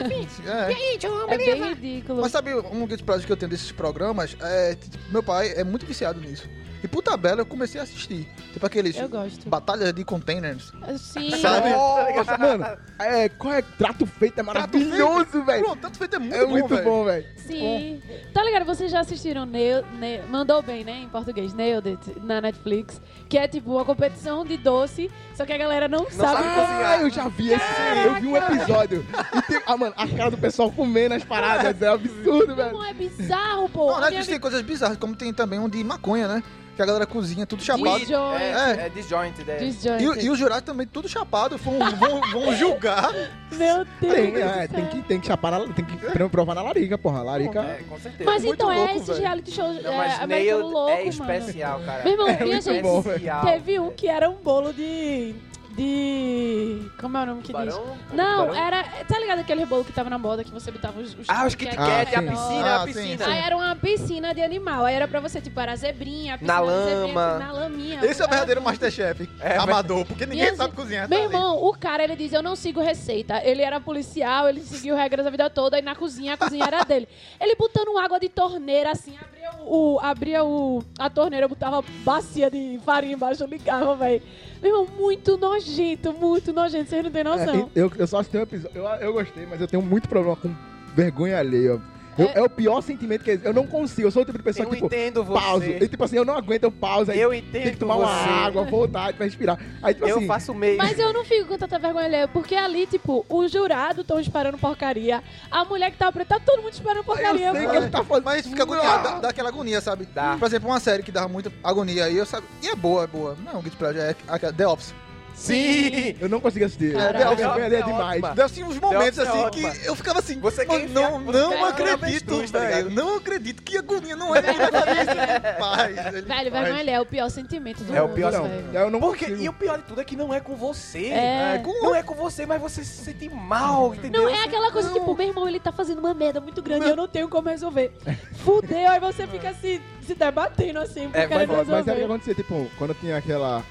Speaker 4: É.
Speaker 6: É bem ridículo.
Speaker 4: Mas sabe um dos prazeres que eu tenho desses programas? É, t- tipo, meu pai é muito viciado nisso. E puta bela, eu comecei a assistir. Tipo aqueles
Speaker 6: Eu gosto.
Speaker 4: batalhas de containers.
Speaker 6: Ah, Sim.
Speaker 4: Sabe?
Speaker 5: Nossa, mano, é, qual é trato feito? É maravilhoso, velho.
Speaker 4: Pronto, tanto feito é muito
Speaker 5: É
Speaker 4: bom,
Speaker 5: muito
Speaker 4: velho.
Speaker 5: bom, velho.
Speaker 6: Sim. Tá ligado? Vocês já assistiram Nail, Nail- Mandou Bem, né? Em português, Nailed It, na Netflix. Que é tipo uma competição de doce, só que a galera não, sabe.
Speaker 1: sabe
Speaker 6: cozinhar.
Speaker 5: Ah, eu já vi esse, eu vi um episódio. E tem- ah, mano, a cara do pessoal comendo as paradas, é absurdo, velho.
Speaker 6: Não é bizarro, pô.
Speaker 4: Não,
Speaker 6: A
Speaker 4: né,
Speaker 6: minha
Speaker 4: eles têm coisas bizarras, como tem também um de maconha, né? Que a galera cozinha tudo chapado.
Speaker 6: Disjoint.
Speaker 1: É, é disjointed, é.
Speaker 6: vida- Disjointed.
Speaker 4: E, o- e os jurados também tudo chapado, vão, vão, vão julgar.
Speaker 6: Meu Deus.
Speaker 5: Tem,
Speaker 6: do
Speaker 5: é,
Speaker 6: céu.
Speaker 5: tem que, tem que chapar, na- tem que pre- provar na larica, porra. Larica.
Speaker 1: É, com certeza.
Speaker 6: Mas
Speaker 4: muito
Speaker 6: então é
Speaker 4: louco,
Speaker 6: esses
Speaker 4: velho.
Speaker 6: reality shows
Speaker 1: Não,
Speaker 6: é,
Speaker 1: mas
Speaker 6: americano
Speaker 1: Nailed
Speaker 6: louco,
Speaker 1: é
Speaker 6: mano.
Speaker 1: especial, cara.
Speaker 6: Meu irmão, minha
Speaker 5: muito
Speaker 6: gente,
Speaker 5: bom, velho.
Speaker 1: especial.
Speaker 6: teve um que era um bolo de de. Como é o nome que diz?
Speaker 1: Tubarão?
Speaker 6: Não,
Speaker 1: Tubarão?
Speaker 6: era. Tá ligado aquele rebolo que tava na moda que é você botava os. os
Speaker 1: Ah, os Kit
Speaker 6: Kit
Speaker 1: Kat, a
Speaker 6: Kat,
Speaker 1: piscina,
Speaker 3: Ah,
Speaker 1: a
Speaker 3: sim,
Speaker 1: piscina.
Speaker 6: Aí era uma piscina de animal. Aí era pra você, tipo, era a zebrinha, a
Speaker 1: Na
Speaker 6: piscina de zebrinha, assim,
Speaker 1: lama.
Speaker 6: na laminha.
Speaker 4: Esse é o
Speaker 6: Era-
Speaker 4: verdadeiro Masterchef.
Speaker 1: É,
Speaker 4: amador, porque ninguém
Speaker 6: Minha
Speaker 4: sabe
Speaker 6: gente-
Speaker 4: cozinhar. tá
Speaker 6: Meu
Speaker 4: ali.
Speaker 6: irmão, o cara, ele diz, eu não sigo receita. Ele era policial, ele seguiu regras a vida toda, e na cozinha, a cozinha era dele. Ele botando água de torneira, assim, abria, o, o- abria o, a torneira, botava bacia de farinha embaixo, eu ligava, velho. Meu irmão, muito nojento, muito nojento, vocês não têm noção.
Speaker 5: é, eu, eu só assisti um episódio. Eu, eu gostei, mas eu tenho muito problema com vergonha alheia. Eu- é...
Speaker 6: É-
Speaker 5: o pior sentimento que existe. Eu não consigo. Eu sou o tipo de pessoa
Speaker 1: Eu
Speaker 5: que, tipo,
Speaker 1: entendo
Speaker 5: pausa. E,
Speaker 1: você.
Speaker 5: tipo assim, eu não aguento, eu pauso. Aí
Speaker 1: Eu
Speaker 5: tem que
Speaker 1: entendo
Speaker 5: tomar uma
Speaker 1: você.
Speaker 5: água, voltar pra respirar. Aí, tipo
Speaker 1: Eu
Speaker 5: assim,
Speaker 1: faço meio.
Speaker 6: Mas eu não fico com tanta vergonha alheia, porque ali, tipo, o jurado estão disparando porcaria, a mulher que tá preta, tá todo mundo disparando
Speaker 5: eu
Speaker 6: porcaria.
Speaker 5: sei que
Speaker 4: é
Speaker 5: ele tá fazendo.
Speaker 3: Mas fica agoniado, dá, dá aquela agonia, sabe?
Speaker 1: Dá.
Speaker 3: Por exemplo, uma série que dava muita agonia aí, eu sabe. E é boa, é boa. Não é um Guilty Pleasure, é aquela The Office.
Speaker 1: Sim!
Speaker 5: Eu não consigo assistir.
Speaker 6: Caralho.
Speaker 5: Deu vergonha alheia
Speaker 1: É
Speaker 5: demais.
Speaker 1: ótima.
Speaker 3: Deu assim uns momentos
Speaker 1: The Office é
Speaker 3: assim
Speaker 1: ótima.
Speaker 3: que eu ficava assim,
Speaker 1: Você quer
Speaker 3: mano,
Speaker 1: enfiar-
Speaker 3: não,
Speaker 1: você
Speaker 3: não
Speaker 1: quer enfiar
Speaker 3: acredito,
Speaker 1: avestruz, tá
Speaker 3: velho.
Speaker 1: ligado?
Speaker 3: não acredito. Que agonia não é que ele vai fazer isso. Ele faz, ele
Speaker 6: Velho,
Speaker 3: faz.
Speaker 6: vergonha alheia é o pior sentimento do
Speaker 1: É o
Speaker 6: mundo,
Speaker 1: pior
Speaker 5: Não,
Speaker 6: velho.
Speaker 5: eu não
Speaker 1: Porque,
Speaker 5: consigo.
Speaker 1: e o pior de tudo é que não é com você.
Speaker 6: É.
Speaker 1: com- Não é com você, mas você se sente mal, entendeu?
Speaker 6: Não, é aquela coisa, tipo, meu irmão, ele tá fazendo uma merda muito grande e eu não tenho como resolver. Fudeu, aí você fica se, se debatendo assim, porque
Speaker 1: É, mas-
Speaker 6: querendo
Speaker 5: Mas
Speaker 6: resolver.
Speaker 5: sabe o que acontecia? Tipo, quando tinha aquela.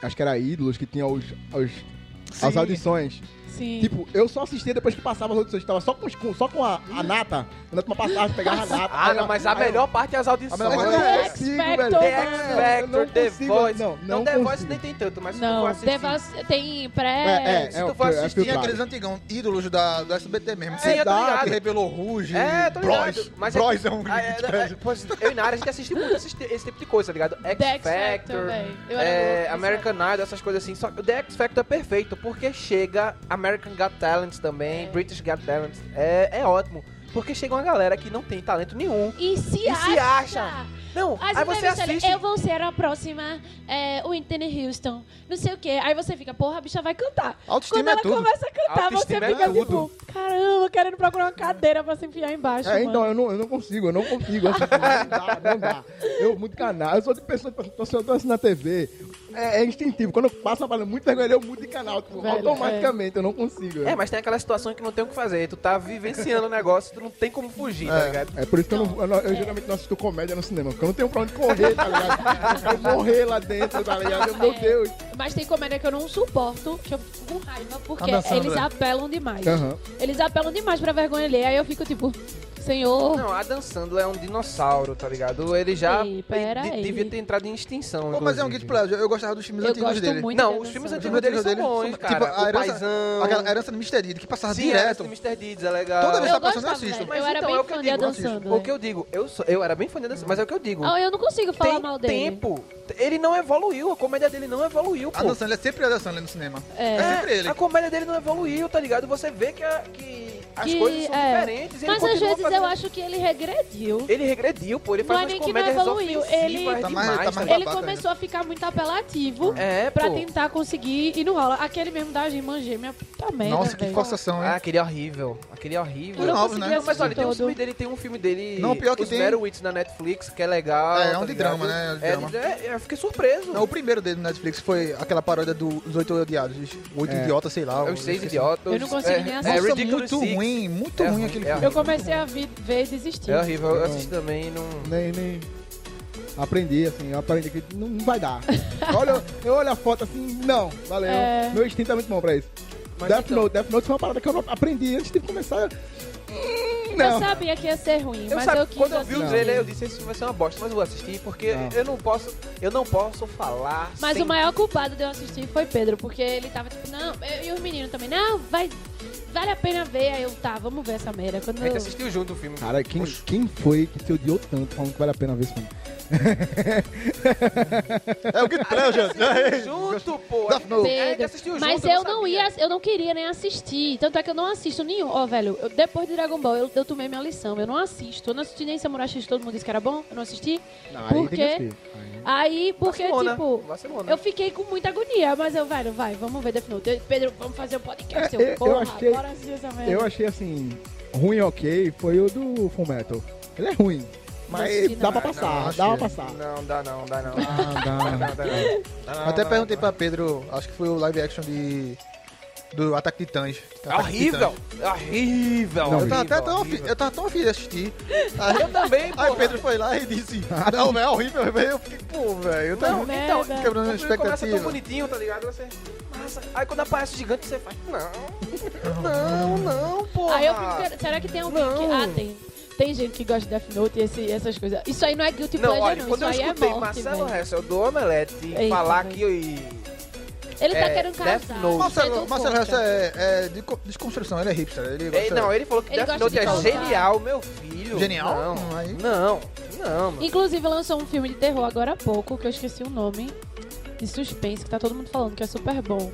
Speaker 5: Acho que era ídolos que tinha os, os- as audições.
Speaker 6: Sim.
Speaker 5: Tipo, eu só assistia depois que passava as audições. Tava só com, os- com- só com a, a nata. Quando a turma passava, pegava a nata.
Speaker 1: Ah, não,
Speaker 5: Aí-
Speaker 1: mas a
Speaker 5: aí eu-
Speaker 1: melhor parte é as audições.
Speaker 5: A melhor parte
Speaker 1: né?
Speaker 5: é eu
Speaker 6: The X
Speaker 5: consigo, velho.
Speaker 6: Factor,
Speaker 1: The
Speaker 6: mano.
Speaker 1: X
Speaker 5: É, eu não
Speaker 1: Factor, The
Speaker 5: consigo,
Speaker 1: Voice.
Speaker 5: Não,
Speaker 1: Não,
Speaker 5: não
Speaker 1: The Voice
Speaker 5: consigo.
Speaker 1: nem tem tanto, mas se tu for
Speaker 6: não,
Speaker 1: assistir...
Speaker 6: Devas- tem
Speaker 5: É,
Speaker 6: pré...
Speaker 5: é,
Speaker 1: Se
Speaker 5: é,
Speaker 1: tu
Speaker 5: o-
Speaker 1: for
Speaker 5: é
Speaker 1: assistir
Speaker 3: Tinha
Speaker 5: filtrado.
Speaker 3: aqueles antigão, ídolos da, do SBT mesmo.
Speaker 1: Sim, É, eu tô
Speaker 5: Sedap,
Speaker 1: ligado.
Speaker 3: que repelou Ruge.
Speaker 1: É, tô ligado.
Speaker 3: Bros.
Speaker 1: Mas é-
Speaker 3: Bros é, um
Speaker 1: Ah,
Speaker 3: Guilty
Speaker 1: é,
Speaker 3: Pleasure.
Speaker 1: é, pois, eu e Nara, a gente assiste muito esse, esse tipo de coisa, tá ligado? X
Speaker 6: The X Factor,
Speaker 1: Factor,
Speaker 6: velho. Eu era
Speaker 1: é,
Speaker 6: louca,
Speaker 1: American Idol, essas coisas assim. Só que o The X Factor é perfeito, porque chega American Got Talent também,
Speaker 6: É.
Speaker 1: British Got Talent. É, é ótimo. Porque chega uma galera que não tem talento nenhum.
Speaker 6: E se
Speaker 1: E se
Speaker 6: acha...
Speaker 1: acha. Não,
Speaker 6: As
Speaker 1: aí você
Speaker 6: entrevistas, olha,
Speaker 1: assiste.
Speaker 6: tá Eu vou ser a próxima é, Whitney Houston, não sei o quê. Aí você fica, porra, a bicha vai cantar.
Speaker 3: Autoestima
Speaker 6: Quando ela
Speaker 3: é tudo.
Speaker 6: começa a cantar,
Speaker 1: Autoestima
Speaker 6: você
Speaker 1: é
Speaker 6: fica
Speaker 1: tudo.
Speaker 6: tipo, caramba, querendo procurar uma cadeira pra se enfiar embaixo,
Speaker 5: É,
Speaker 6: mano.
Speaker 5: então, eu não, eu não consigo, eu não consigo assistir. não dá, não dá. Eu, muito canal. Eu sou de pessoa, tipo, tô assistindo tô assistindo na TV. É, é instintivo. Quando eu passo a palavra muito vergonha, eu mudo de canal. tipo,
Speaker 6: Velho,
Speaker 5: automaticamente, eu não consigo.
Speaker 1: É, mas tem aquela situação que não tem o que fazer. Tu tá vivenciando o negócio, tu não tem como fugir, tá ligado?
Speaker 5: É por isso que eu, não, eu, não- eu geralmente não assisto comédia no cinema, porque eu não tenho pra onde correr, tá ligado? Eu morrer lá dentro, tá ligado? Eu, Meu
Speaker 6: É.
Speaker 5: Deus.
Speaker 6: Mas tem comédia que eu não suporto, que eu fico com raiva,
Speaker 1: Tá
Speaker 6: porque
Speaker 3: Adam Sandler.
Speaker 6: eles
Speaker 1: né?
Speaker 6: apelam demais.
Speaker 5: Aham.
Speaker 6: Eles apelam demais pra vergonha alheia, aí eu fico tipo, senhor...
Speaker 1: Não, a dançando é um dinossauro, tá ligado? Ele já
Speaker 6: Ei, pera
Speaker 1: de-
Speaker 6: aí.
Speaker 1: devia ter entrado em extinção.
Speaker 3: Pô, mas é um
Speaker 1: inclusive.
Speaker 3: Guilty Pleasure. Eu gostava dos filmes
Speaker 6: Eu
Speaker 3: antigos
Speaker 6: gosto
Speaker 3: dele.
Speaker 6: muito de
Speaker 1: Não,
Speaker 6: Adam
Speaker 1: os filmes
Speaker 6: Sandler.
Speaker 1: antigos deles são bons,
Speaker 3: Tipo,
Speaker 1: cara.
Speaker 3: a
Speaker 1: o
Speaker 3: herança-
Speaker 1: Paizão.
Speaker 3: Aquela herança do Mr. Deed, que passava
Speaker 1: Sim,
Speaker 3: direto.
Speaker 1: direto. Mr. Deeds é legal.
Speaker 3: Toda vez tá-
Speaker 6: Eu
Speaker 3: Essa pessoa não
Speaker 6: gostava,
Speaker 3: assiste.
Speaker 6: velho.
Speaker 1: Mas
Speaker 6: Eu era
Speaker 1: então, é
Speaker 6: bem
Speaker 1: o que eu
Speaker 6: fã de
Speaker 1: digo,
Speaker 6: Adam
Speaker 1: eu
Speaker 3: assisto.
Speaker 6: Sandler.
Speaker 1: O que eu digo, eu, sou- eu era bem fã dele, mas é o que eu digo.
Speaker 6: Ah, eu não consigo falar
Speaker 1: tem
Speaker 6: mal dele.
Speaker 1: tempo. Ele não evoluiu, a comédia dele não evoluiu, pô.
Speaker 3: A Dan Sandler é sempre a Dan Sandler no cinema.
Speaker 6: É.
Speaker 3: É, sempre ele.
Speaker 1: A comédia dele não evoluiu, tá ligado? Você vê que, a- que as
Speaker 6: Que-
Speaker 1: coisas são
Speaker 6: é.
Speaker 1: diferentes. e ele
Speaker 6: Mas às
Speaker 1: continua
Speaker 6: vezes eu
Speaker 1: fazendo-
Speaker 6: acho que ele regrediu.
Speaker 1: Ele regrediu, pô. Ele
Speaker 6: Não
Speaker 1: faz
Speaker 6: é
Speaker 1: umas
Speaker 6: nem que não
Speaker 1: comédias
Speaker 6: evoluiu, ele-
Speaker 1: ofensivas
Speaker 3: Tá mais-
Speaker 1: demais,
Speaker 3: tá mais
Speaker 1: tá
Speaker 6: Ele
Speaker 3: babaca
Speaker 6: começou a ficar muito apelativo
Speaker 1: É,
Speaker 6: pra
Speaker 1: pô.
Speaker 6: tentar conseguir e não rola. Aquele mesmo da irmã gêmea, puta merda,
Speaker 3: Nossa, que
Speaker 6: velho.
Speaker 3: forçação, hein?
Speaker 1: Ah, aquele é horrível. Aquele é horrível.
Speaker 6: Eu não
Speaker 3: Não,
Speaker 6: consegui
Speaker 3: né?
Speaker 1: Não, mas olha,
Speaker 6: assistir
Speaker 1: tem um
Speaker 6: todo.
Speaker 1: filme dele, tem um filme dele.
Speaker 3: Não, pior que
Speaker 1: os
Speaker 3: tem-
Speaker 1: Merowitz na Netflix, que é legal.
Speaker 3: É, é um
Speaker 1: tá
Speaker 3: de
Speaker 1: ligado?
Speaker 3: drama, né? É de
Speaker 1: É,
Speaker 3: drama.
Speaker 1: de- é, eu fiquei surpreso.
Speaker 3: Não, o primeiro dele no Netflix foi aquela paródia do- dos oito odiados. os Oito
Speaker 5: É.
Speaker 3: idiotas, sei lá.
Speaker 1: É
Speaker 3: eu
Speaker 1: os seis
Speaker 3: esqueci.
Speaker 1: idiotas.
Speaker 6: Eu não consigo
Speaker 1: é,
Speaker 6: nem
Speaker 1: é
Speaker 6: assistir.
Speaker 3: Nossa,
Speaker 1: Ridiculous
Speaker 3: muito
Speaker 1: Six.
Speaker 3: ruim, muito
Speaker 1: É
Speaker 3: ruim
Speaker 1: ruim,
Speaker 3: aquele
Speaker 1: é
Speaker 3: filme.
Speaker 6: Eu comecei a vi- ver e desisti.
Speaker 1: É horrível. Eu
Speaker 5: Não.
Speaker 1: assisti também e não.
Speaker 5: Nem, nem. Aprendi, assim, eu aprendi que não não vai dar. Olha, eu olho a foto assim, não, valeu.
Speaker 6: É.
Speaker 5: Meu instinto é muito bom pra isso.
Speaker 1: Mas
Speaker 5: Death
Speaker 1: então-
Speaker 5: Note, Death Note foi uma parada que eu não aprendi antes de começar. Hum,
Speaker 6: Eu
Speaker 5: Não.
Speaker 6: sabia que ia ser ruim,
Speaker 1: Eu
Speaker 6: mas é
Speaker 1: sabe,
Speaker 6: eu quis
Speaker 1: quando eu vi o
Speaker 5: assistir.
Speaker 1: trailer, eu disse isso vai ser uma bosta, mas eu vou assistir porque
Speaker 5: Não.
Speaker 1: eu não posso, eu não posso falar.
Speaker 6: Mas
Speaker 1: sem...
Speaker 6: o maior culpado de eu assistir foi Pedro, porque ele tava tipo, não, eu- e os meninos também, não, vai, vale a pena ver. Aí eu, tá, vamos ver essa merda. Quando
Speaker 1: A gente
Speaker 6: eu-
Speaker 1: assistiu junto o filme.
Speaker 5: Cara, quem, quem foi que te odiou tanto falando que vale a pena ver esse filme?
Speaker 3: É o Guilty
Speaker 1: A gente
Speaker 3: Pleasure.
Speaker 4: é
Speaker 1: assistiu junto, pô. A gente-
Speaker 3: Daphne.
Speaker 1: É, a gente
Speaker 6: Pedro.
Speaker 1: assistiu
Speaker 6: Mas
Speaker 1: junto,
Speaker 6: eu não
Speaker 1: sabia.
Speaker 6: ia, eu não queria nem assistir. Tanto é que eu não assisto nenhum. Ó, velho, eu- depois de Dragon Ball, eu, eu tomei minha lição. Eu não assisto. Eu não assisti nem Samurai X, todo mundo disse que era bom. Eu não assisti.
Speaker 5: Não,
Speaker 6: Por quê?
Speaker 5: assistir.
Speaker 6: Aí, porque,
Speaker 1: Vacilona,
Speaker 6: tipo,
Speaker 1: vacilona.
Speaker 6: eu fiquei com muita agonia. Mas eu, velho, vai, vamos ver Death Note. Eu- Pedro, vamos fazer um podcast.
Speaker 5: É, eu- eu
Speaker 6: porra,
Speaker 5: achei-
Speaker 6: bora assistir essa merda.
Speaker 5: Eu achei assim, ruim ok, foi o do Fullmetal. Ele é ruim.
Speaker 6: Acho que
Speaker 5: Mas
Speaker 6: não.
Speaker 5: dá pra
Speaker 4: Não,
Speaker 5: passar,
Speaker 4: acho
Speaker 5: dá pra
Speaker 4: que-
Speaker 5: passar.
Speaker 1: Não, dá não, dá não.
Speaker 5: Ah, dá.
Speaker 1: Não, dá não. Dá não,
Speaker 4: Eu até
Speaker 1: não,
Speaker 4: perguntei
Speaker 1: não.
Speaker 4: pra Pedro, acho que foi o live action de. Do Ataque de Titãs.
Speaker 1: É horrível! É horrível!
Speaker 5: Não,
Speaker 4: Eu tava, até tão afim,
Speaker 1: horrível.
Speaker 4: eu tava tão afim de assistir. Aí,
Speaker 1: Eu também, pô.
Speaker 4: aí Pedro foi lá e disse: Não, velho, é horrível. velho." Eu fiquei, pô, velho. eu
Speaker 1: Não,
Speaker 4: tava
Speaker 1: então,
Speaker 6: merda.
Speaker 4: quebrando
Speaker 1: o filme
Speaker 4: minha
Speaker 1: começa tão
Speaker 4: expectativa.
Speaker 1: bonitinho, tá ligado? Você, massa. Aí quando aparece o gigante, você faz, não, não, não, pô.
Speaker 6: Aí eu fico, pera- será que tem alguém
Speaker 1: Não.
Speaker 6: que. Ah, tem. Tem gente que gosta de Death Note e esse- essas coisas. Isso aí não é guilty
Speaker 1: Não,
Speaker 6: pleasure,
Speaker 1: olha,
Speaker 6: não.
Speaker 1: quando
Speaker 6: Isso
Speaker 1: eu
Speaker 6: aí é
Speaker 1: escutei
Speaker 6: morte,
Speaker 1: Marcelo
Speaker 6: velho.
Speaker 1: Hessel do Omelete
Speaker 6: Eita,
Speaker 1: falar
Speaker 6: velho.
Speaker 1: que e-
Speaker 6: Ele tá
Speaker 1: é,
Speaker 6: querendo
Speaker 1: Death
Speaker 6: casar.
Speaker 1: Note.
Speaker 4: Marcelo,
Speaker 6: Pedro
Speaker 4: Marcelo
Speaker 6: conta.
Speaker 4: Ressa é, é de co- desconstrução, ele é hipster. Ele
Speaker 1: né? Ei,
Speaker 4: gosta-
Speaker 1: não, ele falou que
Speaker 6: Ele
Speaker 1: Death
Speaker 6: gosta
Speaker 1: Note
Speaker 6: de
Speaker 1: é
Speaker 6: causar.
Speaker 1: genial, meu filho.
Speaker 4: Genial?
Speaker 1: Não,
Speaker 4: Aí-
Speaker 1: não, não.
Speaker 4: é-
Speaker 1: mano.
Speaker 6: Inclusive lançou um filme de terror agora há pouco, que eu esqueci o nome, de suspense, que tá todo mundo falando que é super bom.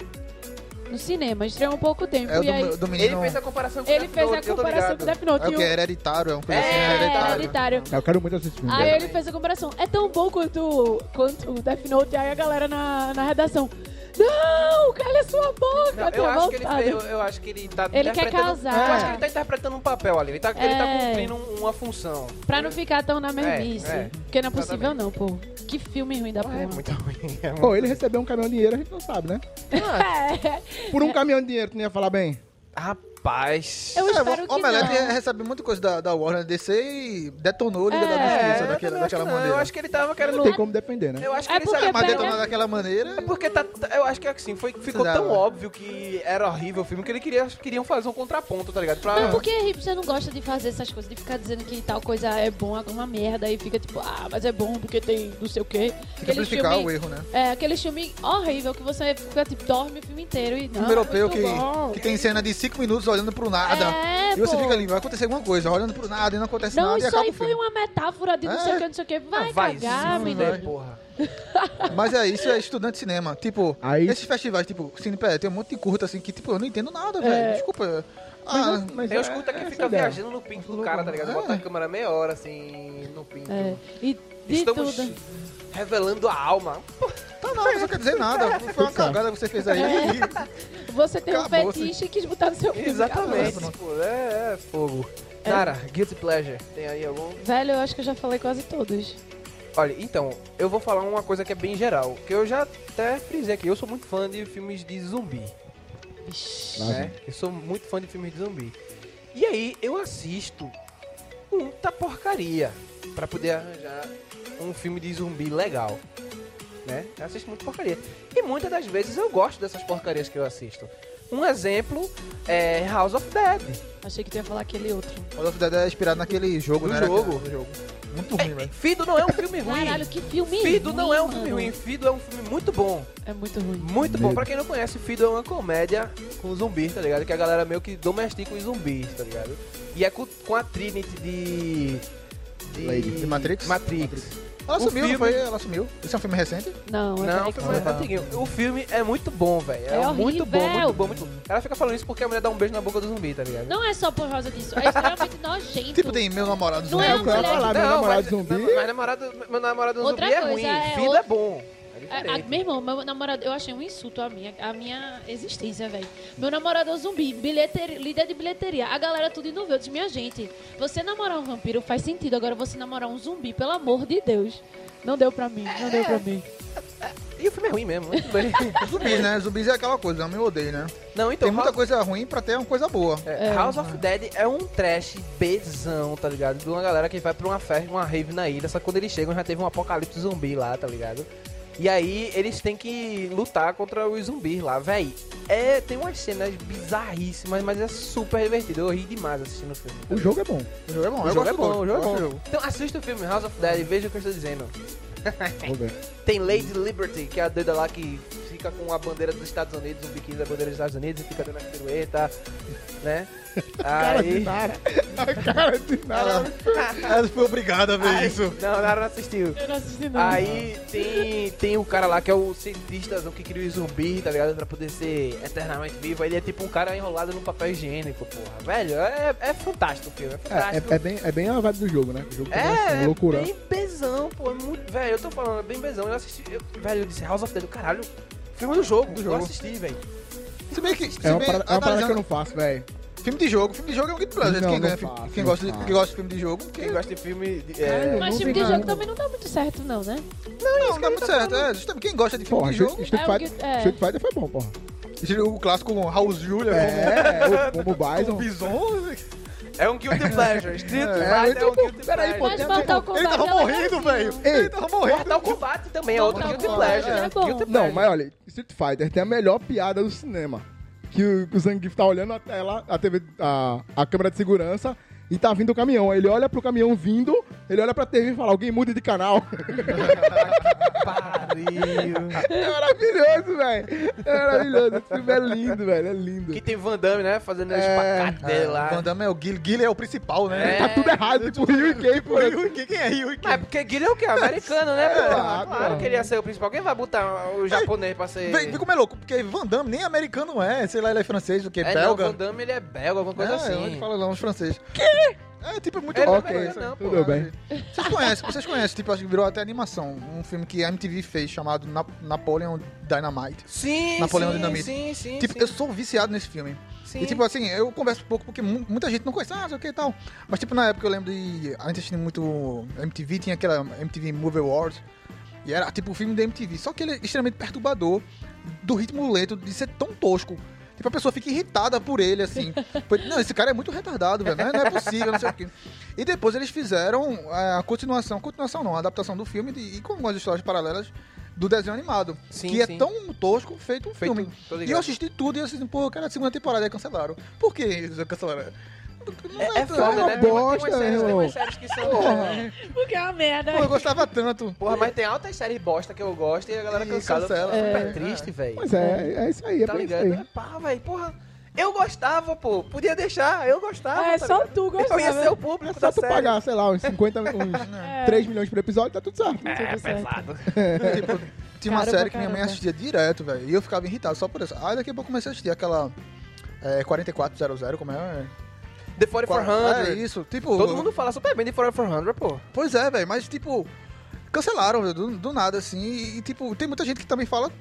Speaker 6: No cinema, estreou há um pouco tempo.
Speaker 4: É o
Speaker 6: e aí
Speaker 4: do, do
Speaker 1: Ele
Speaker 4: menino.
Speaker 1: fez a comparação com
Speaker 6: ele
Speaker 1: Death
Speaker 6: fez
Speaker 1: Note,
Speaker 6: a
Speaker 1: eu tô
Speaker 6: comparação com
Speaker 1: ligado.
Speaker 6: Death Note.
Speaker 4: É o
Speaker 6: e
Speaker 4: que? Hereditário? É um coisa
Speaker 1: É,
Speaker 4: assim,
Speaker 6: É,
Speaker 4: hereditário.
Speaker 6: hereditário.
Speaker 5: Eu quero muito assistir esse filme.
Speaker 6: Aí ele fez a comparação. É tão bom quanto, quanto o Death Note. Aí a galera na, na redação. Não, calha sua boca,
Speaker 1: Não, eu,
Speaker 6: tua
Speaker 1: acho que ele,
Speaker 6: vontade."
Speaker 1: fez- eu, eu acho que ele tá
Speaker 6: é Ele quer
Speaker 1: interpretando-
Speaker 6: casar.
Speaker 1: Eu acho que ele tá interpretando um papel ali. Ele tá, ele tá
Speaker 6: É.
Speaker 1: cumprindo um- uma função.
Speaker 6: Pra não ficar tão na mermice.
Speaker 1: é.
Speaker 6: Porque não é possível, não, pô. Que filme ruim da porra.
Speaker 1: É muito ruim. é muito
Speaker 5: Pô, ele recebeu um caminhão de dinheiro, a gente não sabe, né? Por um caminhão de dinheiro, tu não ia falar bem?
Speaker 1: Rapaz.
Speaker 6: Eu
Speaker 4: É,
Speaker 6: espero
Speaker 4: o
Speaker 6: que
Speaker 4: Omelete
Speaker 6: não.
Speaker 4: recebe muita coisa da, da Warner DC e detonou Liga da
Speaker 6: É,
Speaker 4: Justiça
Speaker 1: eu
Speaker 4: daquela,
Speaker 1: também acho
Speaker 4: daquela
Speaker 1: que não,
Speaker 4: maneira.
Speaker 1: Eu acho que ele tava
Speaker 5: Não
Speaker 1: querendo. um-
Speaker 5: tem como defender, né?
Speaker 1: Eu acho que
Speaker 6: É
Speaker 1: ele
Speaker 6: porque
Speaker 1: sabe.
Speaker 4: Mas
Speaker 6: pega-
Speaker 4: detonou daquela maneira.
Speaker 1: É porque tá, tá- eu acho que assim, foi, ficou
Speaker 4: dá,
Speaker 1: tão
Speaker 4: né?
Speaker 1: óbvio que era horrível o filme que ele queria, queriam fazer um contraponto, tá ligado? Pra...
Speaker 5: É,
Speaker 6: Não, porque hipster não gosta de fazer essas coisas, de ficar dizendo que tal coisa é bom, alguma merda, e fica tipo, ah, mas é bom porque tem não sei o quê.
Speaker 4: Simplificar o erro, né?
Speaker 6: É, aquele filme horrível que você fica tipo, dorme o filme inteiro e não.
Speaker 4: filme europeu
Speaker 6: muito
Speaker 4: que,
Speaker 6: bom.
Speaker 4: que tem cena de 5 minutos olhando pro nada.
Speaker 6: É,
Speaker 4: e você
Speaker 6: pô.
Speaker 4: fica ali, vai acontecer alguma coisa, olhando pro nada e não acontece
Speaker 6: Não,
Speaker 4: nada e
Speaker 6: isso
Speaker 4: acaba
Speaker 6: aí
Speaker 4: o
Speaker 6: foi um
Speaker 4: filme.
Speaker 6: uma metáfora de não sei o
Speaker 4: É.
Speaker 6: que, não sei o que.
Speaker 1: Ah,
Speaker 6: Vai,
Speaker 1: vai é
Speaker 6: cagar,
Speaker 1: se
Speaker 6: menino.
Speaker 1: fuder, porra.
Speaker 4: Mas é isso, é estudante de cinema. Tipo,
Speaker 5: Aí-
Speaker 4: esses festivais, tipo, Cinepé, tem um monte de curta assim que, tipo, eu não entendo nada, velho. Desculpa. Ah,
Speaker 5: Mas
Speaker 1: Tem
Speaker 5: é-
Speaker 1: uns curta que
Speaker 5: essa
Speaker 1: fica
Speaker 5: ideia. É.
Speaker 1: viajando no pinto do cara, tá ligado? Bota a câmera meia hora assim, no pinto.
Speaker 6: É, e de
Speaker 1: Estamos
Speaker 6: tudo.
Speaker 1: revelando a alma.
Speaker 4: tá não, você não quer dizer nada. Foi uma cagada que você fez aí.
Speaker 6: Você tem um
Speaker 4: Acabou,
Speaker 6: fetiche e quis botar no seu filme.
Speaker 1: Exatamente.
Speaker 6: acabou.
Speaker 1: Pô, é, é fogo. Cara, Guilty Pleasure, tem aí algum?
Speaker 6: Velho, eu acho que eu já falei quase todos.
Speaker 1: Olha, então, eu vou falar uma coisa que é bem geral, que eu já até frisei aqui, eu sou muito fã de filmes de zumbi,
Speaker 6: Ah,
Speaker 5: Lá
Speaker 1: né? Eu sou muito fã de filmes de zumbi. E aí, eu assisto muita porcaria pra poder arranjar um filme de zumbi legal, né? Eu assisto muita porcaria. E muitas das vezes eu gosto dessas porcarias que eu assisto. Um exemplo é House of Dead.
Speaker 6: Achei que tu ia falar aquele outro.
Speaker 4: Call of Duty é inspirado naquele jogo,
Speaker 1: No
Speaker 4: né?
Speaker 1: jogo.
Speaker 4: Naquele jogo. Muito ruim, velho.
Speaker 1: Fido não é um filme ruim.
Speaker 6: Caralho, que filme
Speaker 1: Fido
Speaker 6: ruim,
Speaker 1: não é um
Speaker 6: mano.
Speaker 1: filme ruim. Fido é um filme muito bom.
Speaker 6: É muito ruim.
Speaker 1: Muito bom,
Speaker 5: Medo.
Speaker 1: pra quem não conhece, Fido é uma comédia com zumbis, tá ligado? Que a galera meio que domestica os zumbis, tá ligado? E é com, com a Trinity de. De,
Speaker 5: Lady.
Speaker 4: De Matrix?
Speaker 1: Matrix.
Speaker 4: Ela
Speaker 1: O
Speaker 4: sumiu,
Speaker 1: filme-
Speaker 4: não foi? Ela sumiu. Isso é um filme recente?
Speaker 6: Não, é
Speaker 1: Não, o
Speaker 6: não
Speaker 1: filme é antiguinho. O filme é muito bom, velho. É,
Speaker 6: É
Speaker 1: muito
Speaker 6: horrível.
Speaker 1: bom, muito bom, muito bom. Ela fica falando isso porque a mulher dá um beijo na boca do zumbi, tá ligado?
Speaker 6: Não é só por causa disso. É extremamente nojento.
Speaker 4: Tipo, tem meu namorado
Speaker 6: Não
Speaker 4: zumbi.
Speaker 6: é
Speaker 5: Eu quero falar, meu namorado zumbi.
Speaker 1: Mas, mas namorado, meu namorado zumbi
Speaker 6: Outra
Speaker 1: é
Speaker 6: coisa,
Speaker 1: ruim.
Speaker 6: é
Speaker 1: Fido
Speaker 6: outra-
Speaker 1: é bom. É
Speaker 6: É, a-
Speaker 1: diferente.
Speaker 6: meu irmão, meu namorado, eu achei um insulto à minha, à minha existência, velho. Meu namorado é um zumbi, bilheteria, líder de bilheteria. A galera tudo indo ver. Eu disse, minha gente, você namorar um vampiro faz sentido. Agora você namorar um zumbi, pelo amor de Deus. Não deu pra mim, não deu pra mim.
Speaker 1: E o filme é ruim mesmo, muito bem.
Speaker 4: Zumbis, né? Zumbis é aquela coisa, eu me odeio, né?
Speaker 1: Não, então.
Speaker 4: Tem muita
Speaker 1: House-
Speaker 4: coisa ruim pra ter uma coisa boa.
Speaker 1: É, House of Dead é um trash bezão, tá ligado? De uma galera que vai pra uma festa, uma rave na ilha, só que quando eles chegam já teve um apocalipse zumbi lá, tá ligado? E aí eles têm que lutar contra os zumbis lá, véi. É, tem umas cenas bizarríssimas, mas é super divertido. Eu ri demais assistindo o filme.
Speaker 5: O jogo é bom.
Speaker 4: O jogo é bom,
Speaker 1: O
Speaker 4: eu
Speaker 1: jogo
Speaker 4: gosto
Speaker 1: é
Speaker 4: do
Speaker 1: bom, o jogo é
Speaker 4: gosto do
Speaker 1: bom. Então assista o filme House of Dead e veja o que eu estou dizendo.
Speaker 5: Vamos ver.
Speaker 1: Tem Lady Liberty, que é a doida lá que fica com a bandeira dos Estados Unidos, um biquíni da bandeira dos Estados Unidos e fica dando a pirueta, né?
Speaker 5: Cara de
Speaker 1: Aí...
Speaker 5: nada. Cara de nada.
Speaker 4: Ela foi obrigada a ver
Speaker 1: Ai,
Speaker 4: Ah, isso.
Speaker 1: Não, Nara não assistiu.
Speaker 6: Eu não assisti não.
Speaker 1: Aí tem, tem o cara lá que é o cientista que cria o zumbi, tá ligado? Pra poder ser eternamente vivo. Ele é tipo um cara enrolado num papel higiênico, porra. Velho, é, é fantástico o filme, é
Speaker 5: É,
Speaker 1: fantástico.
Speaker 5: é, é bem, é bem a vibe do jogo, né? O jogo começa
Speaker 1: É,
Speaker 5: uma loucura.
Speaker 1: bem bezão, pô. é muito- velho, eu tô falando, é bem bezão. Eu assisti, eu- velho, eu disse House of Dead, caralho. Filme do jogo,
Speaker 4: Do jogo.
Speaker 1: eu assisti, velho.
Speaker 4: Se bem que. Se
Speaker 5: É uma
Speaker 4: bem,
Speaker 5: parada, é uma parada que eu
Speaker 4: analisando,
Speaker 5: não faço, velho.
Speaker 4: Filme de jogo. Filme de jogo é um guilty pleasure.
Speaker 5: Não,
Speaker 4: quem,
Speaker 5: não
Speaker 4: ganha, fi-
Speaker 5: faço,
Speaker 4: quem,
Speaker 5: não
Speaker 4: gosta de,
Speaker 5: faço.
Speaker 4: quem gosta de filme de jogo, quem
Speaker 1: Quem
Speaker 4: gosta,
Speaker 1: gosta de filme. de- é,
Speaker 6: Mas filme de jogo também não dá muito certo, não, né?
Speaker 4: não, não dá muito certo. É, justamente quem gosta de filme
Speaker 5: Porra,
Speaker 4: de
Speaker 5: Street,
Speaker 4: jogo,
Speaker 5: Street
Speaker 6: É, o
Speaker 5: Fighter,
Speaker 6: que- é.
Speaker 5: Street Fighter foi bom, porra.
Speaker 4: o clássico Raul Julia
Speaker 5: É, o Bombo
Speaker 4: com
Speaker 5: Bison.
Speaker 4: o Bison.
Speaker 1: é um guilty pleasure. Street
Speaker 4: É,
Speaker 1: Fighter é um
Speaker 4: então,
Speaker 1: guilty
Speaker 4: peraí,
Speaker 1: pleasure.
Speaker 4: pô,
Speaker 6: Mas
Speaker 4: tem-
Speaker 6: Mortal Kombat
Speaker 4: Ele tava
Speaker 6: é
Speaker 4: morrendo,
Speaker 6: legalzinho.
Speaker 4: velho.
Speaker 5: Ei.
Speaker 4: Ele tava morrendo.
Speaker 1: Mortal Kombat também é outro
Speaker 6: Mortal
Speaker 1: guilty
Speaker 6: Kombat
Speaker 1: pleasure.
Speaker 6: é bom.
Speaker 1: Guilty
Speaker 5: Não,
Speaker 1: pleasure.
Speaker 5: mas olha, Street Fighter tem a melhor piada do cinema. Que o, que o Zangief tá olhando a tela, a TV, a, a câmera de segurança, e tá vindo o caminhão. Aí Ele olha pro caminhão vindo, ele olha pra TV e fala, alguém muda de canal. é maravilhoso, velho. É maravilhoso. Esse filme é lindo, velho. É lindo.
Speaker 1: Que tem Van Damme, né? Fazendo o espacate dele lá.
Speaker 4: Van Damme é o Guile. Guile é o principal, né?
Speaker 5: Tá tudo errado, tipo, Rio e Kay, pô.
Speaker 4: Ryu e Ken- Quem é Ryu e Ken?
Speaker 1: Mas porque Guilherme é o quê? Americano, né, pô?
Speaker 5: claro,
Speaker 1: claro que ele ia ser o principal. Quem vai botar o japonês pra ser...
Speaker 4: Vê, vê como é louco, porque Van Damme nem americano é, sei lá, ele é francês, o que,
Speaker 1: é, não,
Speaker 4: belga?
Speaker 1: Van Damme, ele é belga, alguma coisa
Speaker 4: é,
Speaker 1: assim.
Speaker 4: Onde fala lá, uns francês. Que? É, tipo, é muito
Speaker 1: Ele não é
Speaker 4: louco
Speaker 1: belga,
Speaker 4: isso.
Speaker 1: não, pô.
Speaker 5: Tudo bem.
Speaker 4: Vocês conhecem, vocês conhecem, tipo, acho que virou até animação, um filme que a MTV fez chamado Na- Napoleon Dynamite.
Speaker 1: Sim,
Speaker 4: Napoleão
Speaker 1: sim,
Speaker 4: Dinamite.
Speaker 1: sim, sim,
Speaker 4: Tipo,
Speaker 1: sim,
Speaker 4: eu sou viciado nesse filme.
Speaker 1: sim.
Speaker 4: E tipo assim, eu converso pouco porque mu- muita gente não conhece, ah, sei o que e tal. Mas tipo, na época eu lembro de. A gente assistindo muito MTV, tinha aquela MTV Movie Awards. E era tipo o filme da MTV. Só que ele é extremamente perturbador, do ritmo lento, de ser tão tosco. Tipo, a pessoa fica irritada por ele, assim. Pô, Não, esse cara é muito retardado, velho. Não, é- não é possível, não sei o quê. E depois eles fizeram é, a continuação, continuação não, a adaptação do filme de- e com algumas histórias paralelas do desenho animado.
Speaker 1: Sim,
Speaker 4: que
Speaker 1: sim.
Speaker 4: é tão tosco feito um
Speaker 1: Feito,
Speaker 4: filme.
Speaker 1: tô
Speaker 4: E eu
Speaker 1: ligado.
Speaker 4: assisti tudo e eu assisti, pô, cara, a segunda temporada aí cancelaram. Por que eles cancelaram? Não
Speaker 1: É, é
Speaker 4: tanto,
Speaker 1: foda,
Speaker 5: uma
Speaker 1: né? Tem, uma-
Speaker 5: bosta,
Speaker 1: tem, umas séries, tem
Speaker 5: irmão.
Speaker 1: umas séries que são...
Speaker 4: Porra.
Speaker 6: Porque é uma merda.
Speaker 4: Pô, eu gostava tanto.
Speaker 1: Porra, mas tem altas séries bosta que eu gosto e a galera
Speaker 4: E
Speaker 1: cancela.
Speaker 4: cancela.
Speaker 1: É super
Speaker 4: É.
Speaker 1: triste, velho.
Speaker 5: Mas é, é isso aí, é
Speaker 1: Tá
Speaker 5: bem isso
Speaker 1: ligado?
Speaker 5: aí.
Speaker 1: Pá, velho, porra. Eu gostava, pô. Podia deixar, eu gostava.
Speaker 6: É,
Speaker 1: tá
Speaker 6: só
Speaker 1: ligado?
Speaker 6: tu gostava.
Speaker 1: Eu ia ser o público
Speaker 5: É
Speaker 4: É
Speaker 5: Só
Speaker 1: da
Speaker 5: tu
Speaker 1: série.
Speaker 5: pagar, sei lá, uns 50, uns
Speaker 6: É,
Speaker 5: 3 milhões por episódio, tá tudo certo.
Speaker 6: tudo é
Speaker 1: É
Speaker 6: certo.
Speaker 4: Tipo, tinha uma
Speaker 6: Cara,
Speaker 4: série
Speaker 6: pra
Speaker 4: que minha mãe
Speaker 6: caramba.
Speaker 4: assistia direto, velho. E eu ficava irritado só por isso. Aí daqui a pouco eu comecei a assistir aquela. É, 4400, como é?
Speaker 1: The 4400.
Speaker 4: É isso, tipo.
Speaker 1: Todo mundo fala super bem de 4400, pô.
Speaker 4: Pois é, velho, mas tipo. Cancelaram, velho, do, do nada, assim. E, tipo, tem muita gente que também fala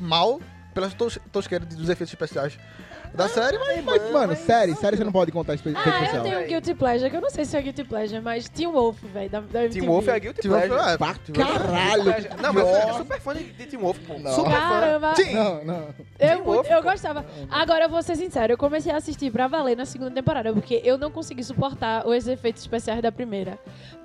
Speaker 4: mal pelas tos, tosqueiras dos efeitos especiais
Speaker 1: Ah,
Speaker 4: da série, mas.
Speaker 5: Mas, mano, série, série você não pode contar espe- efeito
Speaker 6: Ah, eu
Speaker 5: especial.
Speaker 6: tenho um Guilty Pleasure, que eu não sei se é Guilty Pleasure, mas Teen Wolf, velho, da, da
Speaker 1: Team
Speaker 6: MTV.
Speaker 1: Wolf é né? a Guilty
Speaker 4: Tipo,
Speaker 1: Pleasure.
Speaker 4: é,
Speaker 5: Caralho!
Speaker 1: Não, mas eu sou super fã de, de Team Wolf, pô.
Speaker 5: Não.
Speaker 1: Super fã.
Speaker 6: Caramba,
Speaker 4: Sim.
Speaker 5: Não, não.
Speaker 1: Teen
Speaker 6: eu, muito-
Speaker 1: Wolf,
Speaker 6: eu
Speaker 1: pô.
Speaker 6: gostava. Agora, eu vou ser sincero, eu comecei a assistir pra valer na segunda temporada, porque eu não consegui suportar os efeitos especiais da primeira.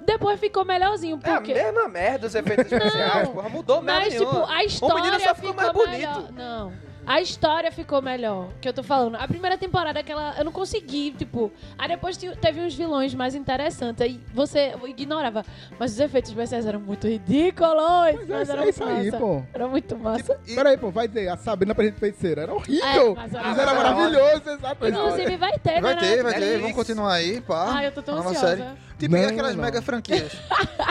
Speaker 6: Depois ficou melhorzinho,
Speaker 1: É a
Speaker 6: porque...
Speaker 1: mesma merda os efeitos especiais, porra. Mudou mesmo.
Speaker 6: Mas, tipo, a
Speaker 1: O
Speaker 6: história
Speaker 1: menino só ficou mais
Speaker 6: melhor.
Speaker 1: bonito.
Speaker 6: Não. A história ficou melhor, que eu tô falando. A primeira temporada que ela, eu não consegui, tipo. Aí depois te- teve uns vilões mais interessantes. Aí você ignorava. Mas os efeitos especiais eram muito ridículos. Mas
Speaker 5: Mas
Speaker 6: eram
Speaker 5: é isso aí,
Speaker 6: massa.
Speaker 5: pô.
Speaker 6: Era muito massa.
Speaker 4: tipo, E-
Speaker 5: Peraí, pô, vai dizer, a Sabrina Parede Feiticeira era horrível.
Speaker 6: É, mas
Speaker 5: mas
Speaker 6: era-
Speaker 5: era, maravilhoso, exato.
Speaker 6: Inclusive, vai ter,
Speaker 4: Vai
Speaker 6: né?
Speaker 4: ter,
Speaker 6: na-
Speaker 4: vai ter.
Speaker 1: Netflix.
Speaker 4: Vamos continuar aí, pá.
Speaker 6: Ah, eu tô tão
Speaker 4: Nova
Speaker 6: ansiosa.
Speaker 4: série. Tipo, e
Speaker 5: Não,
Speaker 4: aquelas
Speaker 5: não.
Speaker 4: mega franquias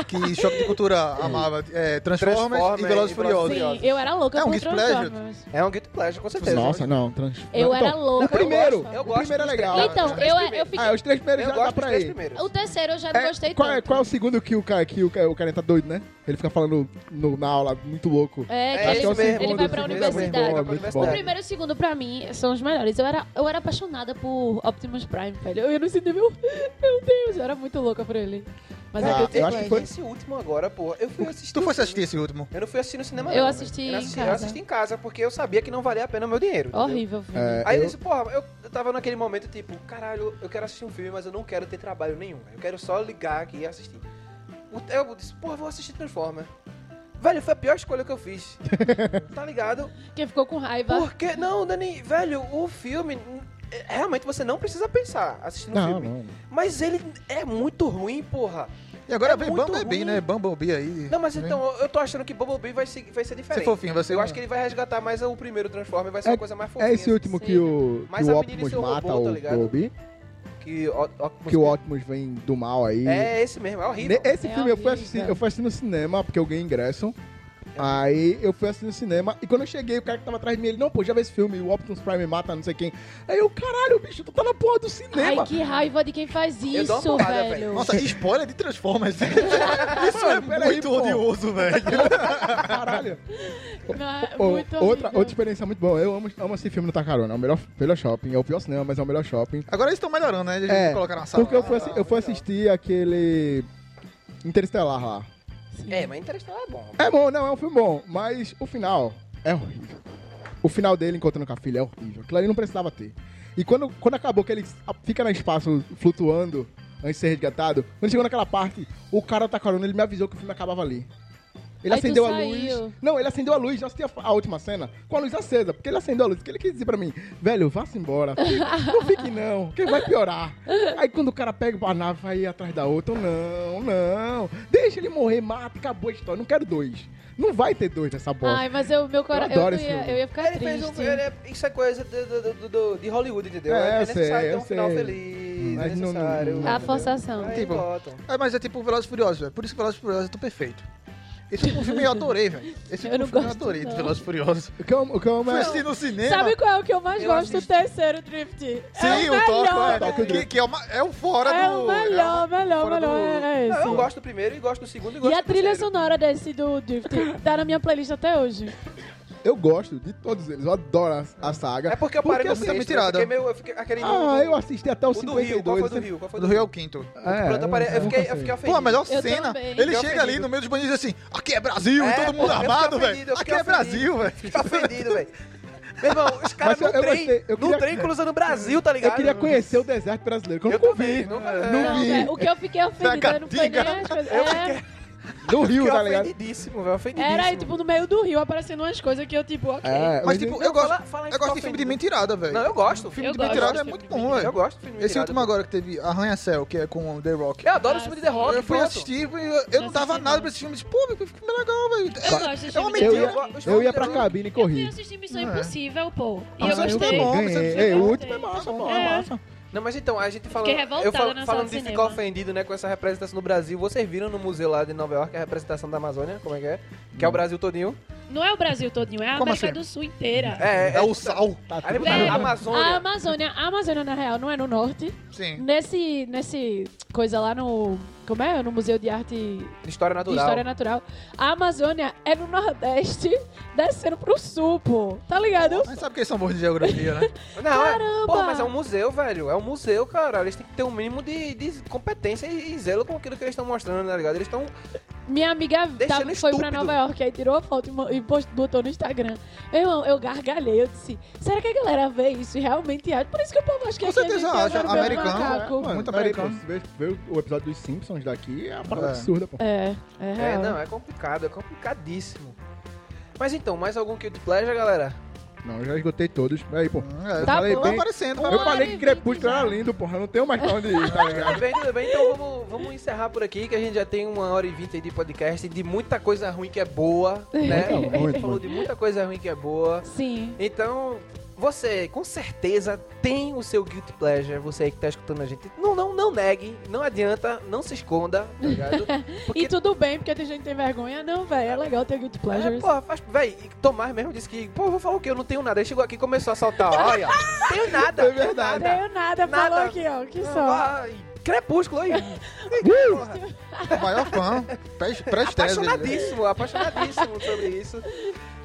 Speaker 4: que Choque de Cultura amava. É, Transformers,
Speaker 1: Transformers
Speaker 4: e Velozes e
Speaker 1: e Velozes
Speaker 4: Furiosos.
Speaker 1: e
Speaker 6: Sim, eu era louca
Speaker 4: É um
Speaker 6: com
Speaker 4: guilty pleasure?
Speaker 6: Transformers.
Speaker 1: É um guilty pleasure, com certeza.
Speaker 5: Nossa, não, trans...
Speaker 6: Eu
Speaker 5: não, então,
Speaker 6: era louca.
Speaker 5: O primeiro,
Speaker 6: eu
Speaker 1: eu
Speaker 5: o
Speaker 1: gosto
Speaker 5: primeiro é
Speaker 1: dos
Speaker 5: legal.
Speaker 1: três.
Speaker 6: Então, eu, eu fiquei.
Speaker 5: Ah, os três primeiros
Speaker 1: Eu
Speaker 5: já dá
Speaker 1: gosto dos
Speaker 5: pra
Speaker 1: três
Speaker 5: ir.
Speaker 1: primeiros.
Speaker 6: O terceiro eu já não
Speaker 5: É,
Speaker 6: gostei
Speaker 5: qual, é,
Speaker 6: tanto.
Speaker 5: qual é o segundo que o, cara, que o, ca- o carinha tá doido, né? Ele fica falando no- na aula, muito louco.
Speaker 6: É,
Speaker 1: É
Speaker 6: que
Speaker 5: Acho que é o
Speaker 6: ele,
Speaker 1: mesmo,
Speaker 6: ele
Speaker 5: segundo,
Speaker 6: vai
Speaker 5: o
Speaker 6: pra
Speaker 5: segundo é muito
Speaker 6: universidade.
Speaker 5: bom, é muito
Speaker 1: Universidade.
Speaker 5: bom.
Speaker 6: O primeiro e o segundo, pra mim, são os melhores. Eu era, eu era apaixonada por Optimus Prime, velho. Eu ia no cinema, eu, meu Deus, eu era muito louca por ele. Mas
Speaker 5: Ah,
Speaker 6: é Guilty
Speaker 5: eu acho que
Speaker 6: Pleasure.
Speaker 5: foi-
Speaker 1: Esse último agora, porra. Eu fui assistir.
Speaker 4: Tu
Speaker 1: o
Speaker 4: fosse
Speaker 1: filme.
Speaker 4: assistir esse último?
Speaker 1: Eu não fui assistir no cinema,
Speaker 6: Eu
Speaker 1: não,
Speaker 6: assisti
Speaker 1: velho.
Speaker 6: em
Speaker 1: eu assisti,
Speaker 6: casa.
Speaker 1: Eu assisti em casa, porque eu sabia que não valia a pena o meu dinheiro. entendeu?
Speaker 6: Horrível, filho.
Speaker 5: É,
Speaker 1: Aí eu
Speaker 5: eu-
Speaker 1: disse, porra, eu, eu tava naquele momento tipo, caralho, eu quero assistir um filme, mas eu não quero ter trabalho nenhum. Eu quero só ligar aqui e assistir. O- Eu disse, porra, vou assistir Transformer. Velho, foi a pior escolha que eu fiz. tá ligado?
Speaker 6: Quem ficou com raiva.
Speaker 1: Porque, não, Dani, velho, o filme. é, Realmente você não precisa pensar assistindo o
Speaker 5: Não,
Speaker 1: filme.
Speaker 5: não.
Speaker 1: Mas ele é muito ruim, porra.
Speaker 4: E agora
Speaker 1: É
Speaker 4: vem
Speaker 1: muito
Speaker 4: Bumblebee,
Speaker 1: ruim.
Speaker 4: né? Bumblebee aí.
Speaker 1: Não, mas
Speaker 4: Vem.
Speaker 1: então,
Speaker 5: Né?
Speaker 1: eu- eu tô achando que Bumblebee vai ser, vai ser diferente.
Speaker 4: Ser fofinho, vai ser
Speaker 1: Eu
Speaker 4: um-
Speaker 1: acho que ele vai resgatar mais o primeiro Transformer, vai ser uma coisa mais fofinha.
Speaker 5: assim,
Speaker 1: assim,
Speaker 5: É esse último
Speaker 6: sim.
Speaker 5: que o,
Speaker 1: Mas
Speaker 5: que o
Speaker 1: a menina e
Speaker 5: Optimus
Speaker 1: seu
Speaker 5: mata
Speaker 1: robô, tá
Speaker 5: o
Speaker 1: ligado?
Speaker 5: Gobi.
Speaker 1: Que, ó, ó-
Speaker 5: Que o Optimus vem do mal aí.
Speaker 1: É esse mesmo, é horrível.
Speaker 5: Ne- Esse
Speaker 6: É
Speaker 5: filme eu fui,
Speaker 6: horrível.
Speaker 5: assistir, eu fui assistir no cinema porque eu ganhei ingresso.
Speaker 1: É.
Speaker 5: Aí eu fui assistir no cinema e quando eu cheguei, o cara que tava atrás de mim, ele, não, pô, já vê esse filme, o Optimus Prime mata não sei quem. Aí eu, caralho, bicho, tu tá na porra do cinema.
Speaker 6: Ai, que raiva de quem faz
Speaker 1: Eu dou uma
Speaker 6: isso,
Speaker 1: porrada,
Speaker 6: velho.
Speaker 1: velho.
Speaker 4: Nossa, spoiler de Transformers.
Speaker 5: Isso é
Speaker 4: Muito odioso, velho.
Speaker 5: Caralho.
Speaker 6: Não, é
Speaker 5: Ô,
Speaker 6: muito
Speaker 5: outra,
Speaker 6: horrível.
Speaker 5: outra experiência muito boa. Eu amo, amo esse filme no Tacarona. É o melhor, melhor shopping. É o pior cinema, mas é o melhor shopping.
Speaker 4: Agora eles estão melhorando, né? Eles
Speaker 5: É,
Speaker 4: colocaram na sala.
Speaker 5: Porque eu
Speaker 1: né?
Speaker 5: fui, assi- eu fui assistir aquele Interestelar lá.
Speaker 1: É, mas Interestelar é bom.
Speaker 5: É bom, não, é um filme bom, mas o final é horrível. O final dele encontrando com a filha é horrível. Aquilo ali não precisava ter. E quando, quando acabou que ele fica no espaço flutuando antes de ser resgatado, quando chegou naquela parte, o cara tá corona, ele me avisou que o filme acabava ali. Ele
Speaker 6: Aí tu
Speaker 5: acendeu a
Speaker 6: saiu.
Speaker 5: luz. Não, ele acendeu a luz, já assisti a, a última cena, com a luz acesa, porque ele acendeu a luz, porque ele quis dizer pra mim, velho, vá-se embora, fica- não fique não, que vai piorar. Aí quando o cara pega a nave, vai atrás da outra, eu, não, não, deixa ele morrer, mata, acabou a história, não quero dois. Não vai ter dois nessa bosta.
Speaker 6: Ai, mas eu, meu coração. Eu,
Speaker 5: adoro
Speaker 6: não
Speaker 5: esse
Speaker 6: ia,
Speaker 5: filme.
Speaker 6: eu ia ficar
Speaker 1: ele fez
Speaker 6: triste.
Speaker 1: um, ele- isso é coisa de, de, de- de- de Hollywood, entendeu?
Speaker 5: É,
Speaker 1: É,
Speaker 5: eu sei,
Speaker 1: necessário ter
Speaker 5: eu
Speaker 1: um final
Speaker 5: sei.
Speaker 1: feliz,
Speaker 5: Mas
Speaker 1: é
Speaker 5: não-
Speaker 1: necessário.
Speaker 5: não-
Speaker 6: A
Speaker 1: entendeu?
Speaker 6: forçação.
Speaker 1: Aí
Speaker 4: Tipo,
Speaker 1: botam.
Speaker 4: É, mas é tipo Velozes e Furiosos, velho. Por isso que Velozes e Furiosos é tão perfeito. Esse último filme eu adorei, velho. Esse
Speaker 6: Eu
Speaker 4: último
Speaker 6: não
Speaker 4: filme eu
Speaker 6: gosto,
Speaker 4: adorei
Speaker 6: não.
Speaker 4: de Velozes e Furiosos.
Speaker 5: O que eu, o que eu
Speaker 4: Fui
Speaker 5: mais...
Speaker 1: assim.
Speaker 4: assistir no cinema.
Speaker 6: Sabe qual é o que eu mais
Speaker 1: Eu
Speaker 6: gosto?
Speaker 1: assisti.
Speaker 6: O terceiro Drift.
Speaker 4: Sim,
Speaker 6: é
Speaker 4: o Toco,
Speaker 6: melhor,
Speaker 4: é.
Speaker 5: Tóquio
Speaker 4: que,
Speaker 5: Drift.
Speaker 4: que é, uma, é um fora
Speaker 6: É
Speaker 4: do...
Speaker 6: o melhor, melhor,
Speaker 4: fora
Speaker 6: melhor.
Speaker 4: do-
Speaker 6: É esse.
Speaker 1: Não, eu gosto do primeiro e gosto do segundo e
Speaker 6: E
Speaker 1: gosto
Speaker 6: a
Speaker 1: do
Speaker 6: trilha
Speaker 1: terceiro.
Speaker 6: sonora desse do Drift tá na minha playlist até hoje.
Speaker 5: Eu gosto de todos eles, eu adoro a, a saga.
Speaker 1: É porque eu parei no
Speaker 4: você tá me
Speaker 1: sexto, eu
Speaker 4: tirada.
Speaker 1: fiquei meio... Eu fiquei, aquele
Speaker 5: Ah, eu assisti até o,
Speaker 1: o do Rio, qual
Speaker 5: 52.
Speaker 1: foi do Rio? Qual foi
Speaker 4: O do Rio é o quinto.
Speaker 5: né? É,
Speaker 1: Pronto, eu parei, eu fiquei,
Speaker 5: nunca
Speaker 1: eu
Speaker 5: sei.
Speaker 1: fiquei ofendido.
Speaker 4: Pô, a melhor
Speaker 6: Eu
Speaker 4: cena.
Speaker 6: também.
Speaker 4: Ele
Speaker 1: Fiquei
Speaker 4: chega ali
Speaker 1: ofendido.
Speaker 4: no meio dos bandidos assim, aqui é Brasil, e
Speaker 1: É,
Speaker 4: todo
Speaker 1: pô,
Speaker 4: mundo
Speaker 1: eu fiquei
Speaker 4: armado,
Speaker 1: ofendido,
Speaker 4: velho.
Speaker 1: eu
Speaker 4: Aqui
Speaker 1: fiquei
Speaker 4: é
Speaker 1: ofendido.
Speaker 4: Brasil, velho.
Speaker 1: Fiquei ofendido, velho. Meu irmão, os caras
Speaker 5: Mas eu-
Speaker 1: no
Speaker 5: eu
Speaker 1: trem,
Speaker 5: gostei, eu
Speaker 1: no
Speaker 5: queria-
Speaker 1: trem cruzando o Brasil, tá ligado?
Speaker 5: Eu queria conhecer o deserto brasileiro, que eu,
Speaker 1: Eu
Speaker 5: nunca
Speaker 1: também,
Speaker 5: vi.
Speaker 1: nunca-
Speaker 5: não
Speaker 1: é.
Speaker 6: Não,
Speaker 5: vi.
Speaker 6: velho, o que eu fiquei ofendida não foi nem
Speaker 4: Catatinga.
Speaker 6: as coisas.
Speaker 1: Eu
Speaker 6: É,
Speaker 5: Do Rio,
Speaker 1: Fiquei
Speaker 5: tá ligado?
Speaker 1: ofendidíssimo, velho, ofendidíssimo.
Speaker 6: era aí, tipo, no meio do rio aparecendo umas coisas que eu, tipo, ok.
Speaker 5: É,
Speaker 4: Mas
Speaker 5: hoje-
Speaker 4: tipo,
Speaker 1: Não,
Speaker 4: eu gosto,
Speaker 1: fala- fala aí
Speaker 4: eu
Speaker 1: que
Speaker 4: gosto
Speaker 1: tá
Speaker 4: de filme de
Speaker 1: ofendido.
Speaker 4: mentirada, velho.
Speaker 1: Não, eu gosto.
Speaker 4: Filme
Speaker 6: Eu
Speaker 4: de
Speaker 6: gosto
Speaker 4: mentirada
Speaker 6: de
Speaker 4: é
Speaker 6: filme
Speaker 4: muito
Speaker 6: de
Speaker 4: bom,
Speaker 6: mentirada.
Speaker 1: Eu
Speaker 4: velho.
Speaker 1: gosto de filme
Speaker 4: Esse
Speaker 1: mentirado,
Speaker 4: último
Speaker 1: pô.
Speaker 4: agora que teve Arranha-Céu, que é com o The Rock.
Speaker 1: Eu adoro o filme de The Rock,
Speaker 4: Eu fui
Speaker 1: pronto.
Speaker 4: assistir e eu, eu não dava nada
Speaker 6: assisti, não.
Speaker 4: pra esse filme. Tipo, pô, que filme legal, velho.
Speaker 6: Eu gosto tipo de
Speaker 4: é uma
Speaker 6: filme de
Speaker 5: eu
Speaker 4: mentira.
Speaker 5: ia,
Speaker 1: eu gosto
Speaker 5: eu ia
Speaker 1: de
Speaker 5: pra
Speaker 1: filme.
Speaker 5: cabine e
Speaker 6: Eu fui
Speaker 5: corri.
Speaker 6: assistir Missão
Speaker 4: Não é.
Speaker 6: Impossível,
Speaker 4: Ah,
Speaker 6: pô. E eu
Speaker 4: mas isso é
Speaker 6: gostei.
Speaker 4: bom,
Speaker 5: Ganhei.
Speaker 4: mas isso
Speaker 5: Ei,
Speaker 6: é
Speaker 5: o
Speaker 6: bom,
Speaker 5: último é
Speaker 6: tem.
Speaker 5: massa, pô,
Speaker 6: É.
Speaker 5: é massa.
Speaker 1: Não, mas então, a gente falando.
Speaker 6: Fiquei revoltada
Speaker 1: eu fal-
Speaker 6: na sala
Speaker 1: falando
Speaker 6: de
Speaker 1: de ficar
Speaker 6: cinema.
Speaker 1: ofendido, né, com essa representação do Brasil. Vocês viram no museu lá de Nova York é a representação da Amazônia? Como é que é? Que é o Brasil todinho.
Speaker 6: Não é o Brasil todinho, é a
Speaker 4: Como
Speaker 6: América
Speaker 4: assim?
Speaker 6: do Sul inteira.
Speaker 1: É,
Speaker 4: É o sal.
Speaker 5: Tá
Speaker 1: Aí
Speaker 5: tudo
Speaker 1: botaram
Speaker 6: Velho,
Speaker 1: a
Speaker 6: A
Speaker 1: Amazônia.
Speaker 6: Amazônia, a Amazônia, na real, não é no norte.
Speaker 4: Sim.
Speaker 6: Nesse, nesse coisa lá no... Como é? No Museu de Arte
Speaker 1: História
Speaker 6: de
Speaker 1: natural.
Speaker 6: História Natural. A Amazônia é no Nordeste, descendo pro Sul, pô. Tá ligado?
Speaker 4: Mas sabe que eles são bons de geografia, né?
Speaker 1: Não,
Speaker 6: Caramba!
Speaker 1: É, pô, mas é um museu, velho. É um museu, cara. Eles têm que ter um mínimo de, de competência e, e zelo com aquilo que eles estão mostrando, tá ligado? Eles estão.
Speaker 6: Minha amiga
Speaker 1: Deixando
Speaker 6: tava- foi pra
Speaker 1: estúpido.
Speaker 6: Nova York, aí tirou a foto e mo- e post- botou no Instagram. Meu irmão, eu gargalhei, eu disse, será que a galera vê isso e realmente acha? Por isso que o povo acha que
Speaker 4: Com
Speaker 6: aqui a
Speaker 4: certeza
Speaker 6: gente é
Speaker 4: acha,
Speaker 6: o verdadeiro
Speaker 4: americano,
Speaker 6: macaco.
Speaker 5: Mano,
Speaker 4: Muito
Speaker 5: peraí, pô, é
Speaker 4: americano.
Speaker 5: Você vê, vê o episódio dos Simpsons daqui é uma parada
Speaker 4: É.
Speaker 5: absurda, pô.
Speaker 6: É, é
Speaker 1: É,
Speaker 6: real.
Speaker 1: não, é complicado, é complicadíssimo. Mas então, mais algum Guilty Pleasure, galera?
Speaker 5: Não, eu já esgotei todos. Peraí, pô.
Speaker 4: É,
Speaker 6: Tá
Speaker 5: falei
Speaker 6: bom.
Speaker 4: Tá
Speaker 5: bem-
Speaker 4: aparecendo,
Speaker 6: Uma
Speaker 5: Eu
Speaker 6: hora
Speaker 5: falei
Speaker 6: e
Speaker 5: que
Speaker 6: vinte
Speaker 5: Crepúsculo
Speaker 6: já.
Speaker 5: era lindo, porra. Eu não tenho mais pra onde ir, tá ligado?
Speaker 1: Tudo bem, tudo bem. Então vamos, vamos encerrar por aqui, que a gente já tem uma hora e vinte aí de podcast de muita coisa ruim que é boa, né?
Speaker 5: Muito,
Speaker 1: a
Speaker 5: muito,
Speaker 1: gente falou de
Speaker 5: muito.
Speaker 1: muita coisa ruim que é boa.
Speaker 6: Sim.
Speaker 1: Então, você com certeza tem o seu guilty pleasure, você aí que tá escutando a gente. Não, não, não negue, não adianta, não se esconda, tá ligado?
Speaker 6: E tudo bem, porque tem gente que tem vergonha. Não, velho, é legal ter guilty
Speaker 1: É,
Speaker 6: pleasures.
Speaker 1: porra, faz, véi, e Tomás mesmo disse que, pô, eu vou falar o quê? Eu não tenho nada. Ele chegou aqui e começou a saltar. Olha, tenho nada.
Speaker 5: É verdade.
Speaker 1: tenho
Speaker 6: Tenho nada,
Speaker 1: Nada.
Speaker 6: falou aqui, ó, que
Speaker 1: Nada.
Speaker 6: só.
Speaker 1: Ah, e Crepúsculo aí. Porra.
Speaker 4: maior fã. Prestese.
Speaker 1: apaixonadíssimo, apaixonadíssimo sobre isso.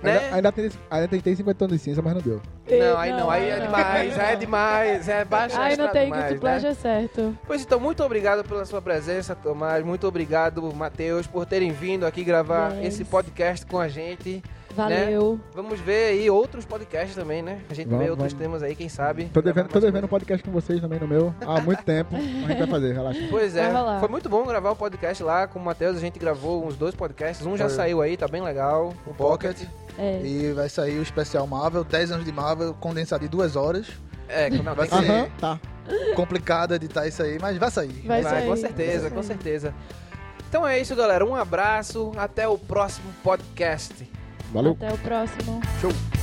Speaker 5: Ainda,
Speaker 1: Né?
Speaker 5: ainda, tem, ainda tentei 50 anos de ciência, mas não deu.
Speaker 1: Não, aí não, aí é demais, aí é demais, é baixo
Speaker 6: Aí não
Speaker 1: astral
Speaker 6: tem
Speaker 1: demais,
Speaker 6: guilty
Speaker 1: né?
Speaker 6: pleasure certo.
Speaker 1: Pois então, muito obrigado pela sua presença, Tomás. Muito obrigado, Matheus, por terem vindo aqui gravar
Speaker 6: Yes.
Speaker 1: esse podcast com a gente.
Speaker 6: Valeu.
Speaker 1: Vamos ver aí outros podcasts também, né? A gente vê
Speaker 5: Vamos,
Speaker 1: outros
Speaker 5: vamos.
Speaker 1: temas aí, quem sabe.
Speaker 5: Tô devendo, tô
Speaker 1: Gravar mais
Speaker 5: devendo um podcast com vocês também no meu há muito tempo. A gente vai fazer, relaxa.
Speaker 1: Pois
Speaker 6: Vai
Speaker 1: é,
Speaker 6: rolar.
Speaker 1: foi muito bom gravar o podcast lá com o Matheus. A gente gravou uns dois podcasts. Um já
Speaker 4: Foi.
Speaker 1: saiu aí, tá bem legal. O Pocket.
Speaker 4: Pocket.
Speaker 6: É.
Speaker 4: E vai sair o especial Marvel, 10 anos de Marvel, condensado em duas horas.
Speaker 1: É, não, tem
Speaker 4: Vai
Speaker 1: que
Speaker 4: ser-
Speaker 1: ser.
Speaker 5: Aham, tá.
Speaker 4: Complicado editar tá isso aí, mas vai sair.
Speaker 6: Vai
Speaker 1: Vai,
Speaker 6: sair.
Speaker 1: com certeza, com certeza. Então é isso, galera. Um abraço. Até o próximo podcast.
Speaker 5: Valeu.
Speaker 6: Até o próximo.
Speaker 4: Show.